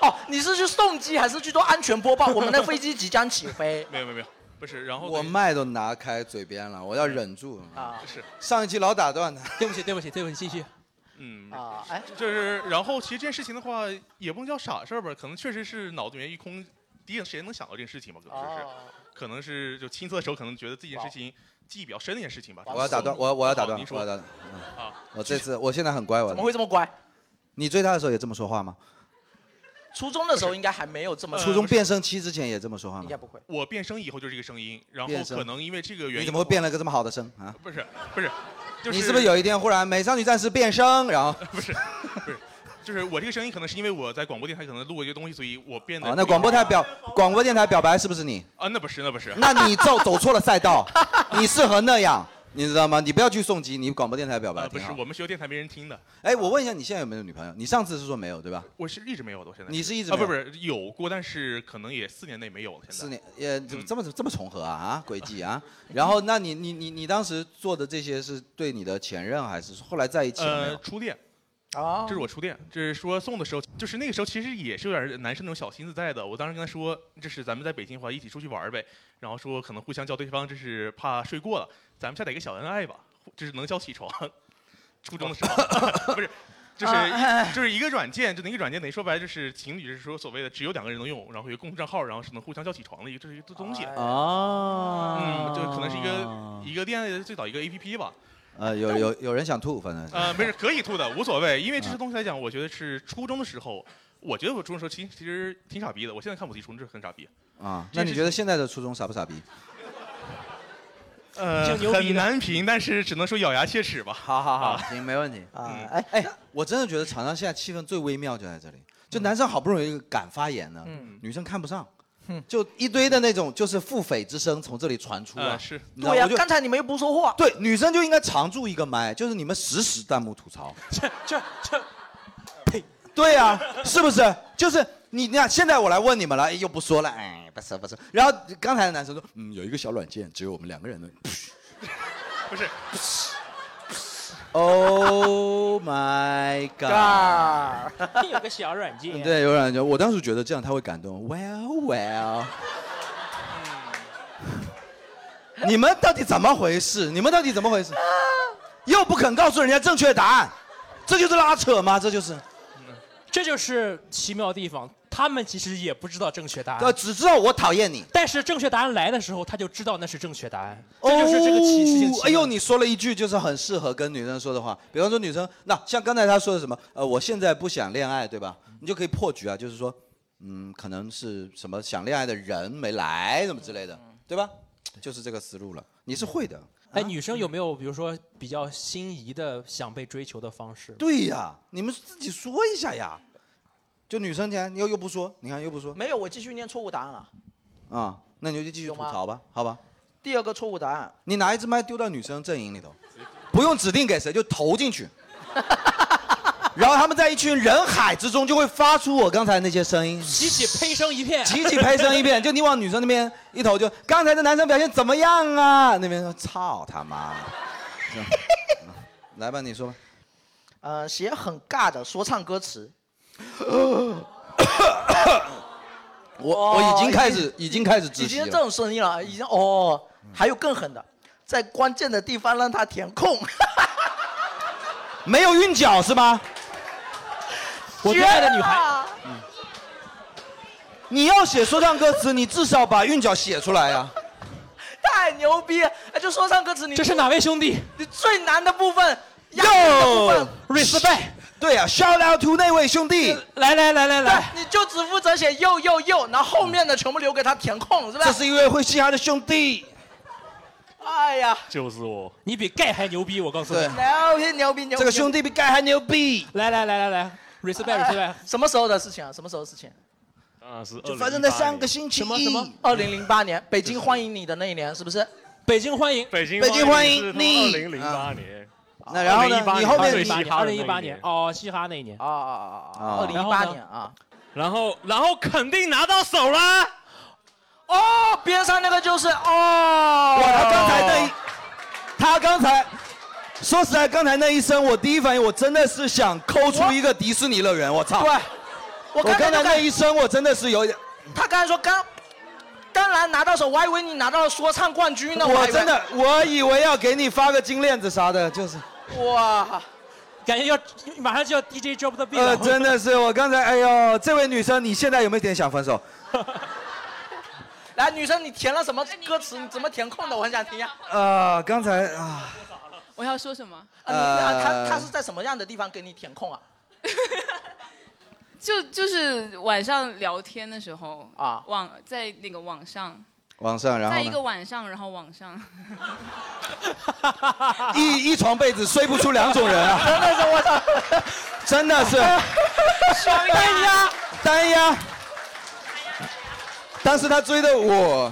S4: 哦，你是去送机还是去做安全播报？我们的飞机即将起飞。
S14: 没有没有没有，不是，
S2: 哦
S14: 然后
S1: 我麦都拿开嘴边了，我要忍住。嗯
S4: 啊，
S14: 是
S1: 上一期老打断他，
S2: 对不起对不起对不起，继续。
S14: 嗯
S4: 啊，哎，
S14: 就是然后其实这件事情的话，也不能叫傻事儿吧，可能确实是脑子里面一空，第一谁能想到这件事情吧？可能
S4: 哦
S14: 是，可能是就亲测的时候，可能觉得这件事情记忆比较深的一件事情吧。嗯
S1: 我要打断，我要我要打断
S14: 好，您
S1: 我要打
S14: 说
S1: 断。嗯
S14: 啊，
S1: 我这次我现在很乖，我
S4: 怎么会这么乖？
S1: 你追他的时候也这么说话吗？
S4: 初中的时候应该还没有这
S14: 呃
S4: 么
S1: 呃初中变声期之前也这么说话吗
S4: 应？该不会。
S14: 我变声以后就是这个声音，然后
S1: 变声
S14: 可能因为这个原因，
S1: 你怎么会变了个这么好的声啊？
S14: 不是不是，就是
S1: 你是不是有一天忽然美少女战士变声，然后
S14: 不 是不是，就是我这个声音可能是因为我在广播电台可能录过一个东西，所以我变得
S1: 啊，那广播台表广播电台表白是不是你？
S14: 啊，那不是那不是，
S1: 那你 走走错了赛道，你适合那样，你知道吗？你不要去送机，你广播电台表白
S14: 啊不
S1: 挺
S14: 是，
S1: 好。
S14: 我们学校电台没人听的，
S1: 哎，我问一下，你现在有没有女朋友？你上次是说没有对吧？
S14: 我是一直没有的，我现在
S1: 你是一直
S14: 啊
S1: 没
S14: 不
S1: 有
S14: 是不是有过，但是可能也四年内没有了，现在
S1: 四年，也怎
S14: 嗯
S1: 么这么这么重合啊啊轨迹啊？然后，那你你你你当时做的这些是对你的前任还是后来在一起了没
S14: 呃
S1: 有？
S14: 初恋。
S4: 啊，
S14: 这是我初恋，这是说送的时候，就是那个时候其实也是有点男生那种小心思在的。我当时跟他说，这是咱们在北京的话一起出去玩儿呗，然后说可能互相叫对方，这是怕睡过了，咱们下载一个小恩爱吧，这是能叫起床。 初中的时 候不是，就是
S1: 哎
S4: 啊
S14: 就是一个软件，就那个软件等于说白了就是情侣，就是说所谓的只有两个人能用，然后有共同账号，然后是能互相叫起床的一个这是一个东西。啊
S1: 哦
S14: 嗯嗯，就可能是一个一个恋爱的最早一个 A P P 吧。
S1: 呃，有有有人想吐，反正是。
S14: 呃，没事，可以吐的，无所谓，因为这
S1: 嗯
S14: 些东西来讲，我觉得是初中的时候，我觉得我初中的时候其实其实挺傻逼的，我现在看我自己初中是很傻逼。
S1: 啊，那你觉得现在的初中傻不傻逼？
S14: 呃，
S1: 挺牛逼的
S14: 很难评，但是只能说咬牙切齿吧。
S1: 好好好，行，没问题。
S14: 嗯
S1: 啊，哎哎，我真的觉得场上现在气氛最微妙就在这里，就男生好不容易敢发言呢，
S14: 嗯
S1: 女生看不上。就一堆的那种，就是腹诽之声从这里传出啊！
S14: 呃是
S1: 你知道
S4: 对呀
S1: 我就
S4: 刚才你们又不说话。
S1: 对，女生就应该常驻一个麦，就是你们实时弹幕 吐槽。
S2: 这这
S1: 对
S4: 啊
S1: 呀、是不是？就是你，你看，现在我来问你们了，哎又不说了，哎，不是不是。然后刚才的男生说，嗯，有一个小软件，只有我们两个人的。
S14: 不是，
S1: Oh my god！
S15: 有个小软件，
S1: 对，有软件，我当时觉得这样他会感动。Well well，你
S14: 嗯
S1: 们到底怎么回事？你们到底怎么回事？又不肯告诉人家正确答案，这就是拉扯吗？这就是。
S2: 啊这就是奇妙的地方，他们其实也不知道正确答
S1: 呃，
S2: 案，
S1: 只知道我讨厌你。
S2: 但是正确答案来的时候，他就知道那是正确答案，
S1: 哦
S2: 这就是这个奇事情奇妙。
S1: 哎呦，你说了一句就是很适合跟女生说的话，比方说女生，那像刚才她说的什么，呃，我现在不想恋爱，对吧？你就可以破局啊，就是说，嗯，可能是什么想恋爱的人没来，什么之类的，
S2: 嗯
S1: 对吧？就是这个思路了，你是会的。
S2: 哎，女生有没有比如说比较心仪的想被追求的方式？
S1: 对呀，你们自己说一下呀。就女生前，你又又不说，你看又不说
S4: 没有，我继续念错误答案了。
S1: 啊、那你就继续吐槽吧，好吧？
S4: 第二个错误答案，
S1: 你拿一支麦丢到女生阵营里头，不用指定给谁，就投进去。 然后他们在一群人海之中就会发出我刚才那些声音，
S2: 集体呸声一片，
S1: 集体拍声 一遍，就你往女生那边一投就，刚才的男生表现怎么样啊？那边说操他妈 的，行嗯来吧，你说吧。
S4: 呃，写很尬的说唱歌 词。
S1: 我
S4: 哦
S1: 我已经开始已经开始窒息了
S4: 已经这种声音了，已经哦，还有更狠的，在关键的地方让他填空，
S1: 没有韵脚是吧？
S4: 我最爱的女孩，
S1: 嗯你要写说唱歌词，你至少把韵脚写出来啊。
S4: 太牛逼！了！哎，就说唱歌词你
S1: 这是哪位兄弟？
S4: 你最难的部分，压力的部分
S1: 哟，respect。对啊，shout out to 那位兄弟。
S2: 来来来来
S4: 对，你就只负责写又又又，然后后面的全部留给他填空，是吧？
S1: 这是一位会嘻哈的兄弟。
S4: 哎呀，
S2: 就是我，你比盖还牛逼，我告诉你。
S4: 牛逼牛逼牛逼！
S2: 这个兄
S1: 弟比盖还牛逼！
S2: 来来来来来，respect respect，
S4: 呃什么时候的事情啊？什么时候的事情？
S2: 啊是
S4: 就发生在上个
S1: 星
S4: 期什么什么？二零零八年，北京欢迎你的那一年，是不是？
S2: 北京欢迎，
S4: 北京
S1: 北京欢迎你。
S4: 啊
S1: 年。那然后呢？你后面你
S2: 二零一八年哦，嘻哈那一年哦
S4: 啊啊啊
S1: 啊2018
S4: 年啊，
S15: 然后然后肯定拿到手
S2: 啊
S15: 啦。
S4: 哦，边上那个就是哦。
S1: 哇，他刚才那一，他刚才，说实在，刚才那一声，我第一反应我真的是想抠出一个迪士尼乐园，我操！
S4: 对，
S1: 我
S4: 我刚才
S1: 刚才
S4: 就
S1: 那
S4: 看
S1: 一声，我真的是有点，
S4: 他刚才说刚，当然拿到手，我还以为你拿到了说唱冠军呢。还
S1: 我
S4: 以为
S1: 真的，我以为要给你发个金链子啥的，就是，
S4: 哇，
S2: 感觉要马上就要 DJ drop the beat
S1: 呃，
S2: 了。
S1: 真的是，我刚才，哎呦，这位女生，你现在有没有点想分手？
S4: 来，女生你填了什么歌词？你怎么填空的？我很想听啊呀。
S1: 呃，刚才啊，
S6: 我要说什么？
S4: 啊，你啊，
S1: 呃
S4: 他他是在什么样的地方给你填 空啊？
S6: 就就是晚上聊天的时候
S1: 啊
S6: 啊，网在那个网上，
S1: 网上，然
S6: 在
S1: 后
S6: 一个
S1: 呢？
S6: 晚上，然后网 上，
S1: 一一床被子睡不出两种人啊！ 真的是我操，真的是，
S6: 双
S1: 单压，单压。但是他追的我，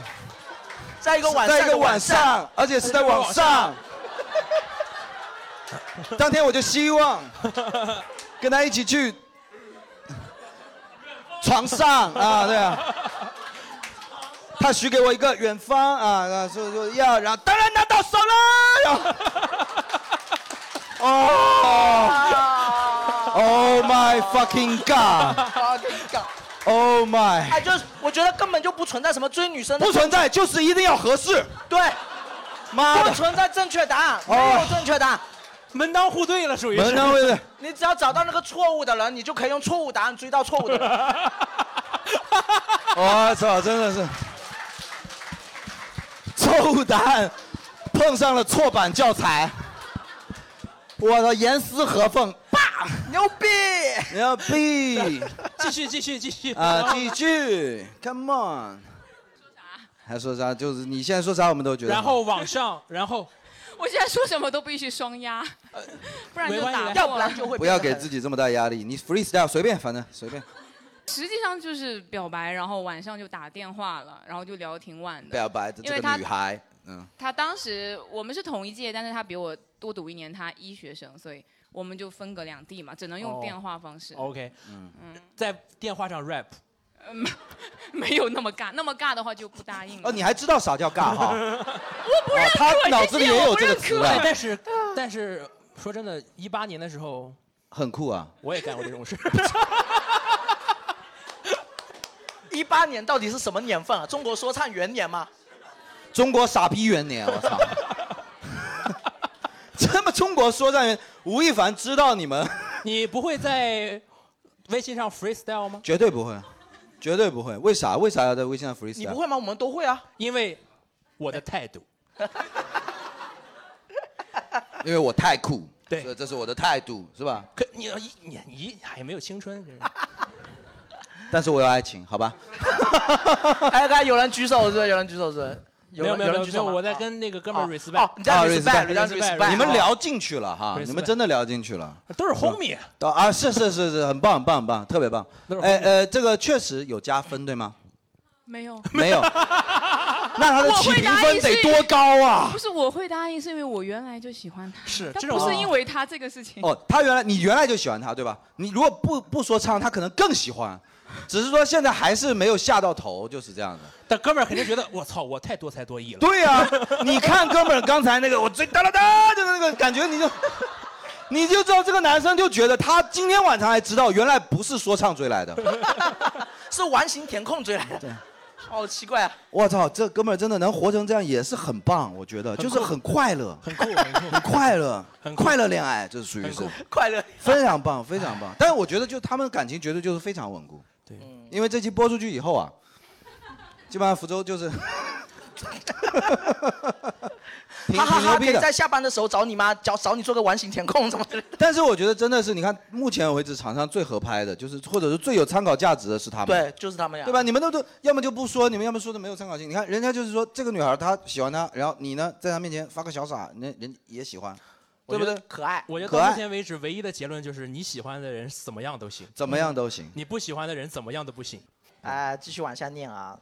S4: 在一个晚上，哦
S1: 在一个晚上，而且是在网 上。当天我就希望跟他一起去床上啊，对啊。他许给我一个远方啊，然后说说要，然后当然拿到手了， 然后。哦，Oh my fucking god！Oh
S4: 啊，给你搞。
S1: my！
S4: 哎，就是我觉得根本就不存在什么追女生的，
S1: 不存在，就是一定要合适。
S4: 对，
S1: 妈的
S4: 不存在正确答案，
S1: 哦
S4: 没有正确答案，
S2: 门当户对了，属于是
S1: 门当户对。
S4: 你只要找到那个错误的人，你就可以用错误答案追到错误的人。
S1: 我操，真哦的是错误答案碰上了错版教材，我操，严丝合缝，
S4: 爸，牛逼！
S1: 牛逼！
S2: 继续继续继续
S1: 啊，继续，Come on。还说啥？就是你现在说啥，我们都觉得好。
S2: 然后往上，然后
S16: 我现在说什么都必须双压，不然就打，
S4: 要不然就会
S1: 呃不要给自己这么大压力，你 freestyle 随便，反正随便。
S16: 实际上就是表白，然后晚上就打电话了，然后就聊挺晚的。
S1: 表白的
S16: 因为
S1: 这
S16: 他
S1: 个女孩，嗯，
S16: 他当时我们是同一届，但是他比我多读一年，他医学生，所以我们就分隔两地嘛，只能用
S2: 哦
S16: 电话方式。
S2: OK，
S1: 嗯
S2: 在电话上 rap，
S16: 嗯，没有那么尬，那么尬的话就不答应了。
S1: 哦，你还知道啥叫尬哈？
S16: 我不认
S1: 哦
S16: 可，
S1: 他
S16: 这
S1: 脑子里
S16: 些
S1: 也
S16: 我
S1: 有
S16: 不
S1: 这个
S16: 认
S1: 词啊
S16: 可
S1: 了
S2: 但是但是说真的，一八年的时候
S1: 很酷啊。
S2: 我也干过这种事。
S4: 一八年到底是什么年份啊？中国说唱元年吗？
S1: 中国傻逼元年，我操！ 这么中国说唱元，吴亦凡知道你们，
S2: 你不会在微信上 freestyle 吗？
S1: 绝对不会，绝对不会。为啥？为啥要在微信上 freestyle？
S4: 你不会吗？我们都会啊。
S2: 因为我的态度，
S1: 因为我太酷。
S2: 对，
S1: 这是我的态度，是吧？
S2: 可你你你你还没有青 春，这人
S1: 但是我有爱情，好吧？
S4: 哎，刚才有人举手是不是？有人举手是不是？
S2: 没有没有
S4: 人
S2: 没
S4: 举
S2: 有，
S4: 手吗
S2: 我在跟那个哥们儿 respect，、哦
S4: 哦你在
S1: 啊
S4: respect，
S1: respect，
S4: 你在 respect
S1: 你们聊进去了哈，
S2: respect
S1: 你们真的聊进去了。
S2: 都是 homie，
S1: 啊啊，是是是是，很棒很棒很棒，特别棒。哎呃，这个确实有加分对 吗？
S16: 没有，
S1: 没有那他的
S16: 我
S1: 起
S16: 会
S1: 评
S16: 答
S1: 分
S16: 应
S1: 得
S16: 是
S1: 多高啊
S16: 不？是，我会答应是因为我原来就喜欢他，
S2: 是
S16: 但
S1: 这种啊
S16: 不是因为他这个事情。
S1: 哦，他原来你原来就喜欢他对吧？你如果不不说唱，他可能更喜欢，只是说现在还是没有下到头，就是这样的。
S2: 但哥们儿肯定觉得我操，我太多才多艺了。
S1: 对呀、你看哥们儿刚才那个，我最哒哒哒，就是那个感觉，你就 你就知道这个男生就觉得他今天晚上还知道原来不是说唱追来的。
S4: 是完形填空追来的，好奇怪啊！
S1: 我操，这哥们儿真的能活成这样也是很棒，我觉得
S4: 酷
S1: 就是很快乐，
S2: 很酷，很酷，
S1: 很快乐，
S2: 很酷
S1: 快乐恋爱，这是属于是
S4: 快乐，
S1: 非常棒，非常棒。但是我觉得就他们的感情绝对就是非常稳固，嗯
S2: 对，
S1: 因为这期播出去以后啊，基本上福州就是， 挺
S4: 哈哈
S1: 挺
S4: 哈！
S1: 牛
S4: 可
S1: 逼
S4: 以
S1: 的
S4: 在。下班的时候找你妈，找找你做个完形填空什么的。
S1: 但是我觉得真的是，你看目前为止场上最合拍的，就是或者是最有参考价值的是他们，
S4: 对，就是他们呀，
S1: 对吧？？你们都都要么就不说，你们要么说的没有参考性。你看人家就是说这个女孩她喜欢他，然后你呢在她面前发个小傻，人人也喜欢，对不对？
S4: 可爱，
S2: 我觉得
S1: 可
S2: 到
S1: 爱
S2: 目前为止唯一的结论就是，你喜欢的人怎么样都行，
S1: 怎么样都
S4: 嗯
S1: 行。
S2: 你不喜欢的人怎么样都 不行。
S4: 哎，继续往下念啊。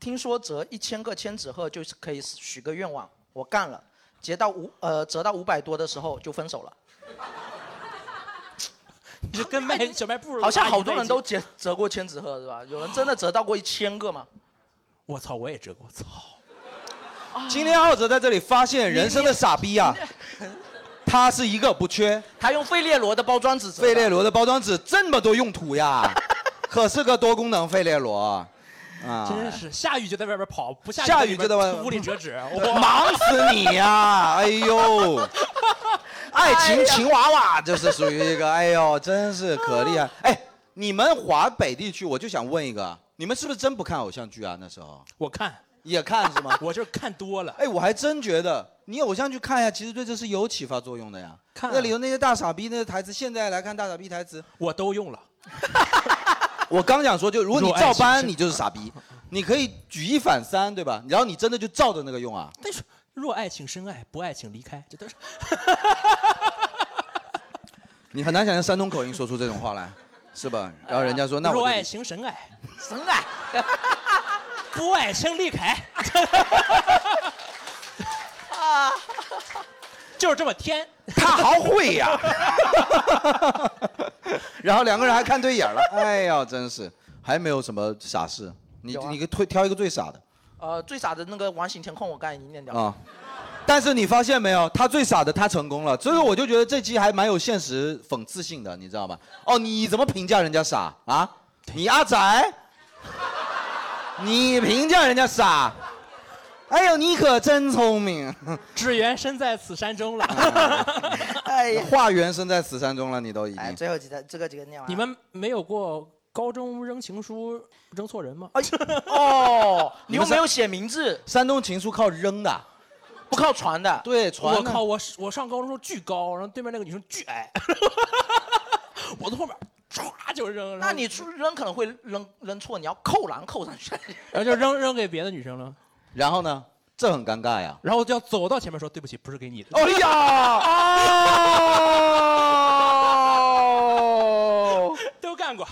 S4: 听说折一千个千纸鹤就是可以许个愿望，我干了，结到五呃折到五百多的时候就分手了。
S2: 你就跟卖小卖部
S4: 好像好多人都折折过千纸鹤是吧？有人真的折到过一千个吗？
S2: 我操，我也折过，操！
S1: 今天浩哲在这里发现人生的傻逼啊， 他是一个不缺，
S4: 他用费列罗的包装纸，
S1: 费列罗的包装纸这么多用 途呀，可是个多功能费列罗啊，
S2: 真是下雨就在外边跑，不下
S1: 下雨就在外
S2: 边屋里 折纸，哇
S1: 忙死你呀、哎呦，爱
S4: 哎
S1: 情晴娃娃就是属于一个，哎呦，真是 可厉害。哎，你们华北地区，我就想问一个，你们是不是真不看偶像剧啊？那时候
S2: 我看，
S1: 也看是吗？
S2: 我就是看多了。
S1: 哎，我还真觉得你偶像剧看一下，其实对这是有启发作用的呀。
S2: 看啊
S1: 那里头那些大傻逼那些台词，现在来看大傻逼台词，
S2: 我都用了。
S1: 我刚想说，就如果你
S2: 若爱
S1: 照
S2: 情
S1: 搬，
S2: 深
S1: 你就是傻逼。你可以举一反三，对吧？然后你真的就照着那个用啊。
S2: 但是若爱请深爱，不爱请离开，这都是
S1: 你很难想象山东口音说出这种话来，是吧？然后人家说，那
S2: 若
S1: 我
S2: 爱
S1: 就
S2: 请深爱，
S4: 深爱，
S2: 不爱请离开，
S4: 啊，
S2: 就是这么天。
S1: 他好会呀、然后两个人还看对眼了，哎呀，真是还没有什么傻事。你、你给推挑一个最傻的
S4: 呃，最傻的那个完形填空我刚才已经念掉了。
S1: 啊！但是你发现没有，他最傻的他成功了，所以我就觉得这期还蛮有现实讽刺性的，你知道吗？哦，你怎么评价人家傻啊？你阿仔，你评价人家傻？哎呦，你可真聪明！
S2: 只缘身在此山 中了。
S4: 哎呀，
S1: 化缘身在此山中了，你都已
S4: 哎，
S1: 经。
S4: 最后几个这个几个念完。
S2: 你们没有过高中扔情书扔
S1: 哎
S2: 错人吗？
S4: 哦，
S1: 你
S4: 你又
S1: 们是
S4: 没有写名字，
S1: 山东情书靠扔的啊，
S4: 不靠传的，
S1: 对
S4: 传的
S2: 我靠，我是我上高中时候巨高，然后对面那个女生巨 矮，我从后面唰就扔。
S4: 那你出扔可能会扔扔错，你要扣篮扣上去。
S2: 然后就扔扔给别的女生了。
S1: 然后呢？这很尴尬呀。
S2: 然后就要走到前面说对不起，不是给你的。
S1: 哎
S4: 啊
S1: 呀！哦， 啊
S2: 都干过。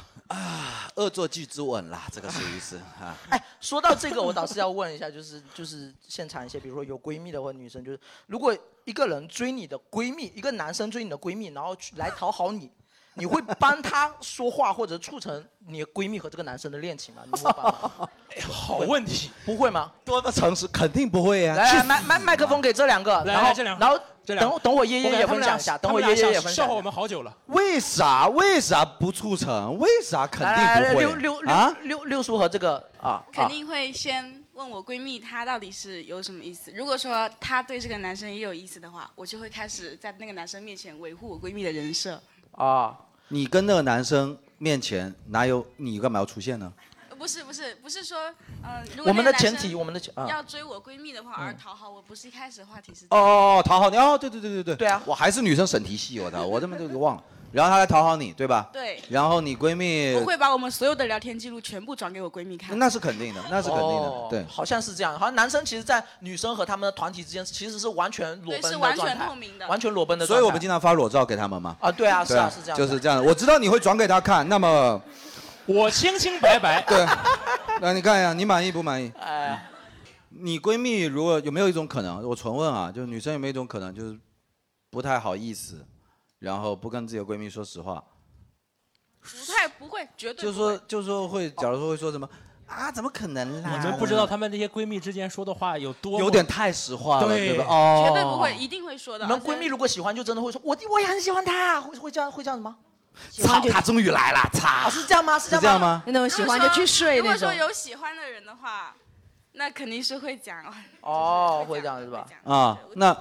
S1: 恶作剧之吻啦，这个属于是啊。
S4: 哎，说到这个，我倒是要问一下，就是就是现场一些，比如说有闺蜜的或者女生，就是如果一个人追你的闺蜜，一个男生追你的闺蜜，然后去来讨好你，你会帮他说话或者促成你闺蜜和这个男生的恋情吗？你会帮吗？
S2: 哎好问题，
S4: 不会吗？
S1: 多的城市肯定不会呀。
S4: 来来麦麦麦克风给这两个，
S2: 来
S4: 然后
S2: 来这两个
S4: 然后
S2: 这两个
S4: 等等我爷
S2: 我
S4: 爷
S2: 感觉
S4: 也
S2: 他们
S4: 分
S2: 俩
S4: 享一下，
S2: 他
S4: 等我
S2: 们俩
S4: 爷爷
S2: 想
S4: 也分
S2: 笑
S4: 享
S2: 话
S4: 一
S2: 我
S4: 下。
S2: 们好久了。
S1: 为啥为啥不促成？为啥肯
S4: 来来
S1: 定
S4: 来
S1: 不会？
S4: 六六六
S1: 啊
S4: 六六叔和这个啊，
S6: 肯
S4: 啊
S6: 定会先问我闺蜜她到底是有什么意思。如果说她对这个男生也有意思的话，我就会开始在那个男生面前维护我闺蜜的人设。
S4: 啊！
S1: 你跟那个男生面前哪有你干嘛要出现呢？
S6: 呃不是不是不是说，嗯、如果
S1: 我们
S6: 那
S1: 的
S6: 个男生
S1: 前提我们的前啊
S6: 要追我闺蜜的话而
S1: 嗯
S6: 讨好我，不是一开始话题是
S1: 哦哦，哦，讨好你哦，对对对对对，
S4: 对啊，
S1: 我还是女生审题系，我的，我这么都给忘了。然后她来讨好你，对吧？
S6: 对
S1: 然后你闺蜜
S6: 我会把我们所有的聊天记录全部转给我闺蜜看。
S1: 那是肯定的，那是肯定的
S4: 哦，
S1: 对。
S4: 好像是这样，好像男生其实，在女生和他们的团体之间，其实是完全裸奔的
S6: 对是
S4: 状态，
S6: 完全透明的
S4: 完全裸奔的状
S1: 所
S4: 态。
S1: 以我们经常发裸照给他们嘛。
S4: 啊对啊是啊是这样
S1: 就
S4: 的
S1: 是这样的。我知道你会转给他看，那么
S2: 我清清白白。
S1: 对，那你看一下，你满意不满意？
S4: 哎，
S1: 你闺蜜如果有没有一种可能，我纯问啊，就是女生有没有一种可能，就是不太好意思，然后不跟自己的闺蜜说实话，
S6: 不太不会，绝对
S1: 就说就说会，假如说会说什么啊，怎么可能啦？
S2: 我们不知道她们这些闺蜜之间说的话有多么
S1: 嗯有点太实话了，
S2: 对
S1: 对吧？哦，
S6: 绝对不会，一定会说的。啊
S4: 你们闺蜜如果喜欢，就真的会说，我我也很喜欢她，会会这样会这样子吗？
S1: 操，他终于来了，
S4: 啊，
S1: 操！
S4: 是这样吗？是这样
S1: 是这样吗
S11: 那种喜欢就去睡
S6: 如果
S11: 那种
S6: 说。有喜欢的人的话，那肯定是会讲。啊
S4: 哦，会这样是吧？
S1: 啊，那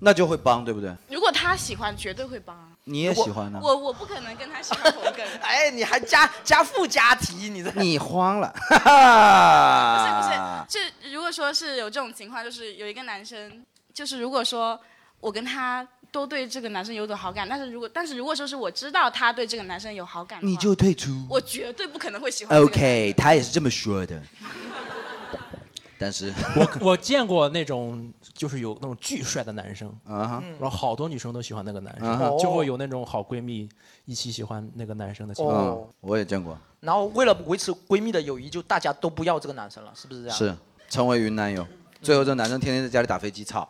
S1: 那就会帮，对不对？
S6: 如果他喜欢，绝对会帮。啊
S1: 你也喜欢呢？
S6: 我我不可能跟他喜欢同一个 人。
S4: 哎，你还加加附加题，你这
S1: 你慌 了，
S6: 不是不
S1: 哈
S6: 是
S1: 哈，。
S6: 就如果说是有这种情况，就是有一个男生，就是如果说我跟他都对这个男生有点好感，但是如果但是如果说是我知道他对这个男生有好感的话，
S1: 你就退出。
S6: 我绝对不可能会喜欢这个人。
S1: OK，他也是这么说的。 但是
S2: 我我见过那种就是有那种巨帅的男生，
S1: 啊哈
S2: 然后好多女生都喜欢那个男
S1: 啊哈
S2: 生，就
S4: 哦
S2: 会有那种好闺蜜一起喜欢那个男生的情况。
S1: 嗯，我也见过，
S4: 然后为了维持闺蜜的友谊，就大家都不要这个男生了，是不是这样？
S1: 是成为云南友，最后这男生天天在家里打飞机， 操！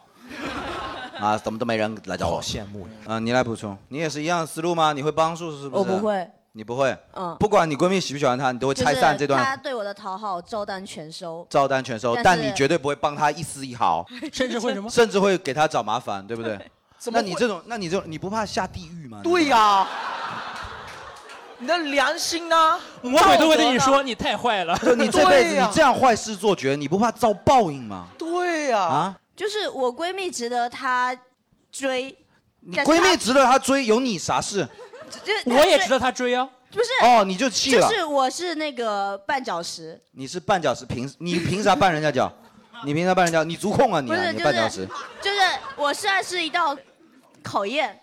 S1: 啊，怎么都没人来找我，
S2: 好羡慕呀！
S1: 啊，你来补充，你也是一样的思路吗？你会帮助是不
S11: 我
S1: 是？
S11: 不会，
S1: 你不会，
S11: 嗯
S1: 不管你闺蜜喜不喜欢他，你都会拆散这
S11: 就是他
S1: 段
S11: 对我的讨好照单全收，
S1: 照单全收，
S11: 但是
S1: 但你绝对不会帮他一丝 一毫，
S2: 甚至会什么？
S1: 甚至会给他找麻烦，对不对？
S4: 怎么
S1: 那
S4: 会
S1: 你这种，那你这种，你不怕下地狱吗？
S4: 对呀、 你的良心呢？
S2: 魔鬼都会对你
S4: 道德
S2: 说
S4: 呢
S2: 你太坏了，
S1: 就你这辈子
S4: 对呀
S1: 你这样坏事做绝，你不怕遭报应吗？
S4: 对呀、
S1: 啊，
S11: 就是我闺蜜值得她追，
S1: 你
S11: 但是
S1: 闺
S11: 她
S1: 蜜值得他追，有你啥事？
S11: 就是她
S2: 我也
S11: 追
S2: 值得他追啊。
S11: 不是
S1: 哦，你就气了。
S11: 就是我是那个绊脚石，
S1: 你是绊脚石，凭你凭啥绊人家脚？你凭啥绊人家？你足控啊你
S11: 不
S1: 啊！
S11: 是
S1: 你
S11: 就
S1: 绊脚石
S11: 是，就是我算是一道考验，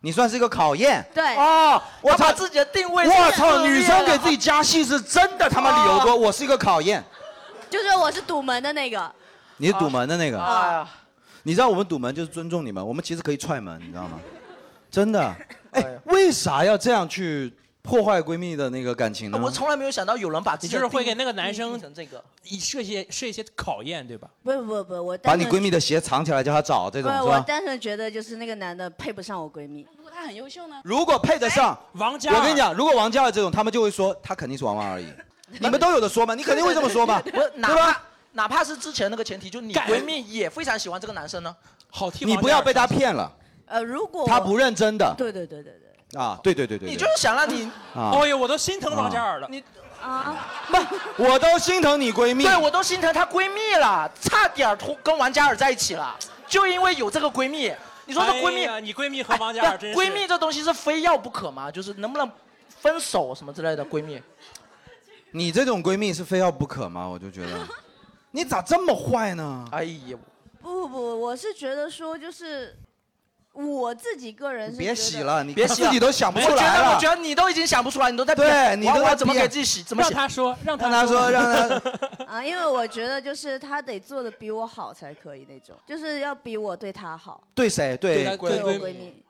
S1: 你算是一个考验。
S11: 对
S1: 哦，我
S4: 把
S1: 操，
S4: 自己的定位是
S1: 我
S4: 这
S11: 啊
S4: 啊
S1: 操，
S4: 样
S1: 女生给自己加戏是真的他妈理由多。我是一个考验，
S11: 就是我是堵门的那个，
S1: 你是堵门的那个。
S4: 啊，
S1: 你知道我们堵门就是尊重你们，我们其实可以踹门，你知道吗？真的。哎，为啥要这样去破坏闺蜜的那个感情呢？
S4: 我从来没有想到有人把自己
S2: 你就是会给那个男生
S4: 成这个，
S2: 以设一些设一些考验，对吧？
S11: 不不不，我
S1: 把
S11: 单
S1: 你
S11: 纯
S1: 闺蜜的鞋藏起来叫她找这
S11: 不
S1: 种
S11: 是哎
S1: 是
S11: 我
S1: 吧？
S11: 单纯觉得就是那个男的配不上我闺蜜，
S6: 如果他很优秀呢？
S1: 如果配得
S4: 哎
S1: 上
S2: 王
S4: 啊
S1: 我跟你讲，如果王嘉尔这种，他们就会说他肯定是王王 而已。你们都有的说吗？你肯定会这么说吧？
S4: 我哪怕哪怕是之前那个前提，就你闺蜜也非常喜欢这个男生呢。
S2: 好听
S1: 你不要被他骗了，
S11: 呃，如果
S1: 他不认真的。
S11: 对对对对对，
S1: 啊，对对对对。
S4: 你
S1: 对
S4: 就是想让你，
S1: 啊
S2: 哎呦，我都心疼王嘉尔了。
S4: 你
S11: 啊，
S1: 我都心疼你闺蜜。
S4: 对我都心疼她闺蜜了，差点脱跟王嘉尔在一起了，就因为有这个闺蜜。你说这闺蜜，
S2: 哎呀你闺蜜和王嘉尔真是
S4: 闺蜜这东西是非要不可吗？就是能不能分手什么之类的闺蜜？
S1: 你这种闺蜜是非要不可吗？我就觉得，你咋这么坏呢？
S4: 哎呀，
S11: 不不不不，我是觉得说就是我自己个人是 觉
S1: 别洗
S11: 得
S1: 了，你
S4: 别
S1: 看
S4: 洗
S1: 自己
S4: 了
S1: 都想不出
S4: 我觉
S1: 来
S4: 得
S1: 了。
S4: 我觉得你都已经想不出来，你都在
S1: 对你都
S4: 我
S1: 在
S4: 我怎么
S1: 编
S4: 给自己洗？怎么
S1: 让
S4: 洗？
S1: 他说
S11: 让
S1: 他让他说说让他
S11: 啊，因为我觉得就是他得做的比我好才可以那种，就是要比我对他好。
S1: 对谁？
S4: 对
S1: 闺
S11: 对我闺蜜，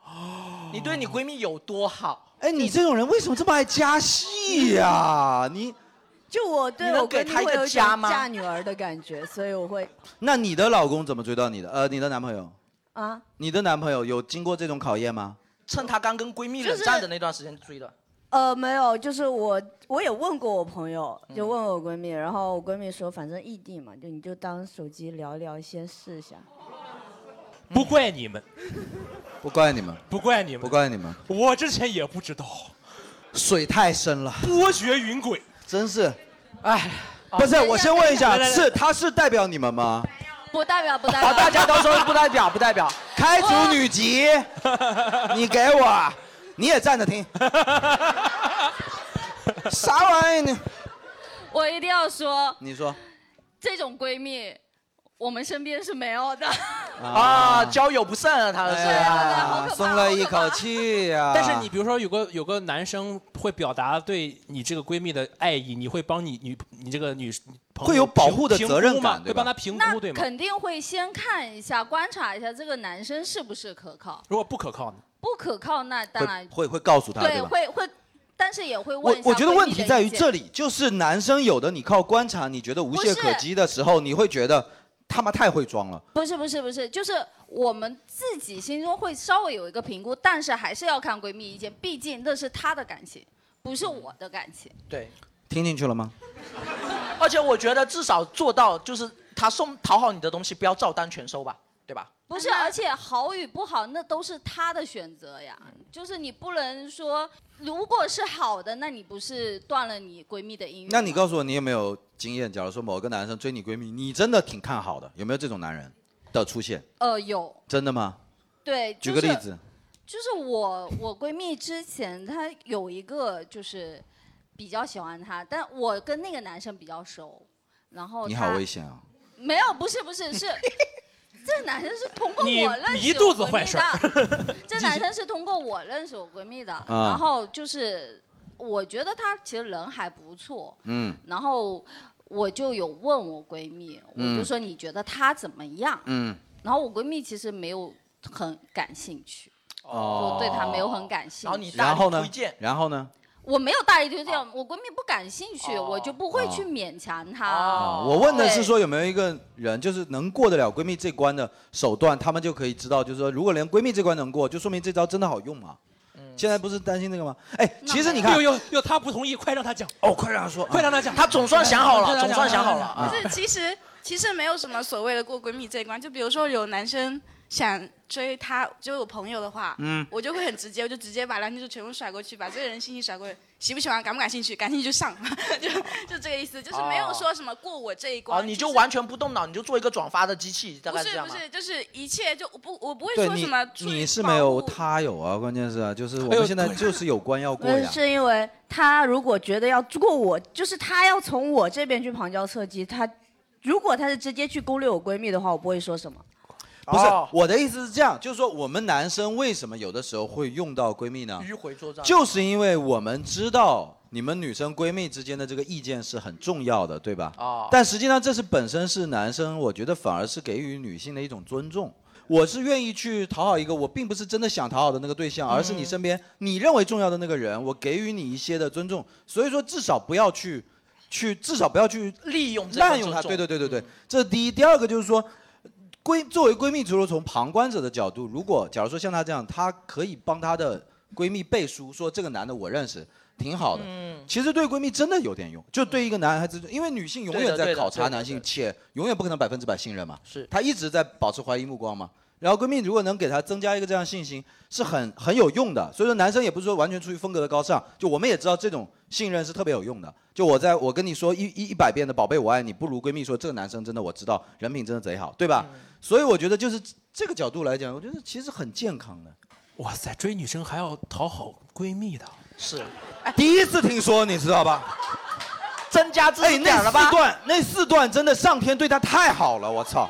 S4: 你对你闺蜜有多好？
S1: 哎，你这种人为什么这么爱加戏呀、你
S11: 就我对
S4: 你能
S11: 我
S4: 给
S11: 闺蜜
S4: 她一
S11: 会
S4: 个
S11: 有一
S4: 家
S11: 种
S4: 吗
S11: 嫁女儿的感觉，所以我会
S1: 那你的老公怎么追到你的？呃，你的男朋友，
S11: 啊，
S1: 你的男朋友有经过这种考验吗？
S4: 趁她刚跟闺蜜
S11: 就是
S4: 冷战的那段时间追的。
S11: 呃，没有，就是我我也问过我朋友，
S4: 嗯
S11: 就问我闺蜜，然后我闺蜜说，反正异地嘛，就你就当手机聊一聊，先试一下。
S2: 不怪你们，
S1: 不怪你们，
S2: 不怪你们，
S1: 不怪你们，
S2: 我之前也不知道，
S1: 水太深了，
S2: 波谲云诡，啊
S1: 真是。
S4: 哎，
S1: 不是，我先问一下
S4: 来，来来
S1: 是他是代表你们吗？
S10: 不代表不代
S4: 啊，
S10: 表，
S4: 大家都说不代表，不代表。
S1: 开除女 籍，你给我，你也站着听。啥玩意儿呢？
S6: 我一定要说，
S1: 你说
S6: 这种闺蜜，我们身边是没有的。
S4: 啊，交友不慎啊，他
S1: 哎呀，松了一口气呀、
S2: 但是你比如说有个有个男生会表达对你这个闺蜜的爱意，你会帮你女你这个女朋友
S1: 会有保护的
S2: 评
S1: 责任
S2: 评估吗
S1: 感对
S2: 会
S1: 吧
S2: 帮她评
S6: 那
S2: 估对吗？
S6: 肯定会先看一下，观察一下这个男生是不是可靠，
S2: 如果不可靠呢？
S6: 不可靠那当然
S1: 会会告诉他，
S6: 对
S1: 吧？
S6: 会会，但是也会
S1: 我
S6: 问一下
S1: 我觉得
S6: 闺蜜
S1: 问题
S6: 的
S1: 在
S6: 意
S1: 于
S6: 见
S1: 这里，就是男生有的你靠观察，你觉得无
S6: 不
S1: 懈
S6: 是
S1: 可击的时候，你会觉得他妈太会装了。
S6: 不是不是不是，就是我们自己心中会稍微有一个评估，但是还是要看闺蜜意见，毕竟那是她的感情，不是我的感情。
S4: 对，
S1: 听进去了吗？
S4: 而且我觉得至少做到就是他送讨好你的东西不要照单全收吧，对吧？
S6: 不是，而且好与不好，那都是她的选择呀。就是你不能说，如果是好的，那你不是断了你闺蜜的姻缘吗？
S1: 那你告诉我，你有没有经验？假如说某个男生追你闺蜜，你真的挺看好的，有没有这种男人的出现？
S6: 呃有
S1: 真的吗？
S6: 对，
S1: 举
S6: 就
S1: 个
S6: 是
S1: 例子，
S6: 就是我我闺蜜之前她有一个就是比较喜欢她，但我跟那个男生比较熟，然后
S1: 你好
S6: 她
S1: 危险啊！
S6: 没有，不是不是是。这男生是通过
S1: 你
S6: 我认
S1: 你
S6: 识
S1: 一肚
S6: 我
S1: 子
S6: 闺
S1: 坏
S6: 蜜
S1: 事儿
S6: 的，这男生是通过我认识我闺蜜的，
S1: 啊
S6: 然后就是我觉得他其实人还不错，
S1: 嗯
S6: 然后我就有问我闺蜜，我
S1: 嗯
S6: 就说你觉得他怎么样？
S1: 嗯，
S6: 然后我闺蜜其实没有很感兴趣，
S1: 哦
S6: 就对他没有很感兴趣。然后你
S1: 然后呢？然后呢？
S6: 我没有大力推荐，我闺蜜不感兴趣，我就不会
S1: 哦
S6: 去勉强她。
S17: 哦
S1: 啊，我问的是
S6: 对
S1: 说有没有一个人就是能过得了闺蜜这关的手段，他们就可以知道，就是说如果连闺蜜这关能过，就说明这招真的好用嘛。
S17: 嗯
S1: 现在不是担心这个吗？哎，其实你看
S2: 哟，哟哟，他不同意，快让他讲，
S1: 哦，快让他说，
S2: 快让他讲，
S4: 他总算想 好了，总算想好了
S2: 啊
S4: 啊！
S2: 嗯
S17: 这其实其实没有什么所谓的过闺蜜这一关，就比如说有男生想追她，就有朋友的话，
S1: 嗯
S17: 我就会很直接，我就直接把聊天就全部甩过去，把这个人信息甩过去，喜不喜欢，感不感兴趣，感兴趣就上， 就就这个意思，就是没有说什么过我这一关。
S4: 啊，你就完全不动脑，你就做一个转发的机器，大
S17: 不
S4: 概这
S17: 是
S4: 样
S17: 不
S4: 吗？
S17: 是，就是一切就不我不会
S1: 对
S17: 说什
S1: 你
S17: 么出于
S1: 你是没有，他有啊，关键是啊，就是我们现在就是有关要过
S11: 嗯，
S1: 呀。
S11: 是因为他如果觉得要过我，就是他要从我这边去旁敲侧击，他如果他是直接去攻略我闺蜜的话，我不会说什么。
S1: 不是
S4: 哦
S1: 我的意思是这样，就是说我们男生为什么有的时候会用到闺蜜呢？
S4: 迂回作战
S1: 就是因为我们知道你们女生闺蜜之间的这个意见是很重要的，对吧？
S4: 哦
S1: 但实际上，这是本身是男生，我觉得反而是给予女性的一种尊重。我是愿意去讨好一个我并不是真的想讨好的那个对象，而是你身边你认为重要的那个人，我给予你一些的尊重。所以说，至少不要去，去至少不要去
S4: 利用这个
S1: 滥用它。
S4: 尊重
S1: 对对对对对，这是第一。第二个就是说，闺作为闺蜜，除了从旁观者的角度，如果假如说像她这样，她可以帮她的闺蜜背书，说这个男的我认识，挺好的。
S4: 嗯
S1: 其实对闺蜜真的有点用，就对一个男孩子，因为女性永
S4: 对
S1: 远
S4: 的对
S1: 在
S4: 的
S1: 考察
S4: 对的
S1: 男性，且永远不可能百分之百信任嘛。
S4: 是，
S1: 她一直在保持怀疑目光嘛。然后闺蜜如果能给她增加一个这样信心，是很很有用的。所以说男生也不是说完全出于风格的高尚，就我们也知道这种信任是特别有用的。就我在我跟你说一一一百遍的宝贝我爱你，不如闺蜜说这个男生真的我知道人品真的贼好，对吧？
S4: 嗯
S1: 所以我觉得就是这个角度来讲，我觉得其实很健康的。
S2: 哇塞，追女生还要讨好闺蜜的，
S4: 是
S1: 哎第一次听说，你知道吧？
S4: 增加知
S1: 哎，
S4: 识
S1: 那
S4: 点了吧？
S1: 四段那四段真的上天对他太好了，我操！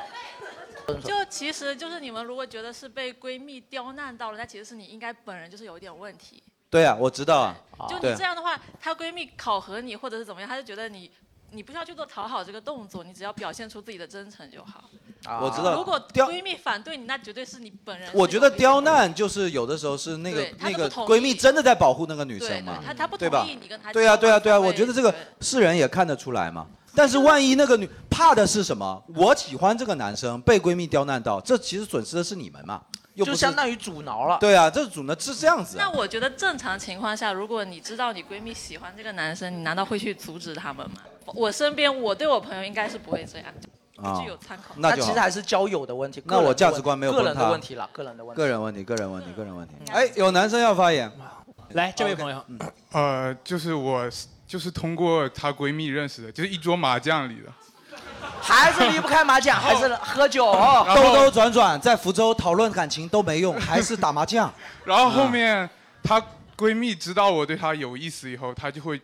S18: 就其实就是你们如果觉得是被闺蜜刁难到了，那其实是你应该本人就是有一点问题。
S1: 对啊，我知道啊。
S18: 就你
S1: 对
S18: 这样的话，她闺蜜考核你或者是怎么样，她就觉得你你不需要去做讨好这个动作，你只要表现出自己的真诚就好。
S1: 我知道
S18: 如果闺蜜反对你，那绝对是你本人。
S1: 啊我觉得刁难就是有的时候是那个
S18: 对她
S1: 那
S18: 都
S1: 个
S18: 不同意
S1: 闺蜜真的在保护那个女
S18: 对
S1: 生嘛
S18: 对她她不，
S1: 对
S18: 同
S1: 吧
S18: 意你跟她？
S1: 对啊，对啊，对啊，
S18: 交往
S1: 我觉得这个是人也看得出来嘛。但是万一那个女怕的是什么？我喜欢这个男生，被闺蜜刁难到，这其实损失的是你们嘛，又不
S4: 就是相当于阻挠了。
S1: 对啊，这组呢是这样子啊。
S18: 那我觉得正常情况下，如果你知道你闺蜜喜欢这个男生，你难道会去阻止他们吗？我身边，我对我朋友应该是不会这样，
S1: 啊
S18: 具有参考。
S1: 那
S4: 那
S1: 就
S4: 其
S1: 好
S4: 实还是交友的问题。
S1: 那我价值观没有
S4: 个
S1: 崩
S4: 人
S1: 塌。
S4: 的问题了，个人的问题。
S1: 个人问题，个人问题，个人问题。哎，有男生要发言，嗯
S2: 来这位
S3: OK
S2: 朋友，
S3: 呃，就是我是就是通过她闺蜜认识的，就是一桌麻将里的。
S4: 还是离不开麻将，还是喝酒。哦
S1: 兜兜 转转在福州讨论感情都没用，还是打麻 将。
S3: 然后
S4: 嗯
S3: 后面她闺蜜知道我对她有意思以后，她就会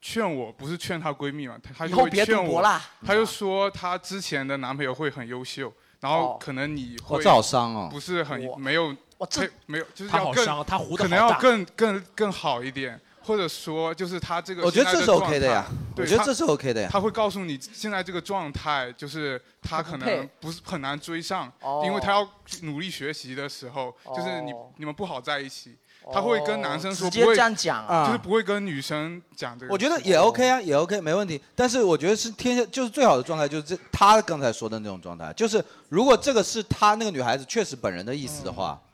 S3: 劝我，不是劝她闺蜜嘛，她她
S4: 以
S3: 就
S4: 后
S3: 会
S4: 别赌
S3: 劝
S4: 博
S3: 我
S4: 啦，
S3: 她就说她之前的男朋友会很优秀，然
S4: 哦
S3: 后可能你
S1: 哇
S3: 会
S1: 这好伤哦
S3: 不是很没有，
S1: 这
S3: 呸没有，就是
S1: 他
S3: 要
S1: 好
S3: 更
S1: 伤他胡得
S3: 可能
S1: 好
S3: 要
S1: 大
S3: 更更更好一点。或者说，就是她这个
S1: 我觉得
S3: 现在
S1: 这是
S3: 的状
S1: OK 的呀
S3: 态
S1: 我
S3: 对
S1: 觉得
S3: 她
S1: 这是 OK 的呀
S3: 她会告诉你现在这个状态，就是她可
S1: 不配
S3: 能不是很难追上，
S1: 哦
S3: 因为她要努力学习的时候，就是你
S1: 哦
S3: 你们不好在一起，他会跟男生说，
S1: 直接
S3: 不会
S1: 这样讲啊
S3: 就是不会跟女生讲这个。
S1: 我觉得也 OK 啊，也 OK，没问题。但是我觉得是天下就是最好的状态，就是这他刚才说的那种状态，就是如果这个是他那个女孩子确实本人的意思的话，
S2: 嗯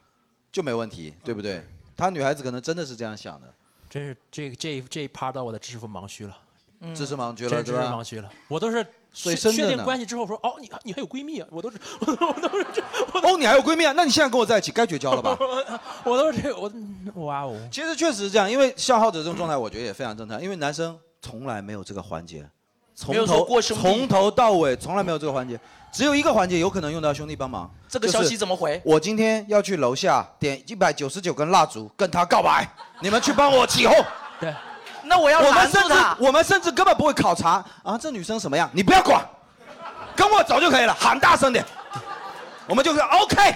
S1: 就没问题，对不对？他女孩子可能真的是这样想的，
S2: 真是这这这一趴到我的知识分盲区了，
S1: 知识盲区
S2: 真
S1: 了，
S2: 是
S1: 对
S2: 知识
S1: 吧？
S2: 盲区了，我都是
S1: 水
S2: 确
S1: 深
S2: 确
S1: 嗯的
S2: 定
S1: 呢。
S2: 关系之后说，哦，你你还有闺蜜啊？我都是
S1: 哦，你还有闺蜜啊？那你现在跟我在一起，该绝交了吧？
S2: 我都是这我 哇哦，
S1: 其实确实是这样，因为消耗者这种状态，我觉得也非常正常，因为男生从来没有这个环节，从
S4: 没有说
S1: 头
S4: 过兄弟
S1: 从头到尾从来没有这个环节，只有一个环节有可能用到兄弟帮忙。
S4: 这个消息怎
S1: 么？
S4: 么回？
S1: 我今天要去楼下点一百九十九根蜡烛，跟他告白，你们去帮我起哄。
S2: 对，
S4: 那我要
S1: 我们
S4: 拦住
S1: 甚至
S4: 他。
S1: 我们甚至根本不会考察啊，这女生什么样，你不要管，跟我走就可以了，喊大声点，我们就说 OK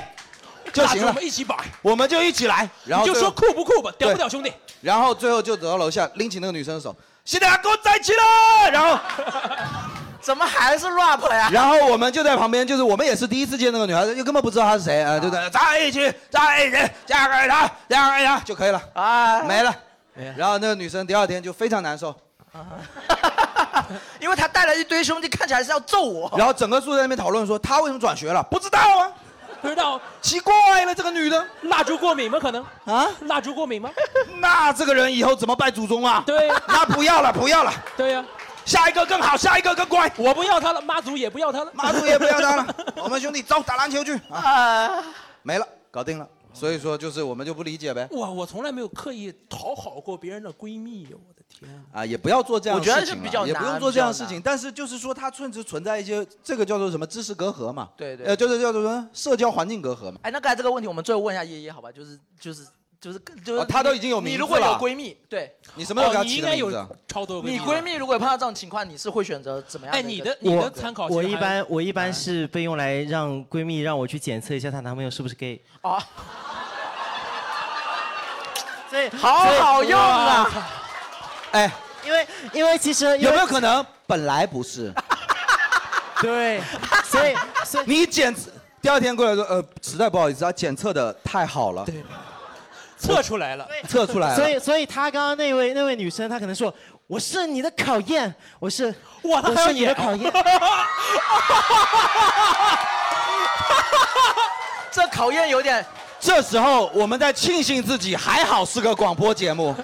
S1: 就行
S2: 蜡烛我
S1: 了，
S2: 们一起摆，
S1: 我们就一起来，然后
S2: 你就
S1: 最后
S2: 说酷不酷吧，屌
S1: 对
S2: 不屌兄弟？
S1: 然后最后就走到楼下，拎起那个女生的手，现在跟我在一 起了。然后，
S4: 怎么还是 rap 呀？
S1: 然后我们就在旁边，就是我们也是第一次见那个女孩子，就根本不知道她是谁啊，就在在一起，在一起，嫁给他，嫁给他就可以了
S4: 啊，
S1: 没了。
S2: 哎
S1: 然后那个女生第二天就非常难受，
S4: 因为他带了一堆兄弟，看起来是要揍我。
S1: 然后整个宿舍在那边讨论说她为什么转学了，不知道啊，
S2: 不知道，
S1: 奇怪了，这个女的
S2: 蜡烛过敏吗？可能
S1: 啊，
S2: 蜡烛过敏吗？
S1: 那这个人以后怎么拜祖宗啊？
S2: 对，
S1: 那不要了，不要了，
S2: 对呀，
S1: 下一个更好，下一个更乖，
S2: 我不要他了，妈祖也不要他了，
S1: 妈祖也不要他 了，我们兄弟走打篮球去啊，没了，搞定了。所以说就是我们就不理解呗。
S2: 哇，我从来没有刻意讨好过别人的闺蜜，我的天啊！
S1: 啊，也不要做这样的事情
S4: 我觉得
S1: 了
S4: 是比较
S1: 也不
S4: 难
S1: 用做这样的事
S4: 比较
S1: 情。
S4: 难
S1: 但是就是说，它甚至存在一些这个叫做什么知识隔阂嘛，
S4: 对对
S1: 呃，就是叫做什么社交环境隔阂嘛。
S4: 哎，那刚才这个问题，我们最后问一下依依，好吧？就是就是就是就是，
S1: 哦她都已经有名
S4: 你
S1: 字
S4: 如果有
S1: 了
S4: 闺蜜，对，哦
S1: 你什么时候给她起的名字啊？
S2: 超多
S4: 你闺蜜如果碰到这种情况，你是会选择怎么样？
S2: 哎你的你的参考
S7: 我一般我一般是被用来让闺蜜让我去检测一下她男朋友是不是 gay。
S4: 啊，
S7: 所以
S4: 好好用啊！
S1: 哎，
S7: 因为因为其实
S1: 有没有可能本来 不是？
S7: 对，所以所以
S1: 你检测第二天过来说，呃，实在不好意思，啊，检测的太好了，对，
S2: 测出来了，
S1: 测出来了。
S7: 所以所以她刚刚那位那位女生，她可能说我是你的考验，我是
S2: 哇她
S7: 我
S2: 还要
S7: 是你的
S2: 演
S7: 考验。
S4: 这考验有点。
S1: 这时候我们在庆幸自己还好是个广播节 目。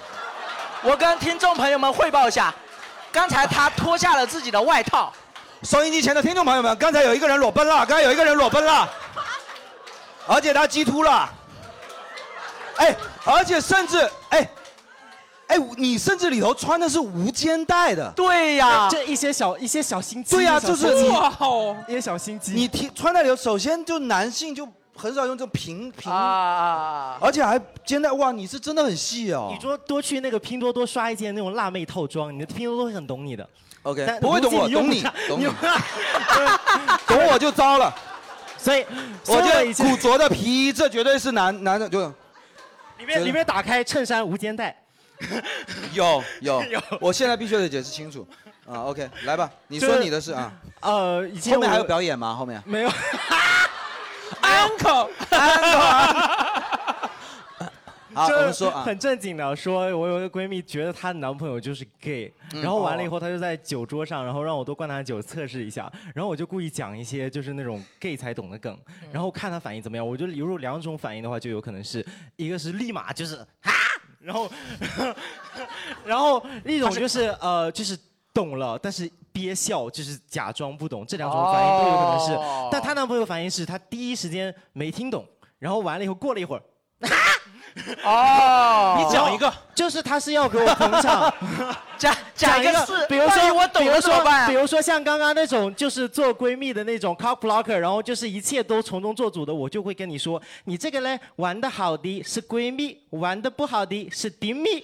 S4: 我跟听众朋友们汇报一下，刚才他脱下了自己的外套，
S1: 收音机前的听众朋友们，刚才有一个人裸奔了，刚才有一个人裸奔了，而且他激突了，哎，而且甚至哎。哎，你甚至里头穿的是无肩带的，哎
S4: 对呀
S7: 这一些小一些小心机，
S1: 对呀、
S7: 一些小
S1: 就是
S7: 心机
S1: 你
S2: 哦，
S7: 一些小心机。
S1: 你提穿在里头，首先就男性就很少用这种平平，
S4: 啊
S1: 而且还肩带，哇，你是真的很细哦
S7: 你。说多去那个拼多多刷一件那种辣妹套装，你的拼多多会很懂你的。
S1: OK，
S7: 但
S1: 不会懂
S7: 如今
S1: 我，
S7: 用
S1: 懂
S7: 不
S1: 你
S7: 上，
S1: 懂你
S7: 用不上
S1: 懂我就糟了。
S7: 所以
S1: 我
S7: 所有
S1: 这
S7: 一切
S1: 古着的皮衣，这绝对是男男的，就
S7: 里
S1: 真
S7: 面
S1: 的
S7: 里面打开衬衫无肩带，
S1: 有有
S7: 有
S1: 我现在必须得解释清楚啊。OK，来吧，你说
S7: 就是
S1: 你的事啊。
S7: 呃，以前
S1: 后面还
S7: 我
S1: 有表演吗？后面
S7: 没有。
S1: Uncle Uncle，好，
S7: 就
S1: 我们说啊，
S7: 很正经的说，哎我有一个闺蜜觉得她男朋友就是 gay，、
S1: 嗯
S7: 然后完了以后，她就在酒桌上，然后让我多灌她酒测试一下，然后我就故意讲一些就是那种 gay 才懂的梗，
S1: 嗯
S7: 然后看她反应怎么样。我就如果两种反应的话，就有可能是一个是立马就是啊，然后 然后一种就是呃就是懂了，但是憋笑，就是假装不懂，这两种反应都有可能是。
S12: 哦
S7: 但她男朋友反应是她第一时间没听懂，然后完了以后过了一会儿。
S4: 哦
S7: 你讲一个，就是他是要给我捧场，
S4: 讲讲一个是
S7: 比如
S4: 万一
S7: 说
S4: 我懂
S7: 比如
S4: 了怎么
S7: 说
S4: 办啊
S7: 比如说像刚刚那种就是做闺蜜的那种 cock blocker，然后就是一切都从中做主的，我就会跟你说，你这个呢玩的好的是闺蜜，玩的不好的是敌蜜，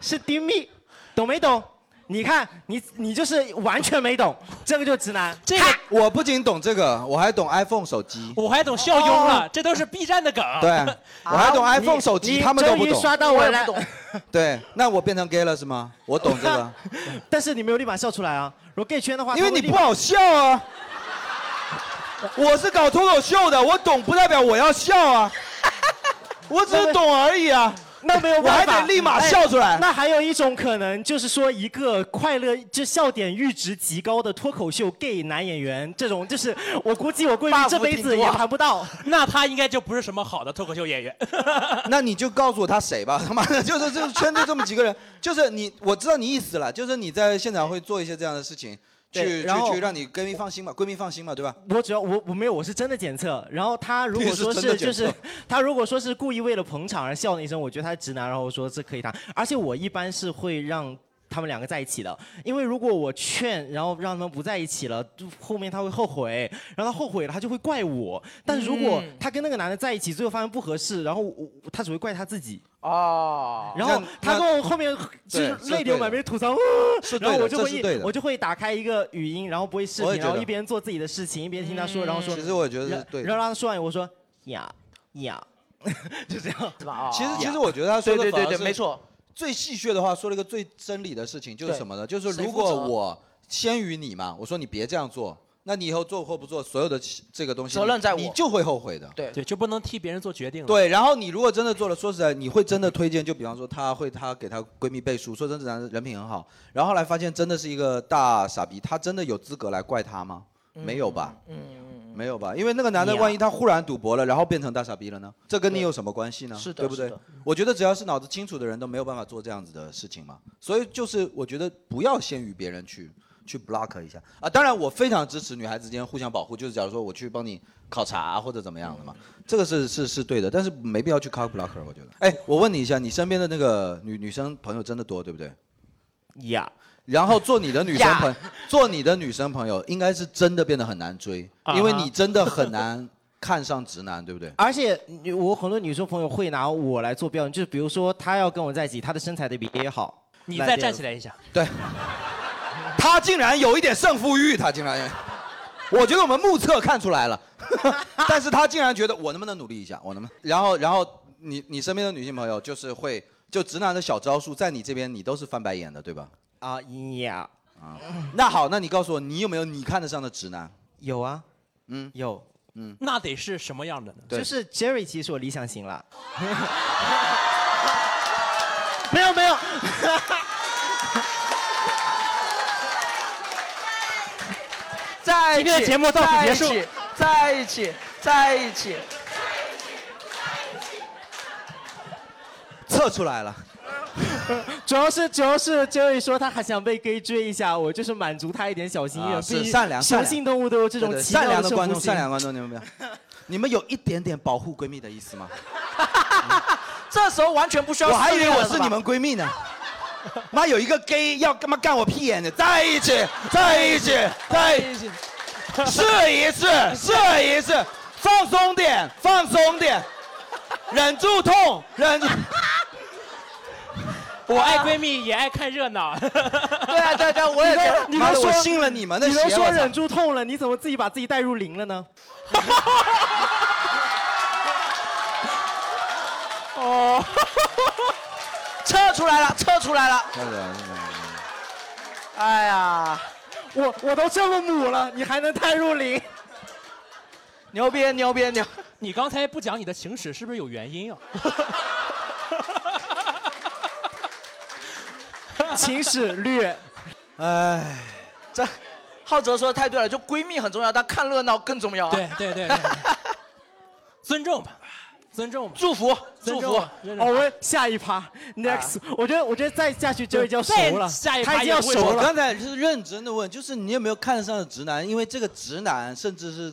S7: 是敌蜜，懂没懂？你看你你就是完全没懂，这个就直男。哦
S1: 这个我不仅懂这个，我还懂 iPhone 手机，哦
S2: 我还懂笑
S7: 佣啊了
S2: 这都是 B 站的梗。
S1: 对，我还懂
S7: 啊
S1: iPhone
S7: 你
S1: 手机，
S7: 你
S1: 他们都不
S7: 终于
S1: 懂。
S7: 刷到我了，
S1: 对，那我变成 gay 了是吗？我懂这个，
S7: 但是你没有立马笑出来啊。如果 gay 圈的话，
S1: 因为
S7: 他
S1: 你
S7: 会立
S1: 不
S7: 马
S1: 好笑啊。我是搞脱口秀的，我懂不代表我要笑 啊，我只是懂而已啊。
S7: 那没有
S1: 我还
S7: 办法
S1: 得立马笑出来
S7: 哎。那还有一种可能就是说，一个快乐就笑点阈值极高的脱口秀 gay 男演员，这种就是我估计我闺蜜这辈子
S1: 啊
S7: 也谈不到。
S2: 那他应该就不是什么好的脱口秀演员。
S1: 那你就告诉我他谁吧， 他妈的，就是这个圈子这么几个人，就是你，我知道你意思了，就是你在现场会做一些这样的事情，
S7: 对
S1: 去去
S7: 然后
S1: 去让你闺蜜放心嘛，闺蜜放心嘛，对吧？
S7: 我只要我我没有我是真的检测，然后他如果说
S1: 你是真
S7: 是
S1: 的检
S7: 就
S1: 测
S7: 是他如果说是故意为了捧场而笑那一声，我觉得他是直男，然后我说这可以谈，而且我一般是会让。他们两个在一起的，因为如果我劝，然后让他们不在一起了，就后面他会后悔，然后他后悔了，他就会怪我。但如果
S4: 嗯
S7: 他跟那个男的在一起，最后发现不合适，然后我我他只会怪他自己。
S4: 哦
S7: 然后他跟我后面
S1: 嗯
S7: 就是
S4: 对是
S7: 泪
S4: 对
S7: 流
S4: 的
S7: 满面吐槽，啊
S4: 是对
S7: 然后
S4: 的
S7: 我就
S4: 这
S7: 会
S4: 是
S7: 一
S4: 对的
S7: 我就会打开一个语音，然后不会视
S1: 我也
S7: 频，
S1: 觉
S7: 然后
S1: 得嗯
S7: 一边做自己的事情，一边听他说，然后说。
S1: 其实我觉得是
S7: 然
S1: 对的
S7: 然后他说完，我说呀呀，就这样
S4: 是吧？哦
S1: 其实其实我觉得他说的
S4: 对对对
S1: 反而
S4: 对
S1: 是
S4: 没错。
S1: 最戏谑的话说了一个最真理的事情，就是
S4: 对
S1: 什么呢？就是
S4: 谁
S1: 如
S4: 负责
S1: 果我先于你嘛，我说你别这样做，那你以后做或不做，所有的其这个东西
S2: 责任在我
S1: 你就会后悔的。
S4: 对
S2: 对，就不能替别人做决定了。
S1: 对，然后你如果真的做了，说实在，你会真的推荐，就比方说她会她给她闺蜜背书，说甄子丹人品很好，然后后来发现真的是一个大傻逼，她真的有资格来怪他吗？没有吧，
S4: 嗯，
S1: 没有吧，因为那个男的
S4: 你啊
S1: 万一他忽然赌博了，然后变成大傻逼了呢？这跟你有什么关系呢？
S4: 是的
S1: 对不
S4: 是
S1: 对
S4: 的？
S1: 我觉得只要是脑子清楚的人都没有办法做这样子的事情嘛，所以就是我觉得不要先于别人去去 block 一下啊。当然，我非常支持女孩子之间互相保护，就是假如说我去帮你考察啊或者怎么样的嘛，这个是是是对的，但是没必要去 cock blocker，我觉得。哎，我问你一下，你身边的那个女女生朋友真的多，对不对？
S7: 呀。
S1: 然后做你的女生
S7: 呀
S1: 朋做你的女生朋友，应该是真的变得很难追，
S7: 啊哈
S1: 因为你真的很 难看上直男，对不对？
S7: 而且你我很多女生朋友会拿我来做标准，就是比如说她要跟我在一起，她的身材得比别人好。
S2: 你再站 起来一下。
S1: 对，他竟然有一点胜负欲，他竟然，我觉得我们目测看出来 了，但是他竟然觉得我能不能努力一下，我能不能？然后，然后你你身边的女性朋友就是会就直男的小招数，在你这边你都是翻白眼的，对吧？
S7: 啊呀，
S1: 啊，那好，那你告诉我，你有没有你看得上的直男？
S7: 有啊，
S1: 嗯，
S7: 有，
S1: 嗯，
S2: 那得是什么样的呢？
S7: 就是 Jerry 其实我理想型了。没有没有，
S4: 在一
S7: 今天
S4: 起，
S7: 的节目到此结束
S4: 在一起，在一起，
S1: 测出来了。
S7: 主要是主要是 Jerry 说他还想被 gay 追一下，我就是满足他一点小心愿。
S1: 啊是
S7: 毕竟
S1: 善良善
S7: 雄
S1: 良
S7: 性动物都有这种
S1: 对对
S7: 奇妙
S1: 善良的
S7: 的胜
S1: 观
S7: 负
S1: 众，
S7: 心
S1: 善良观众，你们有没有？你们有一点点保护闺蜜的意 思吗？
S4: 这时候完全不需要。
S1: 我还以为我是你们。闺蜜呢。妈有一个 gay 要干嘛干我屁眼的，在一起，在一起，在一起， 试一次，试一次，放松点，放松点，忍住
S2: 哦
S1: 痛，忍 住。
S2: 我爱闺蜜，也爱看热闹。对
S4: 啊，对对，
S7: 你都你都说
S1: 信了你们的
S7: 你都
S1: 邪
S7: 说
S1: 我操
S7: 忍住痛了，你怎么自己把自己带入零了呢？
S1: 哦，
S4: 测出来了，测出来了。
S1: 看着
S4: 哎呀，
S7: 我我都这么母了，你还能太入林？
S4: 牛逼牛逼牛！
S2: 你刚才不讲你的情史，是不是有 原因啊？
S7: 情史 略，
S1: 哎，
S4: 这浩哲说的太对了，就闺蜜很重要，但看热闹更重要、啊。
S2: 对对对对，尊重吧，尊重吧，
S4: 祝福
S2: 尊
S4: 祝
S2: 重
S4: 福哦
S2: 吧。尊重
S7: 哦我
S2: 吧
S7: 们下一趴 next，、我觉得我觉得再下去就已经熟了，他已经要熟
S1: 我
S7: 了。
S1: 刚才是认真的问，就是你有没有看上的直男？因为这个直男甚至是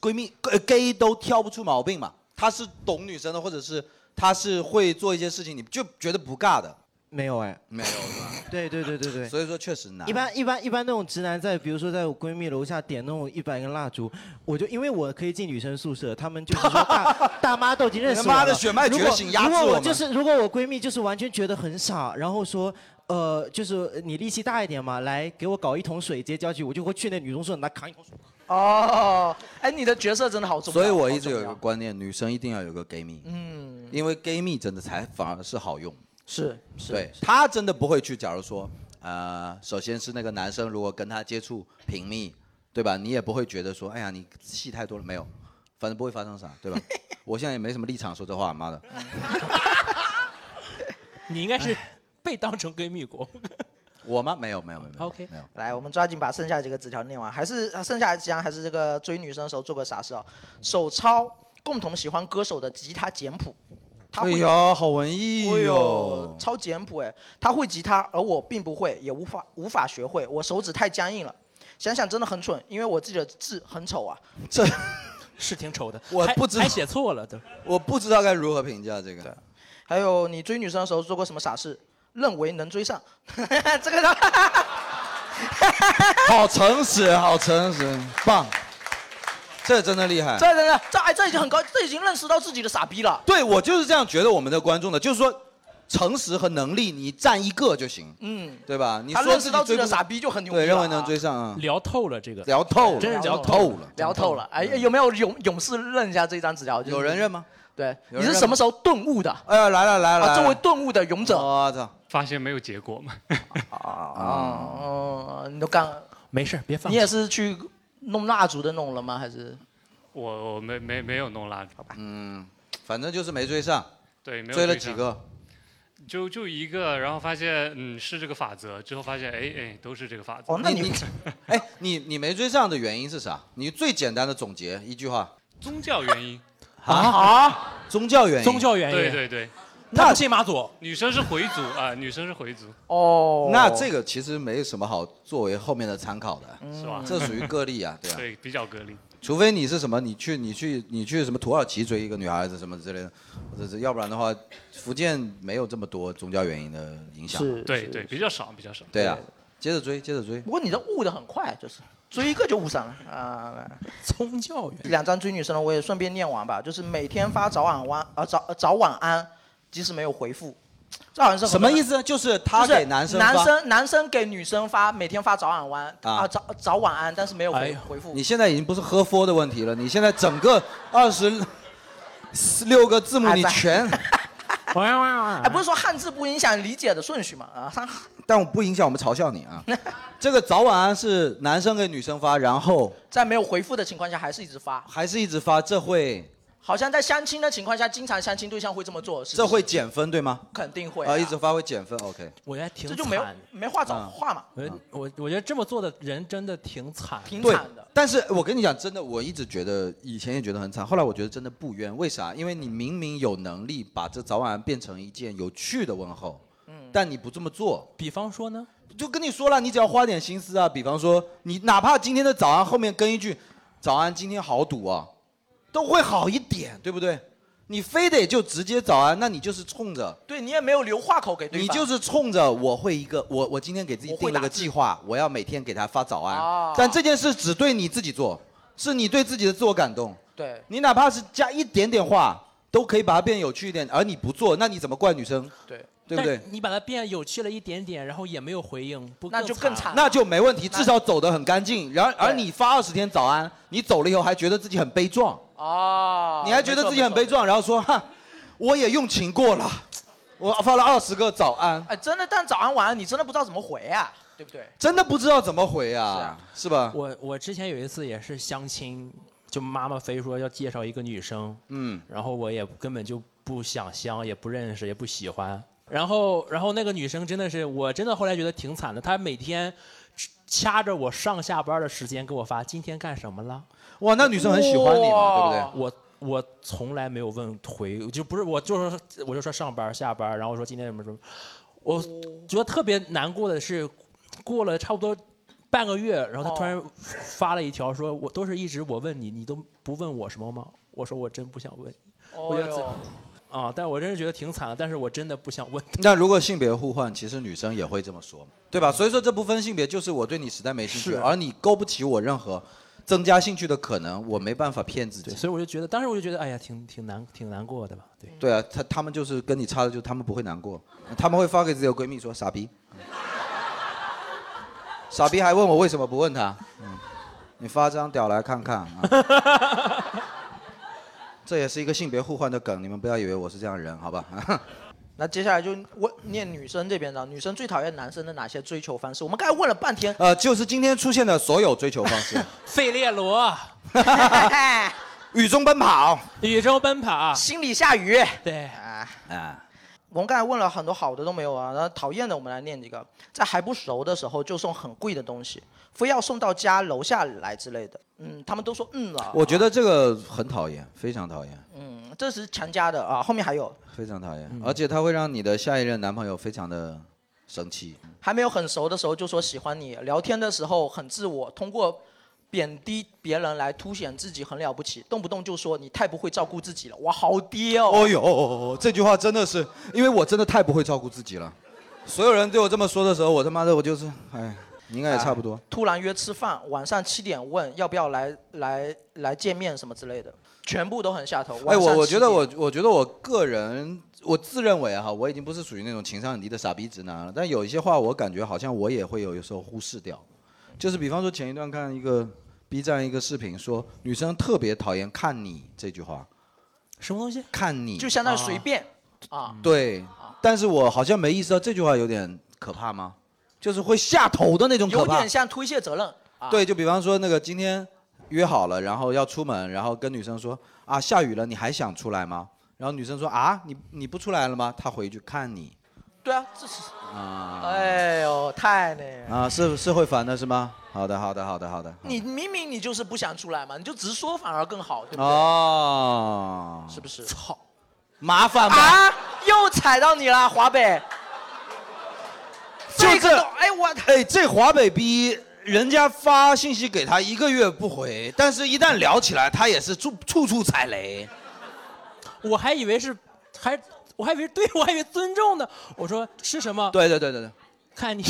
S1: 闺蜜呃 gay 都挑不出毛病嘛，他是懂女生的，或者是他是会做一些事情，你就觉得不尬的。
S7: 没有哎，
S1: 没有是吧？
S7: 对对对对对。
S1: 所以说确实难。
S7: 一般一般一般那种直男在，比如说在我闺蜜楼下点那种一百根蜡烛，我就因为我可以进女生宿舍，他们就是说 大大妈都已经认识我了。
S1: 他妈的血脉
S7: 如
S1: 觉
S7: 果
S1: 醒压制
S7: 如果
S1: 我
S7: 我
S1: 们
S7: 就是如果我闺蜜就是完全觉得很傻，然后说。呃，就是你力气大一点嘛，来给我搞一桶水直接浇去，我就会去那女生宿舍拿扛一桶水。
S4: 哦，哎，你的角色真的好重要。
S1: 所以我一直有
S4: 好重
S1: 一个
S4: 要
S1: 观念，女生一定要有个 gay 蜜，
S4: 嗯，
S1: 因为 gay 蜜真的才反而是好用。
S4: 是是
S1: 对他真的不会去，假如说，呃，首先是那个男生如果跟他接触频密，对吧？你也不会觉得说，哎呀，你戏太多了，没有，反正不会发生啥，对 吧？我现在也没什么立场说这话，妈的，
S2: 你应该是被当成闺蜜过。
S1: 我吗？没有没有没有没有。
S2: OK，
S4: 来，我们抓紧把剩下几个纸条念完，还是啊剩下几张还是这个追女生的时候做个傻事啊？手抄共同喜欢歌手的吉他简谱，他
S1: 哎
S4: 会
S1: 呀，好文艺
S4: 哎
S1: 哟、
S4: 呦，超简谱哎！他会吉他，而我并不会，也无法无法学会，我手指太僵硬了。想想真的很蠢，因为我自己的字很丑啊。
S1: 这
S2: 是挺丑的，
S1: 我
S2: 还
S1: 不知道
S2: 还写错了都。
S1: 我不知道该如何评价这个。
S4: 还有你追女生的时候做过什么傻事？认为能追上， 这个他
S1: 好诚实，好诚实，棒，这真的厉害。
S4: 这真的这哎这已经很高，这已经认识到自己的傻逼了。
S1: 对我就是这样觉得我们的观众的，就是说，诚实和能力你占一个就行，
S4: 嗯，
S1: 对吧？你
S4: 他
S1: 说
S4: 认识到自己的
S1: 追不
S4: 傻逼就很牛逼了
S1: 对，
S4: 啊
S1: 认为能追上啊，
S2: 聊透了这个，
S1: 聊透了，
S4: 真是聊
S1: 透
S4: 透
S1: 了，
S4: 聊透了。哎，有没有勇勇士认一下这张纸条？就是
S1: 有人认吗？
S4: 对，
S1: 有
S4: 你
S1: 人
S4: 是
S1: 认
S4: 什
S1: 吗
S4: 么时候顿悟的？
S1: 哎呀，来了来了，
S4: 啊，
S1: 来
S4: 作为
S1: 了
S4: 顿悟的勇者。
S1: 我操！啊
S19: 发现没有结果嘛。
S4: 哦，你都干，
S2: 没事，别放
S4: 你也是去弄蜡烛的那种了吗？还是？
S19: 我我没没没有弄蜡烛，
S1: 嗯，反正就是没追上，
S19: 对，没有
S1: 追了
S19: 对
S1: 几
S19: 象，
S1: 个，
S19: 就就一个，然后发现嗯是这个法则，之后发现哎哎都是这个法则。
S1: 哦你，哎，你你没追上的原因是啥？你最简单的总结一句话
S19: 宗教原因，
S1: 啊，宗教原因，
S19: 宗教原因对对对，
S1: 那
S2: 信妈祖，
S19: 女生是回族啊，女生是回族。
S4: 哦
S1: 那这个其实没什么好作为后面的参考的，
S19: 是吧？
S1: 这属于个例啊，对啊。
S19: 对，比较个例。
S1: 除非你是什么，你去你去你去什么土耳其追一个女孩子什么之类的，或者是要不然的话，福建没有这么多宗教原因的影响。
S19: 对对，比较少，比较少。
S1: 对啊，接着追，接着追
S4: 不。过你这悟的很快，就是追一个就悟上了啊。
S2: 宗教原
S4: 两张追女生的我也顺便念完吧，就是每天发早晚安啊早早晚安，即使没有回复，这好像是
S1: 什么意思？就是他
S4: 就是
S1: 给男生发
S4: 男生男生给女生发每天发早晚安
S1: 啊
S4: 啊早早晚安，但是没有
S1: 哎
S4: 回
S1: 呦
S4: 回复。
S1: 你现在已经不是喝佛的问题了，你现在整个二十六个字母你 全，
S4: 哎，不是说汉字不影响理解的顺序嘛？啊，
S1: 但我不影响我们嘲笑你啊。这个早晚安是男生给女生发，然后
S4: 在没有回复的情况下还是一直发，
S1: 还是一直发，这会
S4: 好像在相亲的情况下，经常相亲对象会这么做，是不
S1: 这
S4: 是
S1: 会减分对吗？
S4: 肯定会
S1: 啊，一直发会减分，OK。
S2: 我觉得挺
S4: 这就没有
S2: 惨
S4: 没话找
S1: 嗯
S4: 话嘛。
S2: 我觉得我我觉得这么做的人真的挺惨，
S4: 挺
S1: 对，但是我跟你讲，真的，我一直觉得以前也觉得很惨，后来我觉得真的不冤。为啥？因为你明明有能力把这早晚安变成一件有趣的问候，
S6: 嗯
S1: 但你不这么做。
S2: 比方说呢？
S1: 就跟你说了，你只要花点心思啊。比方说，你哪怕今天的早安后面跟一句“早安，今天好堵啊”，都会好一点，对不对？你非得就直接早安，那你就是冲着
S4: 对你也没有留话口给对
S1: 你
S4: 方，
S1: 就是冲着我会一个我我今天给自己定了个计划，我要每天给他发早安。
S2: 啊
S4: 哦
S1: 但这件事只对你自己做，是你对自己的自我感动。
S4: 对
S1: 你哪怕是加一点点话，都可以把它变有趣一点，而你不做，那你怎么怪女生？
S4: 对，
S1: 对不对？
S2: 你把它变有趣了一点点，然后也没有回应，不
S4: 那就更惨
S1: 啊那就没问题，至少走得很干净。然而而你发二十天早安，你走了以后还觉得自己很悲壮，
S2: 啊
S4: 哦，
S1: 你还觉得自己很悲壮，然后说哈，我也用情过了，我发了二十个早安，
S4: 哎，真的，但早安晚安，你真的不知道怎么回啊，对不对？
S1: 真的不知道怎么回啊，是吧？
S2: 我我之前有一次也是相亲，就妈妈非说要介绍一个女生，
S1: 嗯，
S2: 然后我也根本就不想相，也不认识，也不喜欢。然后，然后那个女生真的是，我真的后来觉得挺惨的。她每天掐着我上下班的时间给我发今天干什么了。
S1: 哇，那女生很喜欢你嘛，
S2: 哇
S1: 对不对？
S2: 我我从来没有问回，就不是我就是说我就说上班下班，然后说今天什么什么。我觉得特别难过的是，过了差不多半个月，然后她突然发了一条说，我都是一直我问你，你都不问我什么吗？我说我真不想问你。我觉得自
S4: 哦
S2: 啊，但我真是觉得挺惨的，但是我真的不想问。
S1: 那如果性别互换，其实女生也会这么说嘛，对吧？所以说这不分性别，就是我对你实在没兴趣，
S2: 嗯是
S1: 而你勾不起我任何增加兴趣的可能，我没办法骗自己。
S2: 所以我就觉得，当时我就觉得，哎呀，挺挺难，挺难过的吧？对。
S1: 对啊，他他们就是跟你差的，就是他们不会难过，他们会发给自己的闺蜜说傻逼， 傻逼还问我为什么不问他，嗯，你发张屌来看看啊。 这也是一个性别互换的梗，你们不要以为我是这样的人，好吧？
S4: 那接下来就问念女生这边的，女生最讨厌男生的哪些追求方式？我们刚才问了半天，
S1: 呃，就是今天出现的所有追求方式，
S2: 费列 罗，
S1: 雨中奔跑，
S2: 雨中奔跑，
S4: 心里下雨。
S2: 对
S4: 啊，
S1: 啊，
S4: 我们刚才问了很多好的都没有啊，然后讨厌的我们来念几个，在还不熟的时候就送很贵的东西，非要送到家楼下来之类的。嗯，他们都说嗯了，
S1: 我觉得这个很讨厌，非常讨厌，
S4: 嗯，这是强加的啊。后面还有，
S1: 非常讨厌，而且它会让你的下一任男朋友非常的生气。
S4: 还没有很熟的时候就说喜欢你，聊天的时候很自我，通过贬低别人来凸显自己很了不起，动不动就说你太不会照顾自己了，哇，好爹哦。
S1: 哦呦，这句话真的是，因为我真的太不会照顾自己了。所有人对我这么说的时候，我他妈的我就是，哎，你应
S4: 啊
S1: 该也差不多。
S4: 突然约吃饭，晚上七点问要不要来来来见面什么之类的，全部都很下头。
S1: 哎，
S4: 晚上
S1: 我我
S4: 7
S1: 觉得
S4: 点
S1: 我我觉得我个人，我自认为啊哈，我已经不是属于那种情商很低的傻逼直男了。但有一些话，我感觉好像我也会有时候忽视掉。就是比方说前一段看一个 B 站一个视频说，女生特别讨厌“看你”这句话。
S2: 什么东西？
S1: 看你
S4: 就相当于随
S1: 啊
S4: 便啊。
S1: 对，但是我好像没意识到这句话有点可怕吗？就是会下头的那种可
S4: 有
S1: 怕。
S4: 点像推卸责任。啊、
S1: 对，就比方说那个今天约好了，然后要出门，然后跟女生说啊下雨了，你还想出来吗？然后女生说啊你你不出来了吗？他回一句看你
S4: 对啊，这是，
S1: 啊
S4: 哎呦，太那个。
S1: 啊是是会烦的是吗？好的好的好的好的。
S4: 你明明你就是不想出来嘛，你就直说反而更好，对不对？
S1: 哦，
S4: 是不是？操，
S1: 麻烦吧？
S4: 啊，又踩到你了，华北。
S1: 就这
S4: 哎我
S1: 哎这华北逼。人家发信息给他一个月不回，但是一旦聊起来，他也是处处处踩雷。
S2: 我还以为是，还我还以为对我 还以为尊重呢。我说吃什么？
S1: 对对对对对，
S2: 看你，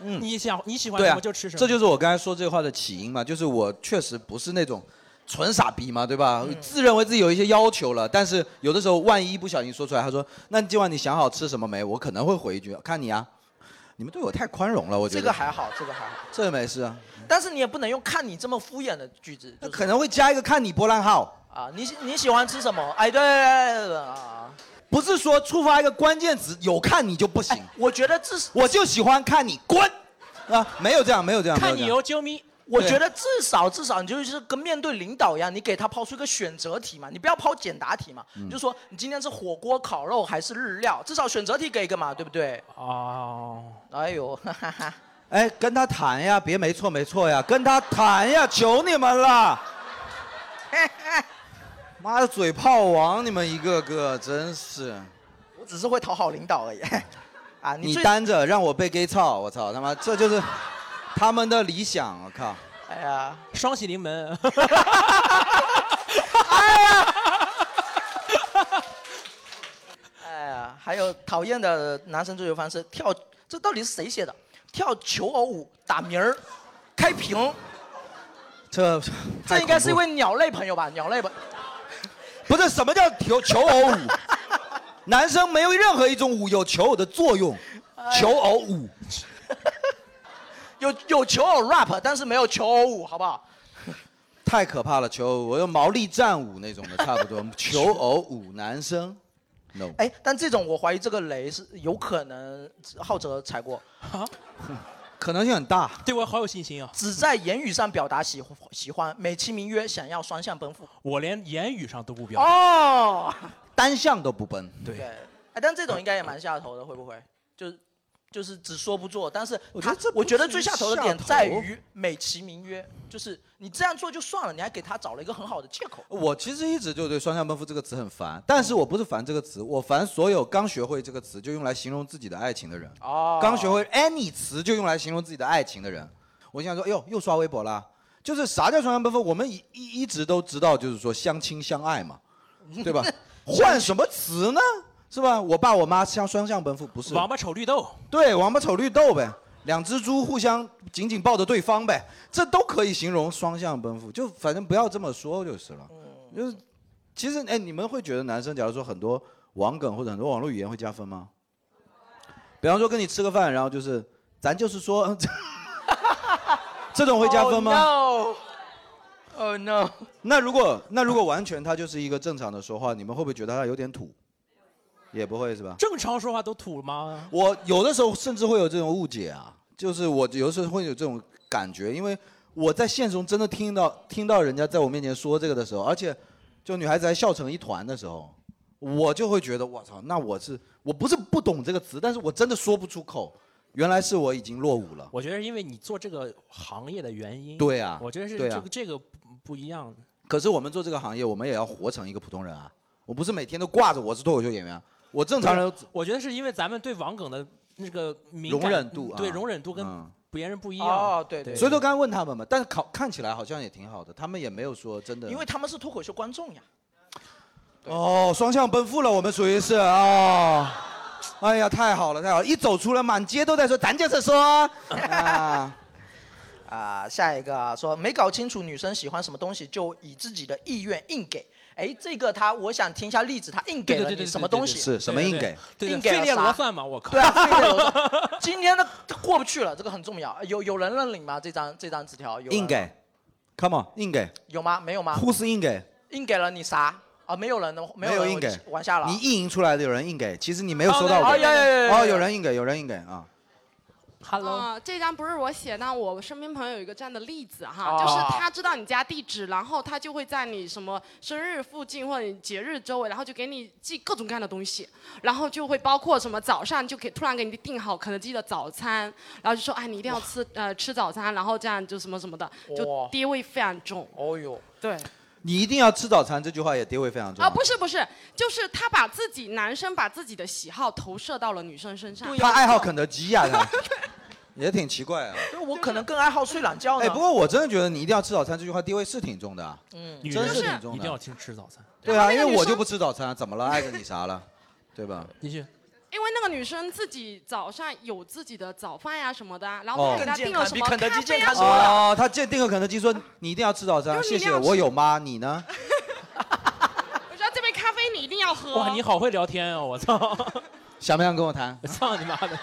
S2: 你想你喜欢
S1: 对
S2: 什
S1: 啊
S2: 么，就吃什么。
S1: 这就是我刚才说这话的起因嘛，就是我确实不是那种纯傻逼嘛，对吧？
S2: 嗯
S1: 自认为自己有一些要求了，但是有的时候万一不小心说出来，他说：“那今晚你想好吃什么没？”我可能会回一句：“看你啊，你们对我太宽容了。”我觉
S4: 这
S1: 得
S4: 个还，好，这个还好，
S1: 这个没事啊，
S4: 但是你也不能用看你这么敷衍的句子。就是
S1: 可能会加一个“看你波浪号
S4: 啊，你喜你喜欢吃什么？哎，对对对对对啊，”，
S1: 不是说触发一个关键词有看你就不行。
S4: 哎我觉得至少
S1: 我就喜欢看你滚啊，没有这样，没有这样，没
S4: 看
S1: 有这
S4: 你
S1: 样
S4: 有
S2: 啾咪。
S4: 我
S1: 对
S4: 觉得至少至少你就是跟面对领导一样，你给他抛出一个选择题嘛，你不要抛简答题嘛，
S1: 嗯
S4: 你就说你今天是火锅、烤肉还是日料，至少选择题给一个嘛，对不对？
S2: 哦，
S4: 哎呦， 哈哈哈。
S1: 哎，跟他谈呀，别没错没错呀，跟他谈呀，求你们了！ 妈的，嘴炮王，你们一个个真是，
S4: 我只是会讨好领导而已。啊，你
S1: 你
S4: 最
S1: 单着让我被 gay 操，我操他妈，这就是他们的理想，我靠！
S4: 哎 呀，
S2: 双喜 临门。
S4: 哎呀，还有讨厌的男生追求方式，跳这到底是谁写的？跳求偶舞、打鸣 儿、开屏，
S1: 这
S4: 这应该是一
S1: 因为
S4: 位鸟类朋友吧？鸟类吧，
S1: 不是什么叫求求偶舞？男生没有任何一种舞有求偶的作用，求偶舞。
S4: 哎有有求偶 rap，但是没有求偶舞，好不好？
S1: 太可怕了，求偶舞，我用毛利战舞那种的差不 多，求偶舞男生，no，
S4: 哎，但这种我怀疑这个雷是有可能浩哲踩过，
S1: 可能性很大。
S2: 对我好有信心啊！
S4: 只在言语上表达喜喜欢，美其名曰想要双向奔赴。
S2: 我连言语上都不表达。
S4: 哦，
S1: 单向都不奔。
S2: 对
S4: 对，哎，但这种应该也蛮下头的，会不会？就是就是只说不做，但是我觉得我觉得最下头的点在于美其名曰，就是你这样做就算了，你还给他找了一个很好的借口。
S1: 我其实一直就对“双向奔赴”这个词很烦，但是我不是烦这个词，我烦所有刚学会这个词就用来形容自己的爱情的人。
S4: 哦
S1: 刚学会 any 词就用来形容自己的爱情的人，我想说，哎呦，又刷微博啦。就是啥叫双向奔赴？我们一一一直都知道，就是说相亲相爱 嘛，对吧？换什么词呢？是吧？我爸我妈像双向奔赴，不是？
S2: 王八瞅绿豆。
S1: 对，王八瞅绿豆呗，两只猪互相紧紧抱着对方呗，这都可以形容双向奔赴。就反正不要这么说就是了。
S2: 嗯
S1: 就是其实哎，你们会觉得男生假如说很多网梗或者很多网络语言会加分吗？比方说跟你吃个饭，然后就是咱就是说， 这种会加分吗
S4: Oh no！Oh no！
S1: 那如果那如果完全他就是一个正常的说话，你们会不会觉得他有点土？也不会是吧？
S2: 正常说话都土吗？
S1: 我有的时候甚至会有这种误解啊，就是我有的时候会有这种感觉，因为我在现实中真的听到听到人家在我面前说这个的时候，而且就女孩子还笑成一团的时候，我就会觉得我操，那我是我不是不懂这个词，但是我真的说不出口，原来是我已经落伍了。
S2: 我觉得是因为你做这个行业的原因。
S1: 对啊
S2: 我觉得是
S1: 对啊
S2: 这个这个不不一样。
S1: 可是我们做这个行业，我们也要活成一个普通人啊，我不是每天都挂着我是脱口秀演员啊，我正常人，
S2: 我觉得是因为咱们对网梗的那个敏
S1: 容
S2: 感
S1: 忍度啊
S2: 对容忍度跟
S1: 嗯
S2: 别人不一样。
S4: 哦，对对，
S1: 所以说刚才问他们嘛，但是考看起来好像也挺好的，他们也没有说真的，
S4: 因为他们是脱口秀观众呀。
S1: 哦，双向奔赴了，我们属于是哦。哎呀，太好了，太好了！一走出来，满街都在说“咱就是说”，啊，
S4: 啊，下一个啊，说没搞清楚女生喜欢什么东西，就以自己的意愿硬给。哎，这个他，我想听一下例子，他硬给了你什么东西？
S1: 是什么硬给？
S2: 对
S4: 硬
S2: 对，
S4: 给
S2: 费
S4: 了
S2: 列罗
S4: 啥？
S2: 饭嘛，我 靠。
S4: 对啊，费列罗饭今天的过不去了，这个很重要。有有人认领吗？这张这张纸条有人啊
S1: 硬给，Come on，硬给，
S4: 有吗？没有吗？
S1: 呼是硬给，
S4: 硬给了你啥？啊，没有人的，没
S1: 有
S4: 人
S1: 硬给，
S4: 往下了。
S1: 你意淫出来的有人硬给，其实你没有收到
S4: 哦
S1: 过。
S4: 对对对对对对
S1: 哦，有人硬给，有人硬给啊。
S20: 啊、这张不是我写，但我身边朋友有一个这样的例子哈，
S1: 哦
S20: 就是他知道你家地址，然后他就会在你什么生日附近或者你节日周围，然后就给你寄各种各样的东西，然后就会包括什么早上就给突然给你订好肯德基的早餐，然后就说哎你一定要吃呃吃早餐，然后这样就什么什么的，就
S1: 哇
S20: 爹味非常重。
S4: 哦呦，
S20: 对。
S1: 你一定要吃早餐，这句话也地位非常重
S20: 啊，
S1: 要。
S20: 不是不是，就是他把自己男生把自己的喜好投射到了女生身上。
S1: 他爱好肯德基 呀，他也挺奇怪啊。
S4: 就我可能更爱好睡懒觉呢。
S1: 哎，不过我真的觉得你一定要吃早餐，这句话地位是挺重的啊。
S4: 嗯
S2: 女
S1: 真
S2: 人
S1: 是挺重的。
S2: 一定要听吃早餐。
S1: 对啊，因
S20: 那个
S1: 为
S20: 女
S1: 我
S20: 生
S1: 就不吃早餐，怎么了？碍着你啥了？对吧？
S2: 继续。
S20: 因为那个女生自己早上有自己的早饭呀什么的啊，然后
S1: 哦
S20: 她给她订了什么
S4: 更健康比肯德基
S20: 咖啡
S4: 健
S20: 呀
S4: 康
S20: 什么的。
S1: 哦，他鉴定了肯德基说你一定要吃早餐，
S20: 就是你
S1: 谢
S20: 一定
S1: 谢，
S20: 要吃
S1: 我有妈，你呢？
S20: 我说这杯咖啡你一定要喝。哦
S2: 哇，你好会聊天啊！我操，
S1: 想不想跟我谈？
S2: 操你妈的！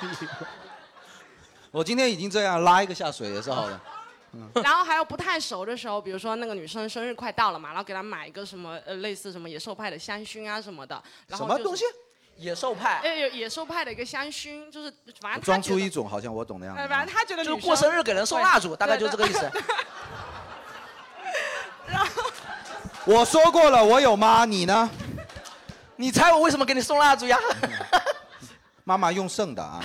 S1: 我今天已经这样拉一个下水也是好的。
S20: 然后还有不太熟的时候，比如说那个女生生日快到了嘛，然后给她买一个什么呃类似什么野兽派的香薰啊什么的。然后
S1: 什么
S20: 就是
S1: 东西？
S4: 野兽派。
S20: 呃，有野兽派的一个香薰，就是反正她
S1: 装
S20: 觉
S1: 出
S20: 得
S1: 一种好像我懂的样
S20: 呃，
S1: 子。
S20: 反正他觉得
S4: 就
S20: 女
S4: 是过
S20: 生
S4: 生日给人送蜡烛大概就这个意思。
S20: 对对
S1: 我说过了，我有妈，你呢？嗯
S4: 你猜我为什么给你送蜡烛呀？
S1: 妈妈用剩的啊，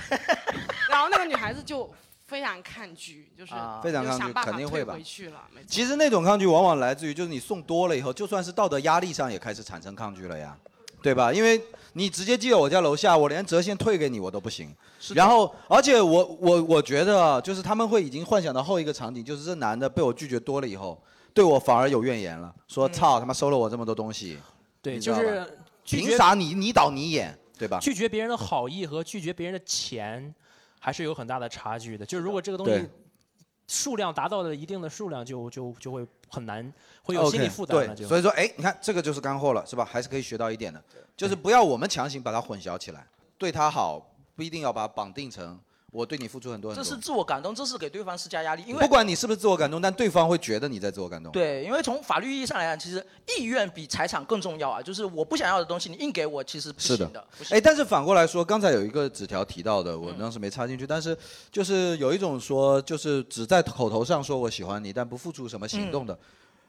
S20: 然后那个女孩子就非常抗拒，就是
S1: 啊非常
S20: 就
S1: 抗
S20: 想
S1: 拒
S20: 办法
S1: 肯定会
S20: 退
S1: 吧
S20: 回去了，没错。
S1: 其实那种抗拒往往来自于就是你送多了以后，就算是道德压力上也开始产生抗拒了呀，对吧？因为你直接寄到我家楼下，我连折现退给你我都不行。然后，而且我我我觉得啊就是他们会已经幻想到后一个场景，就是这男的被我拒绝多了以后，对我反而有怨言了，说
S20: 嗯
S1: 操他妈收了我这么多东西。
S2: 对，
S1: 你知
S2: 就
S1: 道吧
S2: 是拒绝
S1: 凭啥你你导你演，对吧？
S2: 拒绝别人的好意和拒绝别人的钱，还是有很大的差距的。就是如果这个东
S1: 对
S2: 西数量达到了一定的数量就，就就会很难，会有心理负担了
S1: OK，对，
S2: 就
S1: 所以说，哎，你看这个就是干货了，是吧？还是可以学到一点的，就是不要我们强行把它混淆起来，对他好不一定要把它绑定成我对你付出很多
S4: 这
S1: 很多。
S4: 是自我感动，这是给对方施加压力，因为
S1: 不管你是不是自我感动，但对方会觉得你在自我感动。
S4: 对，因为从法律意义上来讲，其实意愿比财产更重要啊。就是我不想要的东西，你硬给我，其实不
S1: 是
S4: 行
S1: 的
S4: 的。，
S1: 哎，但是反过来说，刚才有一个纸条提到的，我当时没插进去，但是就是有一种说，就是只在口头上说我喜欢你，但不付出什么行动的，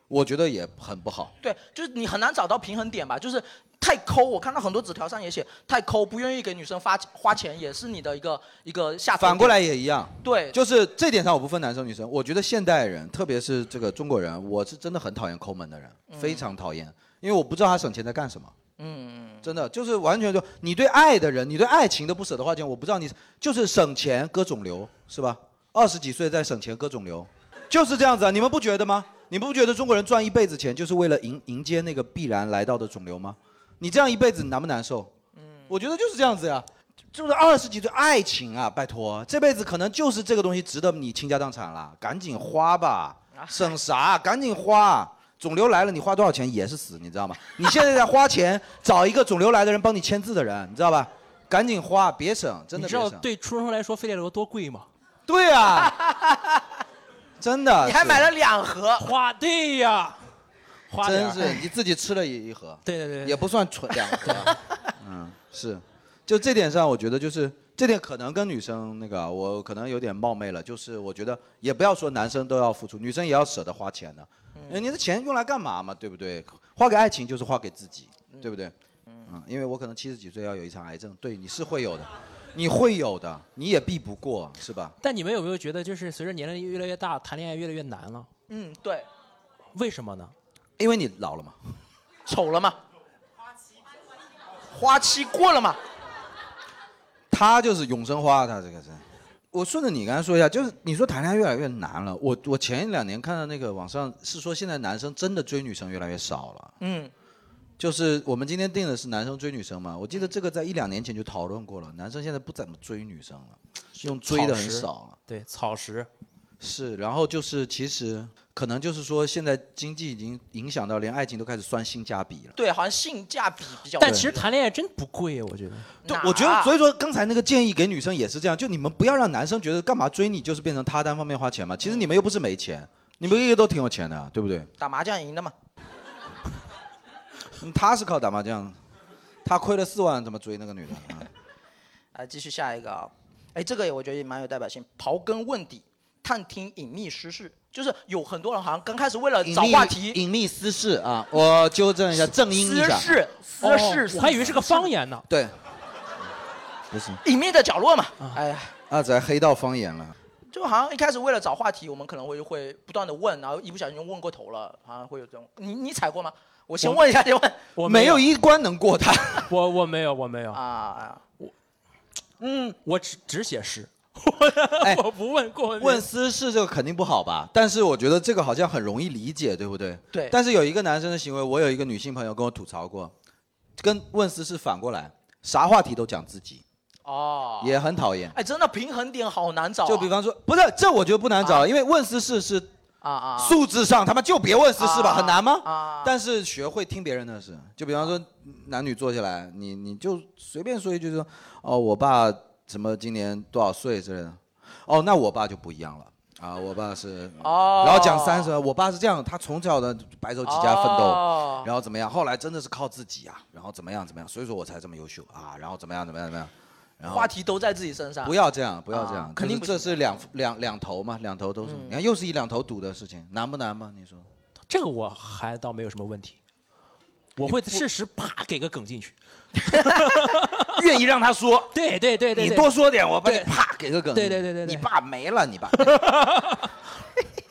S1: 我觉得也很不好。
S4: 对，就是你很难找到平衡点吧，就是太抠。我看到很多纸条上也写太抠，不愿意给女生发花钱，也是你的一个一个下头点。
S1: 反过来也一样，
S4: 对
S1: 就是这点上我不分男生女生，我觉得现代人，特别是这个中国人，我是真的很讨厌抠门的人，
S4: 嗯
S1: 非常讨厌，因为我不知道他省钱在干什么。
S4: 嗯，
S1: 真的就是完全就你对爱的人，你对爱情的不舍得花钱，我不知道你就是省钱割肿瘤是吧？二十几岁在省钱割肿瘤，就是这样子啊！你们不觉得吗？你们不觉得中国人赚一辈子钱就是为了迎迎接那个必然来到的肿瘤吗？你这样一辈子你难不难受？
S2: 嗯
S1: 我觉得就是这样子呀、就是二十几岁爱情啊，拜托，这辈子可能就是这个东西值得你倾家荡产了，赶紧花吧，
S2: 啊
S1: 省啥？赶紧花。肿瘤来了，你花多少钱也是死，你知道吗？你现在在花钱找一个肿瘤来的人帮你签字的人，你知道吧？赶紧花，别省，真的
S2: 你
S1: 别
S2: 知道
S1: 省。
S2: 对初中生来说，费列罗多贵吗？
S1: 对啊， 真的。是
S4: 两盒，
S2: 花对呀，花点
S1: 真
S2: 儿
S1: 是你自己吃了一一盒，
S2: 对对对，
S1: 也不算蠢两盒， 嗯，是，就这点上，我觉得就是这点可能跟女生那个啊，我可能有点冒昧了，就是我觉得也不要说男生都要付出，女生也要舍得花钱的，嗯、你的钱用来干嘛嘛，对不对？花给爱情就是花给自己，对不对？嗯，因为我可能七十几岁要有一场癌症，对，你是会有的，你会有的，你也避不过，是吧？
S2: 但你们有没有觉得，就是随着年龄越来越大，谈恋爱越来越难了？
S4: 嗯，对，
S2: 为什么呢？
S1: 因为你老了嘛，
S4: 丑了嘛，花期过了嘛，
S1: 他就是永生花，他这个是。我顺着你刚才说一下，就是你说谈恋爱越来越难了。我我前一两年看到那个网上是说，现在男生真的追女生越来越少了。
S4: 嗯，
S1: 就是我们今天定的是男生追女生嘛，我记得这个在一两年前就讨论过了，男生现在不怎么追女生了，用追的很少了。
S2: 对，草食。
S1: 是，然后就是其实可能就是说，现在经济已经影响到连爱情都开始算性价比了。
S4: 对，好像性价比比较。
S2: 但其实谈恋爱真不贵，我觉得。
S1: 对，我觉
S4: 啊
S1: 得，所以说刚才那个建议给女生也是这样，就你们不要让男生觉得干嘛追你就是变成他单方面花钱嘛。其实你们又不是没钱，你们一个都挺有钱的啊，对不对？
S4: 打麻将赢的嘛，
S1: 嗯他是靠打麻将，他亏了四万，怎么追那个女的？啊
S4: 来继续下一个啊、哎，这个也我觉得也蛮有代表性，刨根问底，探听隐秘私事，就是有很多人好像刚开始为了 找话题，
S1: 隐秘私事啊，我纠正一下，正音一下。
S4: 私事私事
S2: 哦我还以为是个方言呢。
S1: 对，不是，
S4: 隐秘的角落嘛，
S2: 啊
S4: 哎呀。
S1: 阿宅黑到方言了。
S4: 就好像一开始为了找话题，我们可能会会不断的问，然后一不小心就问过头了，好像会有这种。你你踩过吗？我先问一下再问。
S2: 我
S1: 没有一关能过他。
S2: 我我没有，我没有
S4: 啊。
S2: 我
S4: 嗯，
S2: 我只只写诗。
S1: 哎，
S2: 我不问过
S1: 问私事这个肯定不好吧？但是我觉得这个好像很容易理解，对不对？
S4: 对
S1: 但是有一个男生的行为，我有一个女性朋友跟我吐槽过，跟问私事反过来，啥话题都讲自己，
S4: 哦，
S1: 也很讨厌。
S4: 哎，真的平衡点好难找啊、
S1: 就比方说，不是这我觉得不难
S2: 啊
S1: 找，因为问私事是
S4: 啊啊，
S1: 素质上他妈就别问私事吧，
S4: 啊
S1: 很难吗？
S4: 啊
S1: 但是学会听别人的事，就比方说男女坐下来，你你就随便说一句说，哦，我爸什么今年多少岁之类的，哦，那我爸就不一样了。啊，我爸是，
S4: 哦
S1: 然后讲三十，我爸是这样，他从小的白手起家奋斗，
S4: 哦
S1: 然后怎么样，后来真的是靠自己啊，然后怎么样怎么样，所以说我才这么优秀啊，然后怎么样怎么样怎么样，然后
S4: 话题都在自己身上。
S1: 啊不要这样，不要这
S4: 啊
S1: 样，
S4: 肯定
S1: 就
S4: 不
S1: 是这是两两两头嘛，两头都是。
S4: 嗯
S1: 你看，又是一两头堵的事情，难不难吗？你说
S2: 这个我还倒没有什么问题，我会适时啪给个梗 进去，
S1: 愿意让他说。
S2: 对对对对，
S1: 你
S2: 对
S1: 多说点，我把你
S2: 对
S1: 啪给个梗。
S2: 对对对对
S1: 你
S2: 对
S1: 爸没了，你爸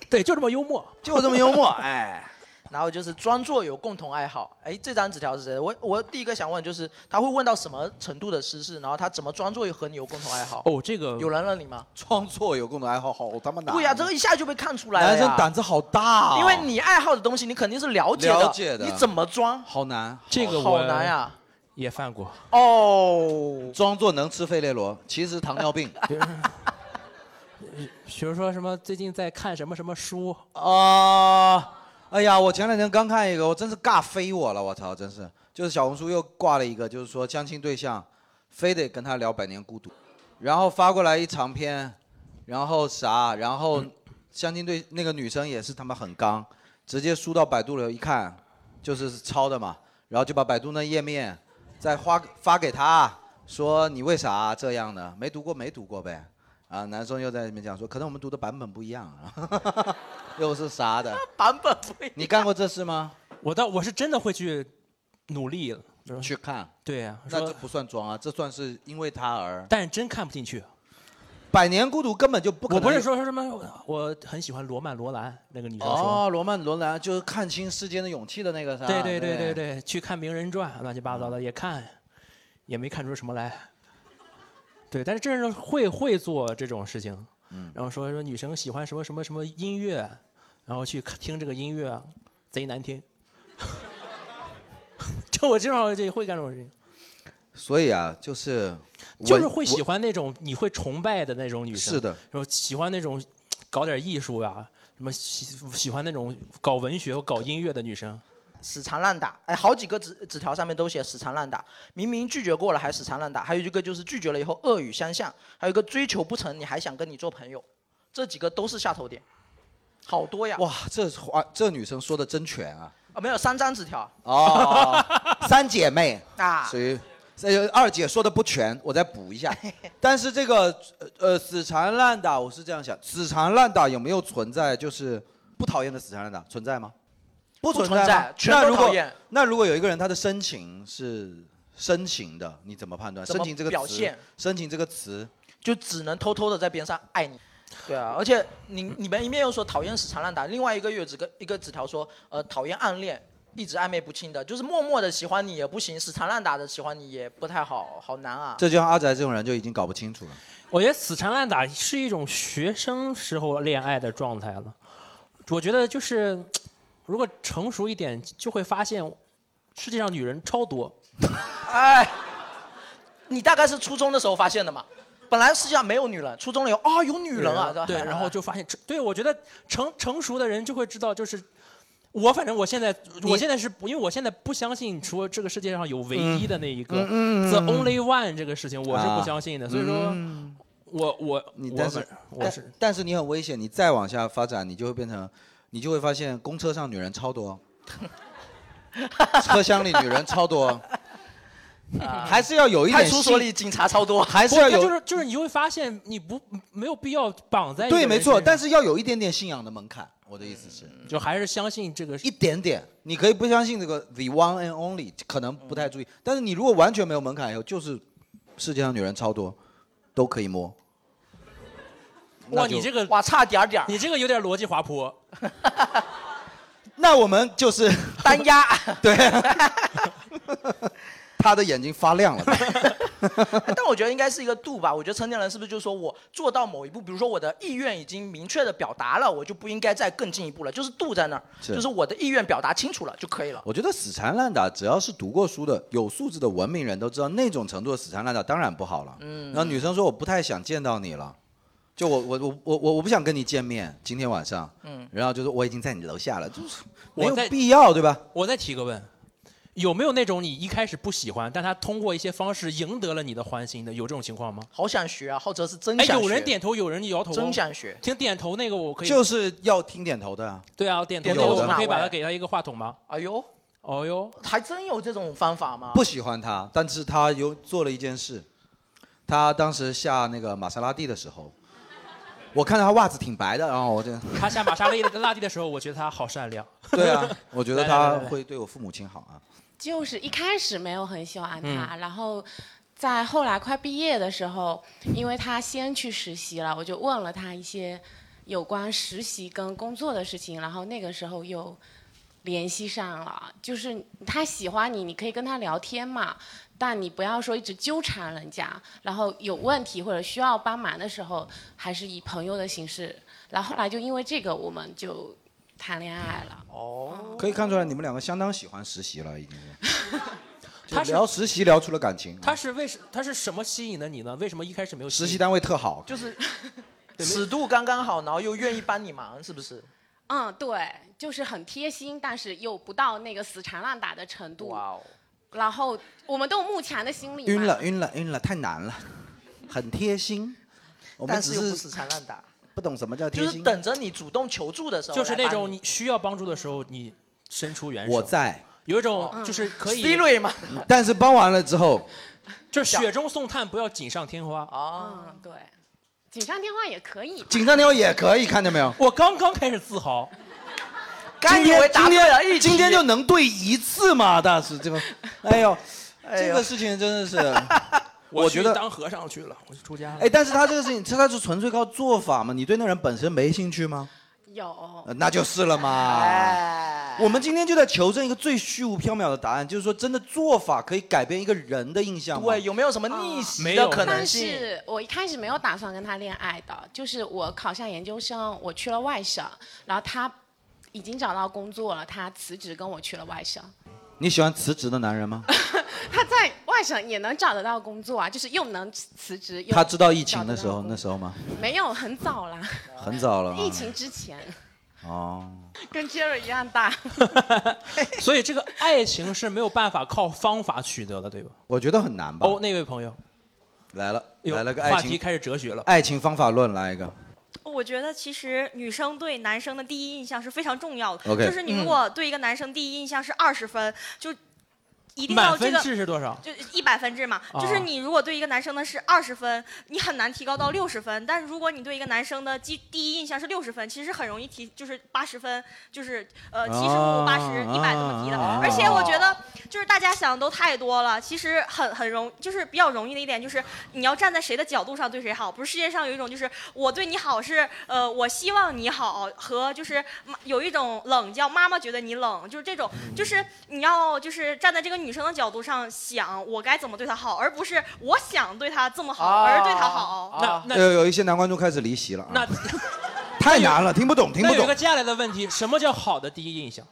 S2: 对，就这么幽默，
S1: 就这么幽默，哎。
S4: 然后就是装作有共同爱好。哎，这张纸条是谁的？我我第一个想问就是他会问到什么程度的私事，然后他怎么装作和你有共同爱好？
S2: 哦，这个
S4: 有人了你吗？
S1: 装作有共同爱好，好他妈难。啊
S4: 对呀、啊这个一下就被看出来了呀。
S1: 男生胆子好大哦，
S4: 因为你爱好的东西，你肯定是了解的，
S1: 了解的
S4: 你怎么装？
S1: 好难，
S2: 这个
S4: 好难呀！
S2: 也犯过。
S4: 哦，
S1: 装作能吃费列罗，其实糖尿病。
S2: 比如说什么最近在看什么什么书，
S1: 啊，哎呀，我前两天刚看一个，我真是尬飞我了，我操，真是，就是小红书又挂了一个，就是说相亲对象，非得跟他聊《百年孤独》，然后发过来一长篇，然后啥，然后相亲对那个女生也是他妈很刚，直接输到百度了，一看就是抄的嘛，然后就把百度那页面再发发给他，说你为啥这样呢？没读过没读过呗。啊，男生又在里面讲说，可能我们读的版本不一样啊， 又是啥的？
S4: 版本不一样。
S1: 你干过这事吗？
S2: 我倒我是真的会去努力
S1: 去看。
S2: 对呀、
S1: 那
S2: 说
S1: 这不算装啊，这算是因为他而。
S2: 但是真看不进去。
S1: 百年孤独根本就不可
S2: 我
S1: 能。
S2: 不是说说什么，我很喜欢罗曼罗兰那个女生说。
S1: 哦，罗曼·罗兰就是看清世间的勇气的那个啥。
S2: 对对对对对，去看名人传，乱七八糟的
S1: 嗯
S2: 也看，也没看出什么来。对，但是真是会会做这种事情，
S1: 嗯
S2: 然后说说女生喜欢什么什么什么音乐，然后去看听这个音乐，贼难听。 就我经常就会干这种事情，
S1: 所以啊，就是
S2: 就是
S1: 我
S2: 会喜欢那种你会崇拜的那种女生，
S1: 是的，
S2: 然后喜欢那种搞点艺术啊，什么喜喜欢那种搞文学、搞音乐的女生。
S4: 死缠烂打，哎，好几个纸纸条上面都写死缠烂打，明明拒绝过了还死缠烂打，还有一个就是拒绝了以后恶语相向，还有一个追求不成你还想跟你做朋友，这几个都是下头点，好多呀。
S1: 哇，这话这女生说的真全啊！
S4: 啊，没有三张纸条，
S1: 哦，三姐妹
S4: 啊
S1: 属于。这呃二姐说的不全，我再补一 下。但是这个呃呃死缠烂打，我是这样想：死缠烂打有没有存在？就是不讨厌的死缠烂打存在吗？不存
S4: 不存
S1: 在吗
S4: 在。全都
S1: 那如果
S4: 讨厌
S1: 那如果有一个人他的深情是深情的，你怎么判断？
S4: 怎
S1: 深
S4: 么
S1: 情这个词
S4: 表现
S1: 深情这个词，
S4: 就只能偷偷的在边上爱你。对啊，而且你
S2: 嗯
S4: 你们一面又说讨厌死缠烂打，另外一个又有几个一个纸条说，呃，讨厌暗恋，一直暧昧不清的，就是默默的喜欢你也不行，死缠烂打的喜欢你也不太好，好难啊。
S1: 这就像阿宅这种人就已经搞不清楚了。
S2: 我觉得死缠烂打是一种学生时候恋爱的状态了。我觉得就是，如果成熟一点，就会发现世界上女人超多。
S4: 哎，你大概是初中的时候发现的嘛？本来世界上没有女人，初中了以后啊、有女人啊，吧
S2: 对，然后就发现，对我觉得成成熟的人就会知道，就是我反正我现在我现在是因为我现在不相信说这个世界上有唯一的那一个、
S1: 嗯嗯嗯
S2: the
S1: 嗯
S2: only one 这个事情，我是
S1: 啊
S2: 不相信的，所以说。
S1: 嗯
S2: 我我
S1: 你
S2: 我
S1: 但是
S2: 我是
S1: 但但是你很危险，你再往下发展，你就会变成，你就会发现公车上女人 超多，车厢里女人超多，哎还是要有一点
S4: 派出所
S1: 信
S4: 里警察超多，
S1: 还是要
S2: 不
S1: 有
S2: 就是就是你会发现你不没有必要绑在一个
S1: 对，
S2: 人
S1: 没错，
S2: 身上
S1: 但是要有一点点信仰的门槛。我的意思是，
S2: 嗯就还是相信这个
S1: 一点点，你可以不相信这个 the one and only，可能不太注
S2: 嗯
S1: 意，但是你如果完全没有门槛以后，就是世界上女人超多，都可以摸。
S2: 哇，
S1: 那就
S2: 你这个
S4: 哇差点点，
S2: 你这个有点逻辑滑坡。
S1: 那我们就是
S4: 单压，
S1: 对，他的眼睛发亮了。
S4: 但我觉得应该是一个度吧。我觉得成年人是不是就是说我做到某一步，比如说我的意愿已经明确的表达了，我就不应该再更进一步了，就是度在那儿，
S1: 是
S4: 就是我的意愿表达清楚了就可以了。
S1: 我觉得死缠烂打，只要是读过书的、有素质的文明人都知道，那种程度的死缠烂打当然不好了。
S4: 嗯
S1: 然后女生说我不太想见到你了，就我我我我我我不想跟你见面，今天晚上。
S2: 嗯
S1: 然后就说我已经在你楼下了，就是 没
S2: 我
S1: 有
S2: 在
S1: 必要，对吧？
S2: 我再提个问，有没有那种你一开始不喜欢，但他通过一些方式赢得了你的欢心的，有这种情况吗？
S4: 好想学啊，或者是真
S2: 哎，
S4: 想学。
S2: 有人点头，有人摇头，
S4: 真想学。
S2: 听点头那个我可以，
S1: 就是要听点头的啊。
S2: 对啊，点头
S1: 点
S2: 那
S1: 头
S2: 个
S1: 的
S2: 我们可以把它给他一个话筒吗？
S4: 哎呦，
S2: 哦呦，
S4: 还真有这种方法吗？
S1: 不喜欢他，但是他有做了一件事，他当时下那个玛莎拉蒂的时候，我看到他袜子挺白的，然后我 就，
S2: 他下玛莎拉蒂的拉蒂的时候，我觉得他好善良。
S1: 对啊，我觉得
S2: 来来来
S1: 他
S2: 来
S1: 会对我父母亲好啊。
S21: 就是一开始没有很喜欢他，然后在后来快毕业的时候，因为他先去实习了，我就问了他一些有关实习跟工作的事情，然后那个时候又联系上了。就是他喜欢你，你可以跟他聊天嘛，但你不要说一直纠缠人家，然后有问题或者需要帮忙的时候，还是以朋友的形式。然后后来就因为这个，我们就谈恋爱了。嗯
S1: 哦，可以看出来你们两个相当喜欢实习了，已经是。 就
S2: 他是
S1: 聊实习聊出了感情，嗯
S2: 他是为什他是什么吸引的你呢？为什么一开始没有
S1: 实
S2: 吸
S1: 习
S2: 引
S1: 单位特好，
S4: 就是 尺度刚刚好，然后又愿意帮你忙，是不是？
S21: 嗯，对，就是很贴心，但是又不到那个死缠烂打的程度。
S4: 哇哦！
S21: 然后我们都有慕强的心理嘛
S1: 晕了，晕了，晕了，太难了，很贴心。我们
S4: 但是
S1: 只
S4: 又不
S1: 是
S4: 死缠烂打，
S1: 不懂什么叫贴
S4: 就
S1: 心。
S4: 是等着你主动求助的时候来
S2: 就
S4: 帮你，
S2: 是那种你需要帮助的时候，你伸出援手。
S1: 我在，嗯
S2: 有一
S4: 嗯
S2: 种就是可以
S4: C 位嘛，
S1: 但是帮完了之后，
S2: 就是雪中送炭，不要锦上添花。
S4: 哦
S21: 嗯，对，锦上添花也可以。
S1: 锦上添花也可以，看见没有？
S2: 我刚刚开始自豪。
S1: 今
S4: 以为
S1: 天
S4: 答
S1: 今
S4: 对了一
S1: 天
S4: 题
S1: 今天就能对一次吗？大师，这个， 哎呦，
S2: 哎呦
S1: 这个事情真的 是，我觉
S2: 去
S1: 得
S2: 当和尚去了，我去出家了。
S1: 哎，但是他这个事情，他他是纯粹靠做法嘛？你对那人本身没兴趣吗？
S21: 有
S1: 呃那就是了嘛。我们今天就在求证一个最虚无缥缈的答案，就是说，真的做法可以改变一个人的印象吗？
S4: 对，有没有什么逆袭
S1: 没
S4: 的
S1: 有
S4: 可能
S21: 啊但
S4: 性？
S21: 是我一开始没有打算跟他恋爱的，就是我考上研究生，我去了外省，然后他已经找到工作了，他辞职跟我去了外省。
S1: 你喜欢辞职的男 人吗？
S21: 他在外省也能找得到工作啊，就是又能辞职，又
S1: 他知道疫
S21: 找
S1: 情
S21: 得
S1: 的
S21: 到
S1: 时候，那时候吗？
S21: 没有很早啦，
S1: 很早了吗
S21: 疫情之前
S1: 哦，
S21: 跟 Jerry 一样大。
S1: 哎
S2: 所以这个爱情是没有办法靠方法取得的，对吧？
S1: 我觉得很难吧。
S2: 哦，那位朋友
S1: 来了，
S2: 哎呦
S1: 来了个
S2: 话
S1: 爱
S2: 题
S1: 情，
S2: 开始哲学了。
S1: 爱情方法论来一个。
S22: 我觉得其实女生对男生的第一印象是非常重要的
S1: OK
S22: 就是你
S2: 嗯
S22: 如果对一个男生第一印象是二十分，就一定要
S2: 满
S22: 这
S2: 分
S22: 个
S2: 制是多少？
S22: 就一百分制嘛，
S2: 啊
S22: 就是你如果对一个男生的是二十分，你很难提高到六十分。但是如果你对一个男生的基第一印象是六十分，其实很容易提，就是八十分，就是呃七十五、八十、一百这么提的。
S23: 啊
S22: 而且我觉
S1: 哦
S22: 得，就是大家想的都太多了，其实很很容，就是比较容易的一点就是你要站在谁的角度上对谁好。不是世界上有一种就是我对你好是呃我希望你好和就是妈有一种冷叫妈妈觉得你冷，就是这种，
S4: 嗯
S22: 就是你要就是站在这个女生的角度上想我该怎么对她好，而不是我想对她这么好、
S4: 啊
S22: 而对她好。
S1: 那有有一些男观众开始离席了啊。那太难了，听不懂，听不
S2: 那有一
S1: 懂
S2: 个。接下来的问题，什么叫好的第一印象？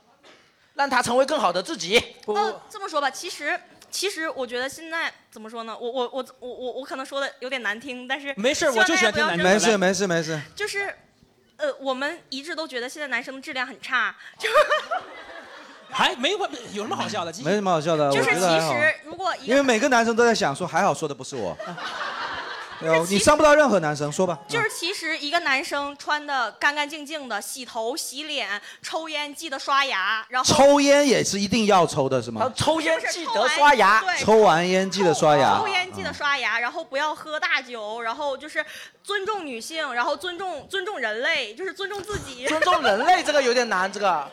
S4: 让他成为更好的自己。
S22: 呃，这么说吧，其实其实我觉得现在怎么说呢？我我我我我我可能说的有点难听，但是
S2: 没事
S22: 希望
S2: 我就
S22: 大
S2: 喜
S22: 家
S2: 欢
S22: 不要
S2: 听男
S22: 针
S2: 的
S1: 没
S22: 对
S1: 事没事没事，
S22: 就是，呃，我们一致都觉得现在男生的质量很差，就
S2: 还没问有什么好笑的？继续
S1: 没什么好笑的。我
S22: 就
S1: 觉
S22: 是
S1: 得
S22: 其
S1: 还好
S22: 实如果一
S1: 哎因
S22: 个
S1: 为每个男生都在想说，还好说的不 是我。对啊你伤不到任何男生，说吧。
S22: 就是其实一个男生穿的干干净净的，洗头、洗脸、抽烟，记得刷牙，然后
S1: 抽烟也是一定要抽的，是吗？
S4: 抽烟记
S22: 得刷牙哦对
S1: 抽完烟记得刷牙嗯
S22: 抽。烟记得刷牙，然后不要喝大酒，然后就是尊重女性，然后尊重尊重人类，就是尊重自己，
S4: 尊重人类这个有点难，这个。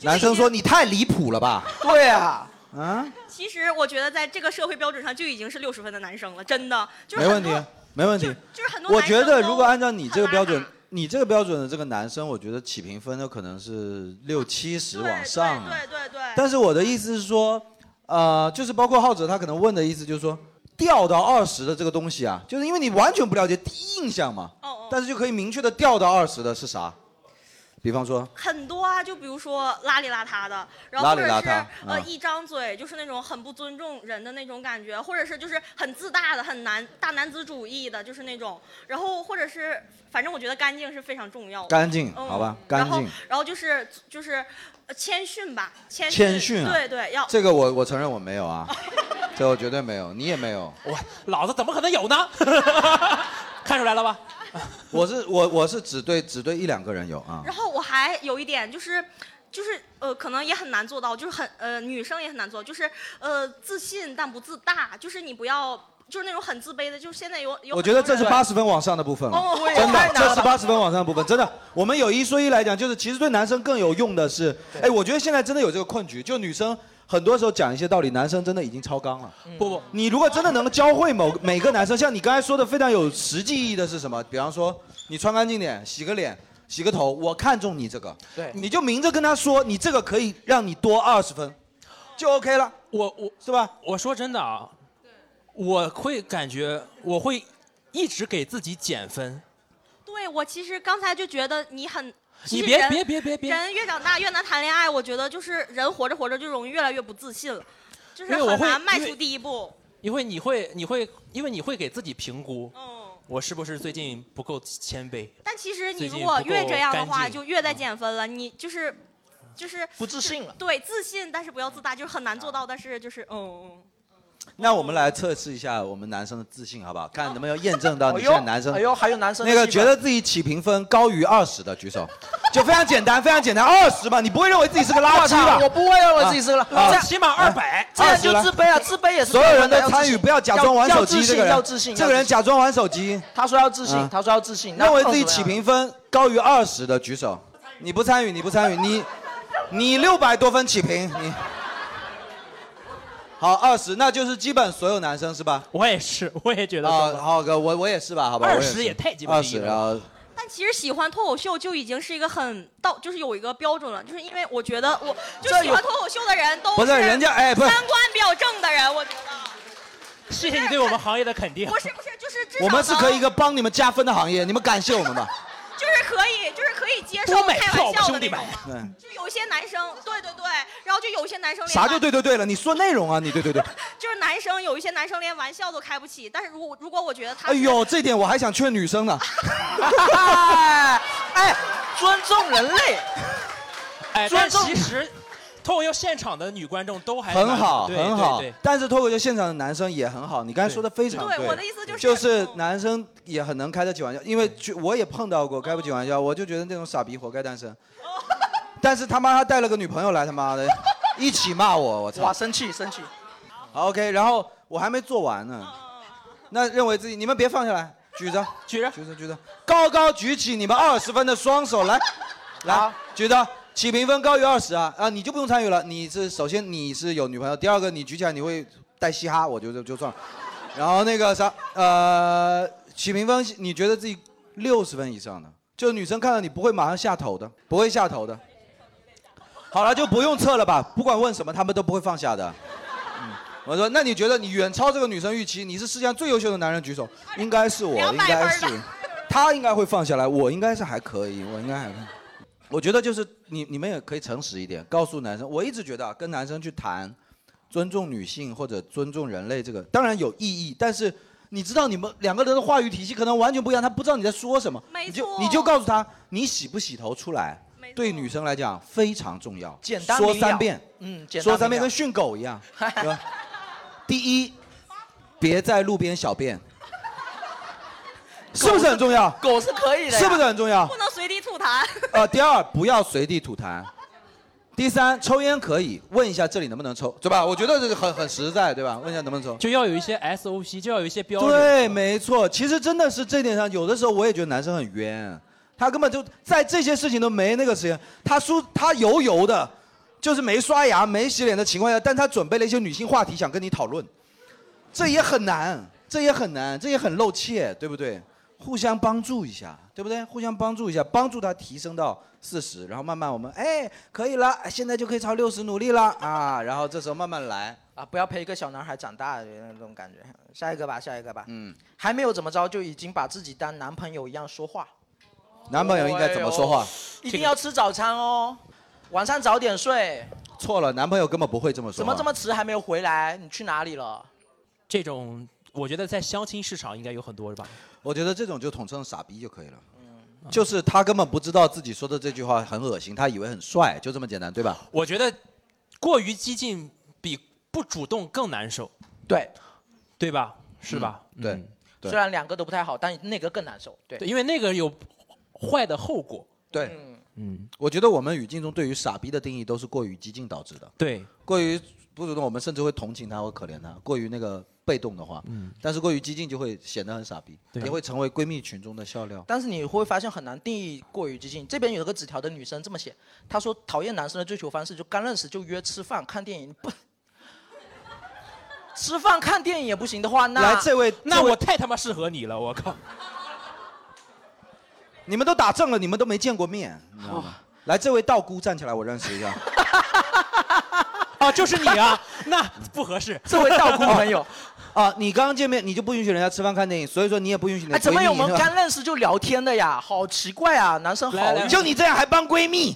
S1: 男生说你太离谱了吧？
S4: 对啊，
S1: 啊，
S22: 其实我觉得在这个社会标准上就已经是六十分的男生了，真的。就是
S1: 没
S22: 很
S1: 问
S22: 多
S1: 题，没问题。
S22: 就是很多
S1: 我
S22: 男生
S1: 觉得如
S22: 都
S1: 果按照你这个标准，你这个标准的这个男生，我觉得起评分的可能是六七十往上。对
S22: 啊对对。
S1: 但是我的意思是说，呃，就是包括浩哲他可能问的意思就是说，掉到二十的这个东西啊，就是因为你完全不了解第一印象嘛。
S22: 哦
S1: 但是就可以明确的掉到二十的是啥？比方说，
S22: 很多啊，就比如说邋里邋遢的，然后或者是
S1: 邋里邋遢
S22: 呃、
S1: 啊
S22: 一张嘴就是那种很不尊重人的那种感觉，或者是就是很自大的、很男大男子主义的，就是那种，然后或者是反正我觉得干净是非常重要的。
S1: 干净
S22: 嗯、
S1: 好吧
S22: 然后
S1: 干净
S22: 然后就是就是、呃谦逊吧，谦
S1: 谦逊啊，
S22: 对对，要
S1: 这个我我承认我没有 啊，这我绝对没有，你也没有，
S2: 我老子怎么可能有呢？ 看出来了吧？
S1: 我是我我是只对只对一两个人有啊，
S22: 然后我还有一点就是，就是呃，可能也很难做到，就是很呃，女生也很难做到，就是呃，自信但不自大，就是你不要就是那种很自卑的，就是现在有有。
S1: 我觉得这是八。十分往上的部分了，
S22: 哦对
S1: 真
S22: 太
S1: 的
S22: 难
S1: 这是
S22: 了
S1: 八十分往上的部分，真的，我们有一说一来讲，就是其实对男生更有用的是，哎，我觉得现在真的有这个困局，就女生。很多时候讲一些道理，男生真的已经超纲了。
S22: 嗯
S2: 不不，
S1: 你如果真的能教会某每个男生，像你刚才说的非常有实际意义的是什么？比方说，你穿干净点，洗个脸，洗个头，我看中你这个，
S4: 对
S1: 你就明着跟他说，你这个可以让你多二十分，就 OK 了。
S2: 我我
S1: 是吧？
S2: 我说真的啊，我会感觉我会一直给自己减分。
S22: 对我其实刚才就觉得你很。其
S2: 你
S22: 实
S2: 别
S22: 人
S2: 别别别别
S22: 人越长大越难谈恋爱，我觉得就是人活着活着就容易越来越不自信了，就是
S2: 因为我
S22: 很
S2: 会
S22: 难迈
S2: 因为
S22: 出第一步。
S4: 嗯
S2: 因为你会，你会，因为你会给自己评估，我是不是最近不够 谦卑？
S22: 但其实你
S2: 最
S22: 如
S2: 近
S22: 果
S2: 不
S22: 越
S2: 够
S22: 这样的
S2: 干
S22: 话，
S2: 净嗯
S22: 就越在减分了。你就是，就是
S1: 不自信了。啊
S22: 对，自信，但是不要自大，就是很难做到。但是就是，嗯，
S1: 那我们来测试一下我们男生的自信，好不好？看能不能验证到你
S4: 哎
S1: 现
S4: 呦
S1: 在男生。
S4: 哎呦还有男生的
S1: 那个
S4: 气氛
S1: 觉得自己起评分高于二十的举手，就非常简单，非常简单，二十吧，你不会认为自己是个垃
S4: 我
S1: 圾
S4: 操
S1: 吧？
S4: 我不会认为自己是个垃
S1: 啊
S4: 这
S1: 啊
S4: 样起码
S1: 200
S4: 这样就
S1: 20了
S4: 自卑了，自卑也是
S1: 所有人
S4: 的
S1: 都参与，不要假装玩手机。这个人
S4: 要自信，
S1: 这个人假装玩手机。
S4: 他说要自
S1: 啊
S4: 信，他说要自信，那
S1: 认为
S4: 更
S1: 自己
S4: 怎么
S1: 起
S4: 样
S1: 评分高于二十的举手，你不参与，你不参 与，你你六百多分起评，你好二十，那就是基本所有男生是吧？
S2: 我也是，我也觉
S1: 得啊，好哥，我我也是吧，好吧，
S2: 20也太基
S1: 二
S2: 本第一
S1: 十，啊
S2: 了
S1: 然后
S22: 但其实喜欢脱口秀就已经是一个很到，就是有一个标准了，就是因为我觉得我就
S1: 这
S22: 喜
S1: 有
S22: 欢脱口秀的人都
S1: 不是人家哎不是
S22: 三观比较正的人，我觉得
S2: 谢谢你对我们行业的肯定。
S22: 不是不是，就是至少
S1: 我们是
S22: 能
S1: 可以一个帮你们加分的行业，你们感谢我 们吧。
S22: 就是可以，就是可以接受开玩笑的那种。
S1: 对，
S22: 就有一些男生，对对对，然后就有一些男生连
S1: 啥
S22: 玩
S1: 就对对对了，你说内容啊，你 对对对。
S22: 就是男生有一些男生连玩笑都开不起，但是如果如果我觉得他
S1: 哎
S22: 是，
S1: 呦，这点我还想劝女生呢。
S4: 哎， 尊重人类。
S2: 哎，
S4: 尊
S2: 但
S4: 重
S2: 其实脱口秀现场的女观众都还
S1: 很
S2: 蛮
S1: 好，
S2: 对
S1: 很好
S2: 对对。
S1: 但是脱口秀现场的男生也很好，你刚才说的非常
S22: 对我的意思就是
S1: 就是男生也很能开得起玩笑，因为就我也碰到过开不起
S22: 哦
S1: 玩笑，我就觉得那种傻逼活该单身。 但是他妈他带了个女朋友来，他妈的，一起骂我，我操！
S4: 哇，生气生气，
S1: 好 OK，然后我还没做完
S22: 哦
S1: 呢。那认为自己，你们别放下来，举着，
S4: 举着，
S1: 举着，举着，高高举起你们二十分的双手，来，来，举着，起评分高于二十啊啊，你就不用参与了。你是首先你是有女朋友，第二个你举起来你会带嘻哈，我就就就算了。然后那个啥，呃，起评分你觉得自己六十分以上的，就女生看到你不会马上下头的，不会下头的。好了，就不用测了吧，不管问什么，他们都不会放下的。我说，那你觉得你远超这个女生预期，你是世界上最优秀的男人，举手，应该是我，应该是，他应该会放下来，我应该是还可以，我应该还可以。我觉得就是你你们也可以诚实一点，告诉男生，我一直觉得、啊、跟男生去谈尊重女性或者尊重人类这个，当然有意义，但是你知道你们两个人的话语体系可能完全不一样，他不知道你在说什么，
S22: 没
S1: 你就
S22: 错
S1: 你就告诉他你洗不洗头出来，对女生来讲非常重要，
S4: 简单
S1: 说
S4: 明了
S1: 三遍，
S4: 嗯，简单
S1: 说三遍
S4: 明
S1: 跟
S4: 了
S1: 训狗一样， 对吧？第一，别在路边小便，是不是很重要？
S4: 狗是可以的呀，
S1: 是不是很重要
S22: 不能随地吐痰。
S1: 呃，第二，不要随地吐痰。第三，抽烟可以，问一下这里能不能抽，对吧？我觉得这个很很实在，对吧？问一下能不能抽。
S2: 就要有一些 SOP，就要有一些标准。
S1: 对，没错。其实真的是这点上，有的时候我也觉得男生很冤，他根本就在这些事情都没那个时间。他梳他油油的，就是没刷牙、没洗脸的情况下，但他准备了一些女性话题想跟你讨论，这也很难，这也很难，这也很露怯，对不对？互相帮助一下，对不对？互相帮助一下，帮助他提升到四十，然后慢慢我们哎可以了，哎现在就可以朝六十努力了啊，然后这时候慢慢来，
S4: 啊，不要陪一个小男孩长大的那种感觉。下一个吧，下一个吧。
S1: 嗯，
S4: 还没有怎么着，就已经把自己当男朋友一样说话。
S1: 男朋友应该怎么说话？
S4: 一定要吃早餐哦，晚上早点睡。
S1: 错了，男朋友根本不会这么说。啊
S4: 怎么这么迟还没有回来？你去哪里了？
S2: 这种我觉得在相亲市场应该有很多是吧？
S1: 我觉得这种就统称傻逼就可以了。就是他根本不知道自己说的这句话很恶心，他以为很帅，就这么简单，对吧？
S2: 我觉得过于激进比不主动更难受。
S4: 对，
S2: 对吧？是吧？
S1: 对，对
S4: 虽然两个都不太好，但那个更难受。对，
S2: 嗯对，因为那个有坏的后果。
S1: 对，嗯，我觉得我们语境中对于傻逼的定义都是过于激进导致的。
S2: 对，
S1: 过于不主动，我们甚至会同情他或可怜他；过于那个被动的话，
S2: 嗯
S1: 但是过于激进就会显得很傻逼，
S4: 对
S1: 也会成为闺蜜群中的笑料。
S4: 但是你会发现很难定义过于激进。这边有个纸条的女生这么写，她说讨厌男生的追求方式就刚认识就约吃饭看电影，不， 吃饭看电影也不行的话，那
S1: 来，这位，
S4: 那我
S2: 太他妈适合你了，我靠！
S1: 你们都打正了，你们都没见过面，你知道吗？来，这位道姑站起来，我认识一下。
S2: 啊，就是你 啊， 那不合适。
S1: 这位道姑 朋友。啊，你刚刚见面，你就不允许人家吃饭看电影，所以说你也不允许你的
S4: 哎，
S1: 闺
S4: 怎么
S1: 蜜
S4: 有我
S1: 是
S4: 们
S1: 吧
S4: 刚认识就聊天的呀？好奇怪啊，男生好，
S1: 就你这样还帮闺蜜？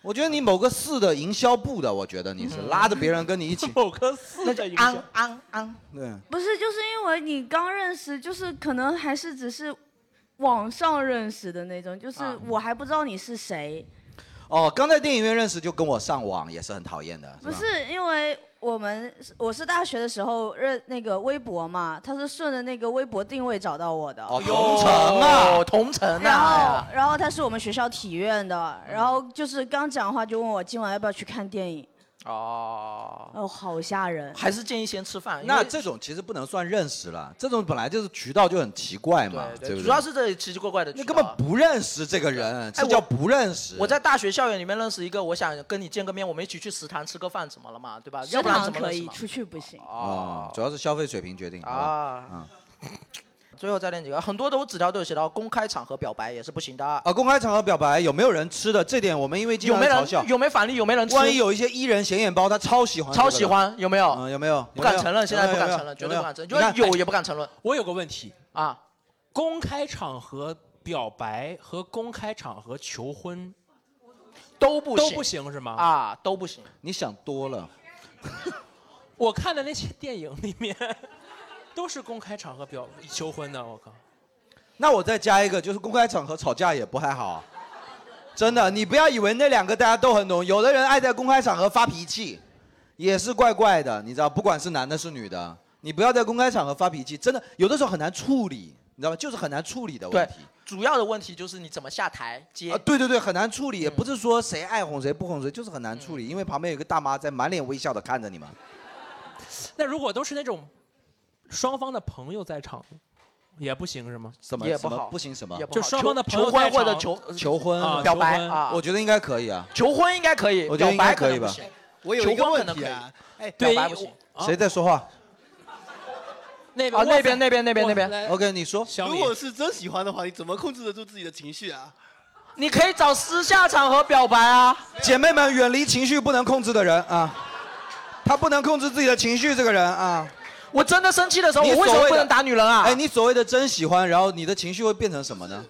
S1: 我觉得你某个市的营销部的，我觉得你是拉着别人跟你一起。某
S2: 个市
S1: 的营
S11: 昂昂昂，
S1: 对，
S5: 不是，就是因为你刚认识，就是可能还是只是网上认识的那种，就是
S1: 啊
S5: 我还不知道你是谁。
S1: 哦，刚在电影院认识就跟我上网也是很啊讨厌的，
S5: 不
S1: 吧？
S5: 是因为我们我是大学的时候认那个微博嘛，他是顺着那个微博定位找到我的。
S1: 哦，同城啊，
S4: 同城哎
S5: 然后，然后他是我们学校体院的，然后就是刚讲话就问我今晚要不要去看电影，
S4: 哦，
S5: 哦，好吓人。
S4: 还是建议先吃饭。因为
S1: 那这种其实不能算认识了，这种本来就是渠道就很奇怪嘛，对不对？
S4: 主要是哎这奇奇怪怪的渠道，那根本
S1: 不认识这个人，这叫不认识。
S4: 我在大学校园里面认识一个，我想跟你见个面，我们一起去食堂吃个饭，怎么了嘛，对吧？
S5: 食
S4: 要不然
S5: 堂
S4: 怎么
S5: 可
S4: 认识
S5: 以，
S4: 嘛？
S5: 出去不行。
S1: 哦，主要是消费水平决定。好吧
S4: 啊，
S1: 嗯
S4: 最后再练几个，很多都纸条都有写到，公开场合表白也是不行的。
S1: 啊，公开场合表白有没有人吃的？这点我们因为经
S4: 有
S1: 常
S4: 没
S1: 被
S4: 有
S1: 嘲笑
S4: 人，有没有返利？有没有人吃？
S1: 万一有一些艺人显眼包，他超喜欢，
S4: 超喜欢，有没有？
S1: 嗯，有没有？
S4: 不敢承认，
S1: 有
S4: 现
S1: 没
S4: 在
S1: 有
S4: 不敢
S1: 有没有
S4: 承认，绝
S1: 有
S4: 对
S1: 没
S4: 不
S1: 有
S4: 敢承认，
S2: 有
S4: 就
S2: 没有
S4: 算有也不敢承认。
S2: 我有个问题
S4: 啊，
S2: 公开场合表白和公开场合求婚
S4: 都不
S2: 都
S4: 行
S2: 不行是吗？
S4: 啊，都不行。
S1: 你想多了。
S2: 我看的那些电影里面 都是公开场合表求婚的，我靠！
S1: 那我再加一个，就是公开场合吵架也不太好。啊真的，你不要以为那两个大家都很懂，有的人爱在公开场合发脾气，也是怪怪的，你知道，不管是男的是女的，你不要在公开场合发脾气，真的有的时候很难处理，你知道吗？就是很难处理的问
S4: 对
S1: 题。，
S4: 主要的问题就是你怎么下台接
S1: 啊，。对对对，很难处理，也不是说谁爱哄谁不哄谁，就是很难处理，因为旁边有一个大妈在满脸微笑的看着你们。
S2: 那如果都是那种双方的朋友在场，也不行是吗？
S1: 怎么也不好怎么不行什么也不好
S2: 就双方的朋友
S4: 求婚
S2: 在
S4: 或
S2: 场
S4: 者求
S1: 求婚
S2: 啊
S4: 表白
S2: 求婚
S4: 啊
S1: 我觉得应该可以啊。
S4: 求婚应该可以，
S1: 我觉
S4: 表
S1: 得应该
S4: 白
S1: 可以
S4: 能不
S1: 吧
S4: 行。
S1: 我有一个
S4: 求婚可
S1: 问
S4: 能
S1: 题
S4: 可以
S1: 啊，
S4: 哎，表
S1: 对
S4: 白不行。
S1: 谁在说话？
S2: 那
S4: 边啊那边那边那边那边
S1: OK，你说。
S12: 如果是真喜欢的话，你怎么控制得住自己的情绪啊？
S4: 你可以找私下场合表白啊。
S1: 姐妹们，远离情绪不能控制的人啊，他不能控制自己的情绪，这个人啊。
S4: 我真的生气的时候，
S1: 你
S4: 我为什
S1: 所
S4: 么
S1: 谓
S4: 不
S1: 的
S4: 能打女人啊？
S1: 哎，你所谓的真喜欢，然后你的情绪会变成什么呢？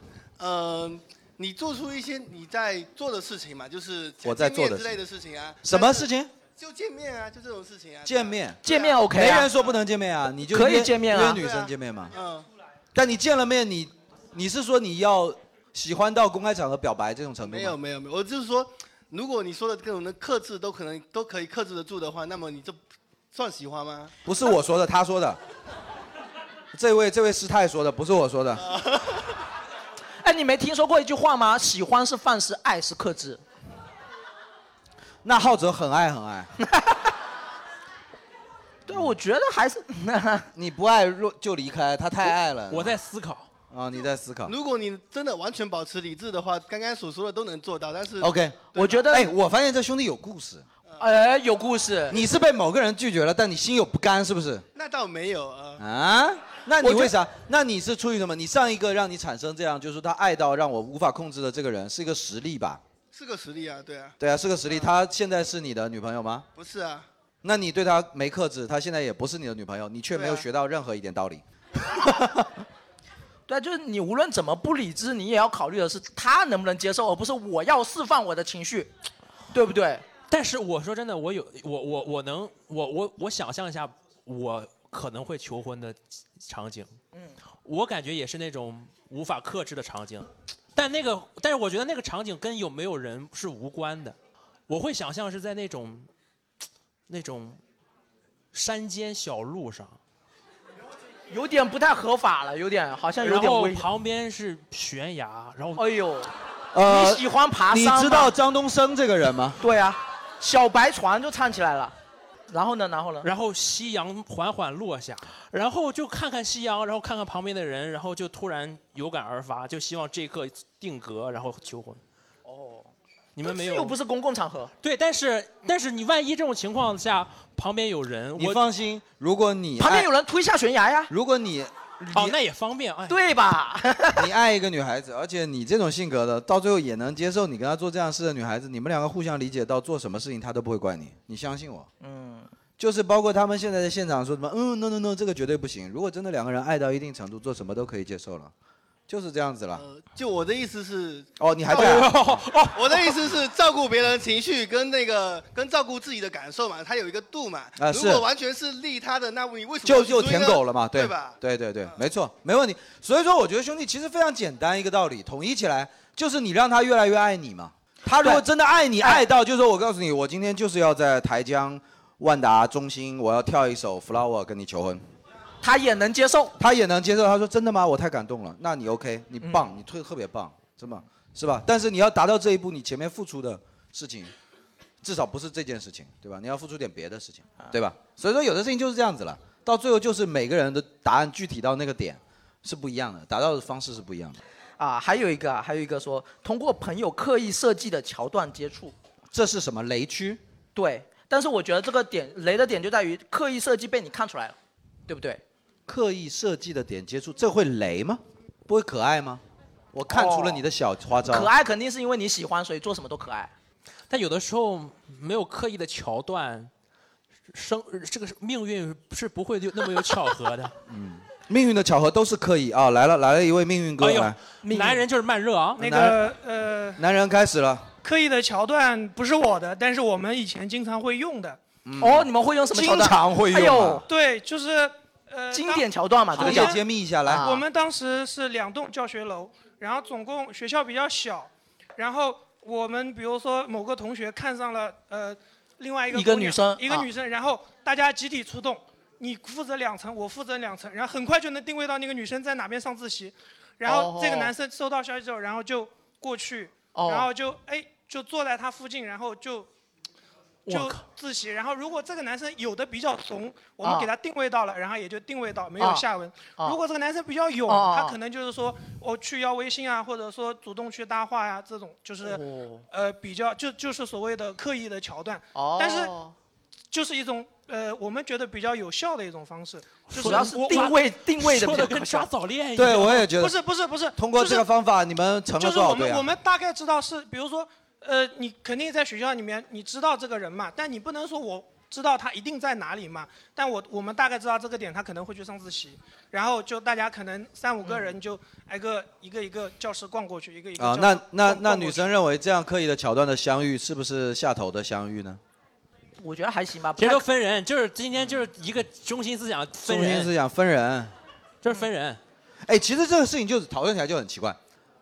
S12: 嗯、你做出一些你在做的事情嘛，就是
S1: 我在做
S12: 见
S1: 的
S12: 面之类的事情啊。
S1: 什么事情？
S12: 就见面啊，就这种事情啊。
S1: 见面，
S4: 见面 OK 啊
S1: 没人说不能见面啊，你就
S4: 可以
S1: 约
S4: 见面啊
S1: 约女生见面嘛。
S12: 嗯，
S1: 但你见了面，你你是说你要喜欢到公开场合表白这种程度吗？
S12: 没有没有没有，我就是说，如果你说的各种的克制都可能都可以克制得住的话，那么你这算喜欢吗？
S1: 不是我说的，他说的。这位这位师太说的，不是我说的。
S4: 哎，你没听说过一句话吗？喜欢是饭是爱是克制。
S1: 那浩哲很爱很爱，
S4: 对，我觉得还是
S1: 你不爱若就离开，他太爱了。
S2: 我在思考
S1: 啊，你在思考。
S12: 如果你真的完全保持理智的话，刚刚所说的都能做到，但是
S1: OK，
S4: 我觉得
S1: 哎，我发现这兄弟有故事。
S4: 哎，有故事。
S1: 你是被某个人拒绝了，但你心有不甘，是不是？
S12: 那倒没有啊。
S1: 啊？那你
S12: 我觉
S1: 为啥？那你是出于什么？你上一个让你产生这样，就是他爱到让我无法控制的这个人，是一个实力吧？
S12: 是个实力啊，对啊，
S1: 对啊，是个实力。他现在是你的女朋友吗？
S12: 不是啊，
S1: 那你对他没克制，他现在也不是你的女朋友，你却没有
S12: 对啊
S1: 学到任何一点道理。
S4: 对，就是你无论怎么不理智，你也要考虑的是他能不能接受，而不是我要释放我的情绪，对不对？
S2: 但是我说真的，我有我我我能我我我想象一下，我可能会求婚的场景，
S4: 嗯，
S2: 我感觉也是那种无法克制的场景，但那个但是我觉得那个场景跟有没有人是无关的，我会想象是在那种那种山间小路上，
S4: 有点不太合法了，有点好像有
S2: 然
S4: 点
S2: 后
S4: 危险。
S2: 旁边是悬崖，然后
S4: 哎呦，
S1: 呃
S4: 你喜欢爬
S1: 你
S4: 山吗
S1: 知道张东升这个人吗？
S4: 对啊，小白船就唱起来了。然后呢？然后呢？
S2: 然后夕阳缓缓落下，然后就看看夕阳，然后看看旁边的人，然后就突然有感而发，就希望这一刻定格，然后求婚。
S4: 哦，
S2: 你们没
S4: 又
S2: 有？
S4: 不是公共场合，
S2: 对，但是但是你万一这种情况下旁边有人，
S1: 你
S2: 我
S1: 放心，如果你
S4: 旁边
S1: 爱
S4: 有人推下悬崖呀。
S1: 如果你
S2: 哦，那也方便哎。
S4: 对吧？
S1: 你爱一个女孩子，而且你这种性格的，到最后也能接受你跟她做这样事的女孩子，你们两个互相理解到做什么事情她都不会怪你，你相信我。
S4: 嗯，
S1: 就是包括他们现在在现场说什么，嗯，no no no，这个绝对不行。如果真的两个人爱到一定程度，做什么都可以接受了，就是这样子了。
S12: 就我的意思是，
S1: 哦，你还 在啊、
S4: 哦
S12: 我的意思是照顾别人的情绪跟那个跟照顾自己的感受嘛，它有一个度嘛。
S1: 啊
S12: 如
S1: 是
S12: 果完全是利他的，那你为什么
S1: 就
S12: 要去
S1: 就
S12: 追
S1: 舔
S12: 呢
S1: 狗了嘛，
S12: 对
S1: 对
S12: 吧？嗯
S1: 对对对没错，没问题。所以说，我觉得兄弟其实非常简单一个道理，统一起来就是你让他越来越爱你嘛。他如果真的爱你，
S12: 哎
S1: 爱到就是说我告诉你，我今天就是要在台江万达中心，我要跳一首《Flower》跟你求婚。
S4: 他也能接受，
S1: 他也能接受。他说：“真的吗？我太感动了。”那你 OK，你棒，你特特别棒，真的是吧？但是你要达到这一步，你前面付出的事情，至少不是这件事情，对吧？你要付出点别的事情，对吧？所以说，有的事情就是这样子了，到最后就是每个人的答案具体到那个点是不一样的，达到的方式是不一样的。
S4: 啊，还有一个啊，还有一个说通过朋友刻意设计的桥段接触，
S1: 这是什么雷区？
S4: 对，但是我觉得这个点雷的点就在于刻意设计被你看出来了，对不对？
S1: 刻意设计的点接触，这会雷吗？不会可爱吗？我看出了你的小花招。
S4: 可爱肯定是因为你喜欢，所以做什么都可爱。
S2: 但有的时候没有刻意的桥段，生这个是命运是不会有那么有巧合 的。
S1: 命运的巧合都是刻意啊！来了，来了一位命运哥，
S2: 哎呦
S1: 来，
S2: 男人就是慢热啊。
S8: 那个呃，
S1: 男人开始了。
S8: 刻意的桥段不是我的，但是我们以前经常会用的。
S1: 嗯
S4: 哦你们会用什么桥段
S8: 经
S4: 常会用啊哎呦
S8: 对，就是呃，
S4: 经典桥段嘛，这
S8: 当
S4: 个
S8: 我们
S4: 叫
S1: 揭秘一下来
S8: 我们当时是两栋教学楼，然后总共学校比较小，然后我们比如说某个同学看上了呃另外一个
S4: 一个
S8: 姑娘
S4: 女生
S8: 一个
S4: 啊
S8: 女生，然后大家集体出动，你负责两层，我负责两层，然后很快就能定位到那个女生在哪边上自习，然后这个
S4: 哦
S8: 男生收到消息之后，然后就过去，
S4: 哦
S8: 然后就哎就坐在她附近，然后就
S4: 我
S8: 就
S4: 靠
S8: 自习。然后如果这个男生有的比较怂，我们
S4: 啊
S8: 给他定位到了，然后也就定位到，没有
S4: 啊
S8: 下文。
S4: 啊
S8: 如果这个男生比较勇，
S4: 哦
S8: 他可能就是说我去要微信啊，或者说主动去搭话呀、这种就是、
S1: 哦
S8: 呃比较就就是所谓的刻意的桥段。
S4: 哦
S8: 但是就是一种呃我们觉得比较有效的一种方式，就是
S4: 主要是
S8: 我
S4: 定位定位的比较有效说得跟
S8: 抓早恋
S1: 一样对我也觉得
S8: 不是不是不是，
S1: 通过
S8: 就是
S1: 这个方法，你们成了
S8: 就是
S1: 多少
S8: 我
S1: 对
S8: 们
S1: 啊
S8: 我？们大概知道是，比如说，呃，你肯定在学校里面你知道这个人嘛，但你不能说我知道他一定在哪里嘛。但我我们大概知道这个点，他可能会去上自习，然后就大家可能三五个人就挨个一个一个教室逛过去，一个一个
S1: 嗯啊，
S8: 教室
S1: 那那
S8: 逛
S1: 那
S8: 逛过
S1: 女
S8: 去
S1: 生认为这样刻意的桥段的相遇是不是下头的相遇呢？
S4: 我觉得还行吧。
S2: 其实都分人，就是今天就是一个中心思想分
S1: 中
S2: 人，
S1: 心思想分人，
S2: 就是分人。
S1: 哎，其实这个事情就是讨论起来就很奇怪，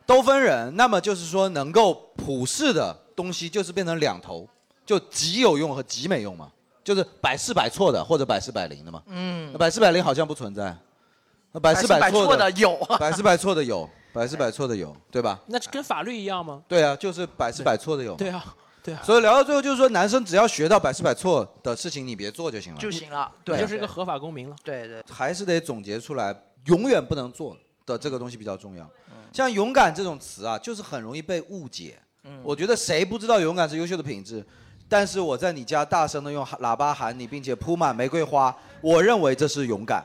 S1: 都分人，那么就是说能够普世的东西就是变成两头，就极有用和极没用嘛，就是百试百错的或者百试百灵的嘛。
S4: 嗯
S1: 那百试百灵好像不存在，那百试
S4: 百
S1: 错
S4: 的有，
S1: 百试百错的有，百试百错的有，对吧？
S2: 那跟法律一样吗？
S1: 对啊，就是百试百错的有。
S2: 对啊，对啊，
S1: 所以聊到最后就是说，男生只要学到百试百错的事情，你别做就行了，
S4: 就行了，
S1: 对
S2: 你就是一个合法公民了。
S4: 对对，
S1: 还是得总结出来，永远不能做的这个东西比较重要。像勇敢这种词啊，就是很容易被误解。
S4: 嗯
S1: 我觉得谁不知道勇敢是优秀的品质？但是我在你家大声的用喇叭喊你，并且铺满玫瑰花，我认为这是勇敢，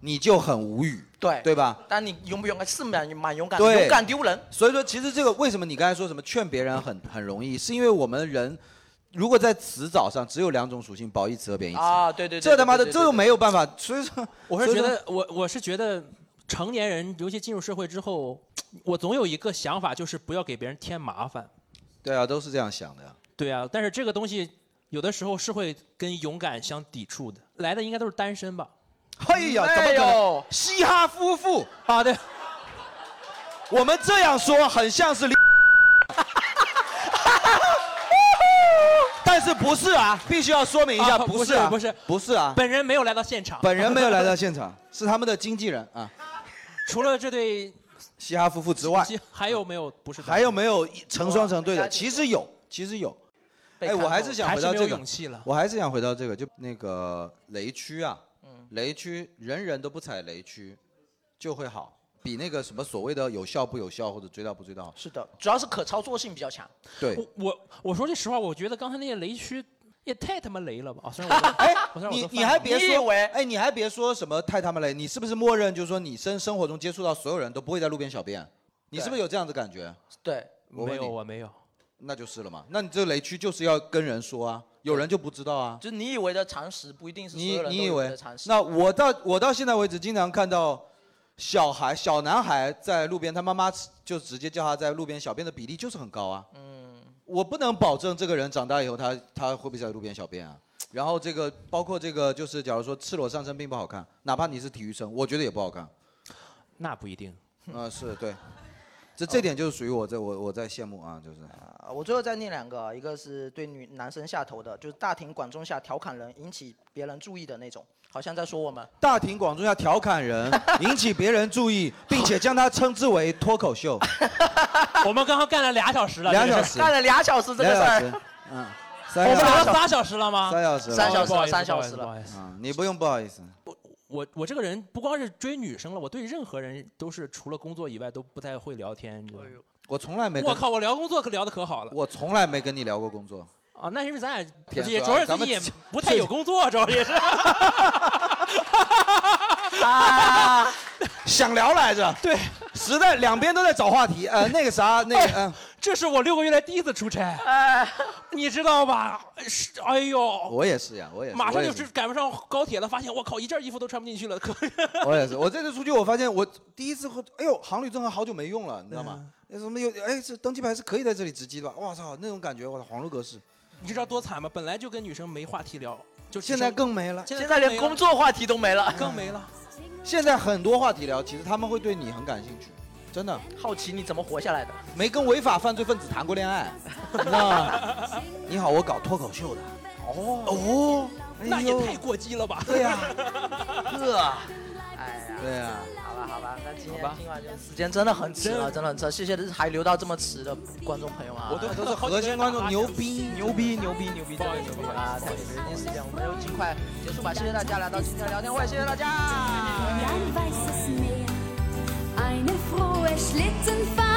S1: 你就很无语，
S4: 对
S1: 对吧？
S4: 但你勇不勇敢是蛮蛮勇敢的，
S1: 对，
S4: 勇敢丢人。
S1: 所以说，其实这个为什么你刚才说什么劝别人很很容易，是因为我们人如果在词藻上只有两种属性，褒义词和贬义词
S4: 啊对对对
S1: 这他妈
S4: 对
S1: 的
S4: 对
S1: 这
S4: 对
S1: 都没有办法。所以说，
S2: 我是
S1: 所以
S2: 觉
S1: 说
S2: 得，我我是觉得，成年人尤其进入社会之后，我总有一个想法，就是不要给别人添麻烦。
S1: 对啊，都是这样想的呀。
S2: 对啊，但是这个东西有的时候是会跟勇敢相抵触的。来的应该都是单身吧？
S1: 哎呀，怎么可能？嘻哈夫妇
S2: 啊，对。
S1: 我们这样说很像 是但是不是啊？必须要说明一下，
S2: 啊不
S1: 是啊，
S2: 不是
S1: 不是啊，
S2: 本人没有来到现场，
S1: 本人没有来到。现场， 是他们的经纪人啊。
S2: 除了这对
S1: 嘻哈夫妇之外，
S2: 还有没有不是？哦
S1: 还有没有一成双成对的？其实有，其实有。
S2: 被
S1: 哎，
S2: 看透
S1: 我还是想回到
S2: 还
S1: 这
S2: 是没有
S1: 个
S2: 勇气了，
S1: 我还是想回到这个，就那个雷区啊，雷区人人都不踩雷区，就会好，比那个什么所谓的有效不有效或者追到不追到好。
S4: 是的，主要是可操作性比较强。
S1: 对，
S2: 我我我说句实话，我觉得刚才那些雷区也太他妈雷了吧！啊，虽然我都
S1: 哎
S2: 我虽然我都
S1: 你
S2: 犯
S1: 你还
S2: 了
S1: 别说，哎，你还别说什么太他妈雷，你是不是默认就是说你生生活中接触到所有人都不会在路边小便？你是不是有这样的感觉？
S4: 对，啊
S1: 我问
S2: 没有
S1: 你
S2: 我没有，
S1: 那就是了嘛。那你这雷区就是要跟人说啊，有人就不知道啊。
S4: 就是你以为的常识不一定是所
S1: 你
S4: 有人
S1: 你以
S4: 都有
S1: 为
S4: 的常识。
S1: 那我到我到现在为止，经常看到小孩小男孩在路边，他妈妈就直接叫他在路边小便的比例就是很高啊。
S4: 嗯
S1: 我不能保证这个人长大以后他他会不会在路边小便啊。然后这个包括这个就是，假如说赤裸上身并不好看，哪怕你是体育生，我觉得也不好看。
S2: 那不一定。
S1: 啊、是对，这这点就是属于我在我我在羡慕啊，就是。
S4: 啊我最后再念两个，一个是对女男生下头的，就是大庭广众下调侃人，引起别人注意的那种，好像在说我们。
S1: 大庭广众下调侃人，引起别人注意，并且将它称之为脱口秀。
S2: 我们刚刚干了俩小时了，
S1: 两
S2: 这个
S1: 小
S2: 事
S1: 时，
S2: 儿
S4: 俩小时这个事
S1: 俩
S4: 儿
S1: 小 时，嗯，
S2: 我
S1: 三
S2: 们
S1: 小
S2: 聊了
S1: 时
S2: 仨小时了吗？
S1: 三小时了，
S2: 哦不好意思不好意思不好意思
S1: 啊，你不用不好意思。
S2: 我我这个人不光是追女生了，我对任何人都是除了工作以外都不太会聊天。你知道吗
S4: 哎
S1: 我从来没跟
S2: 我靠，我聊工作可聊的可好了
S1: 我从来没跟你聊过工作。
S2: 啊！那是因为咱俩
S1: 天
S2: 也
S1: 哥
S2: 主要是
S1: 咱
S2: 自
S1: 们
S2: 己也不太有工作，主 要也是。
S1: 啊想聊来着，
S2: 对，哎
S1: 实在两边都在找话题。呃，那个啥，那个，嗯，
S2: 这是我六个月来第一次出差，你知道吧？是，哎呦，
S1: 我也是呀，我也是，
S2: 马上
S1: 我也
S2: 就是是赶不上高铁了，发现我靠，一件衣服都穿不进去了，可
S1: 我也是，我这次出去，我发现我第一次喝，哎呦，航旅正好好久没用了，你知道
S2: 嗯
S1: 吗？那什么有，哎，这登机牌是可以在这里值机的吧？我操，那种感觉，我操，恍如隔世。
S2: 你知道多惨吗？本来就跟女生没话题聊，就
S1: 现在更没了，
S2: 现在连工
S4: 作话题都没了，
S2: 更没了。
S1: 现在很多话题聊，其实他们会对你很感兴趣，真的。
S4: 好奇你怎么活下来的？
S1: 没跟违法犯罪分子谈过恋爱，你知 道吗？你好，我搞脱口秀的。
S2: 哦
S1: 哦，
S2: 那也太过激了吧？
S1: 对 呀、
S4: 呵，哎呀，
S1: 对啊呀，
S4: 好吧好吧，那今天
S1: 好吧
S4: 今晚就时间真的很迟了，真的很迟了，谢谢还留到这么迟的观众朋友们啊，
S1: 我都都是核心观众，牛逼，
S4: 牛逼，牛逼，牛逼，不好意思，不好意思，啊，太给时间时间，我们就尽快结束吧，谢谢大家来到今天的聊天会，谢谢大家。
S13: Eine frohe Schlittenfahrt.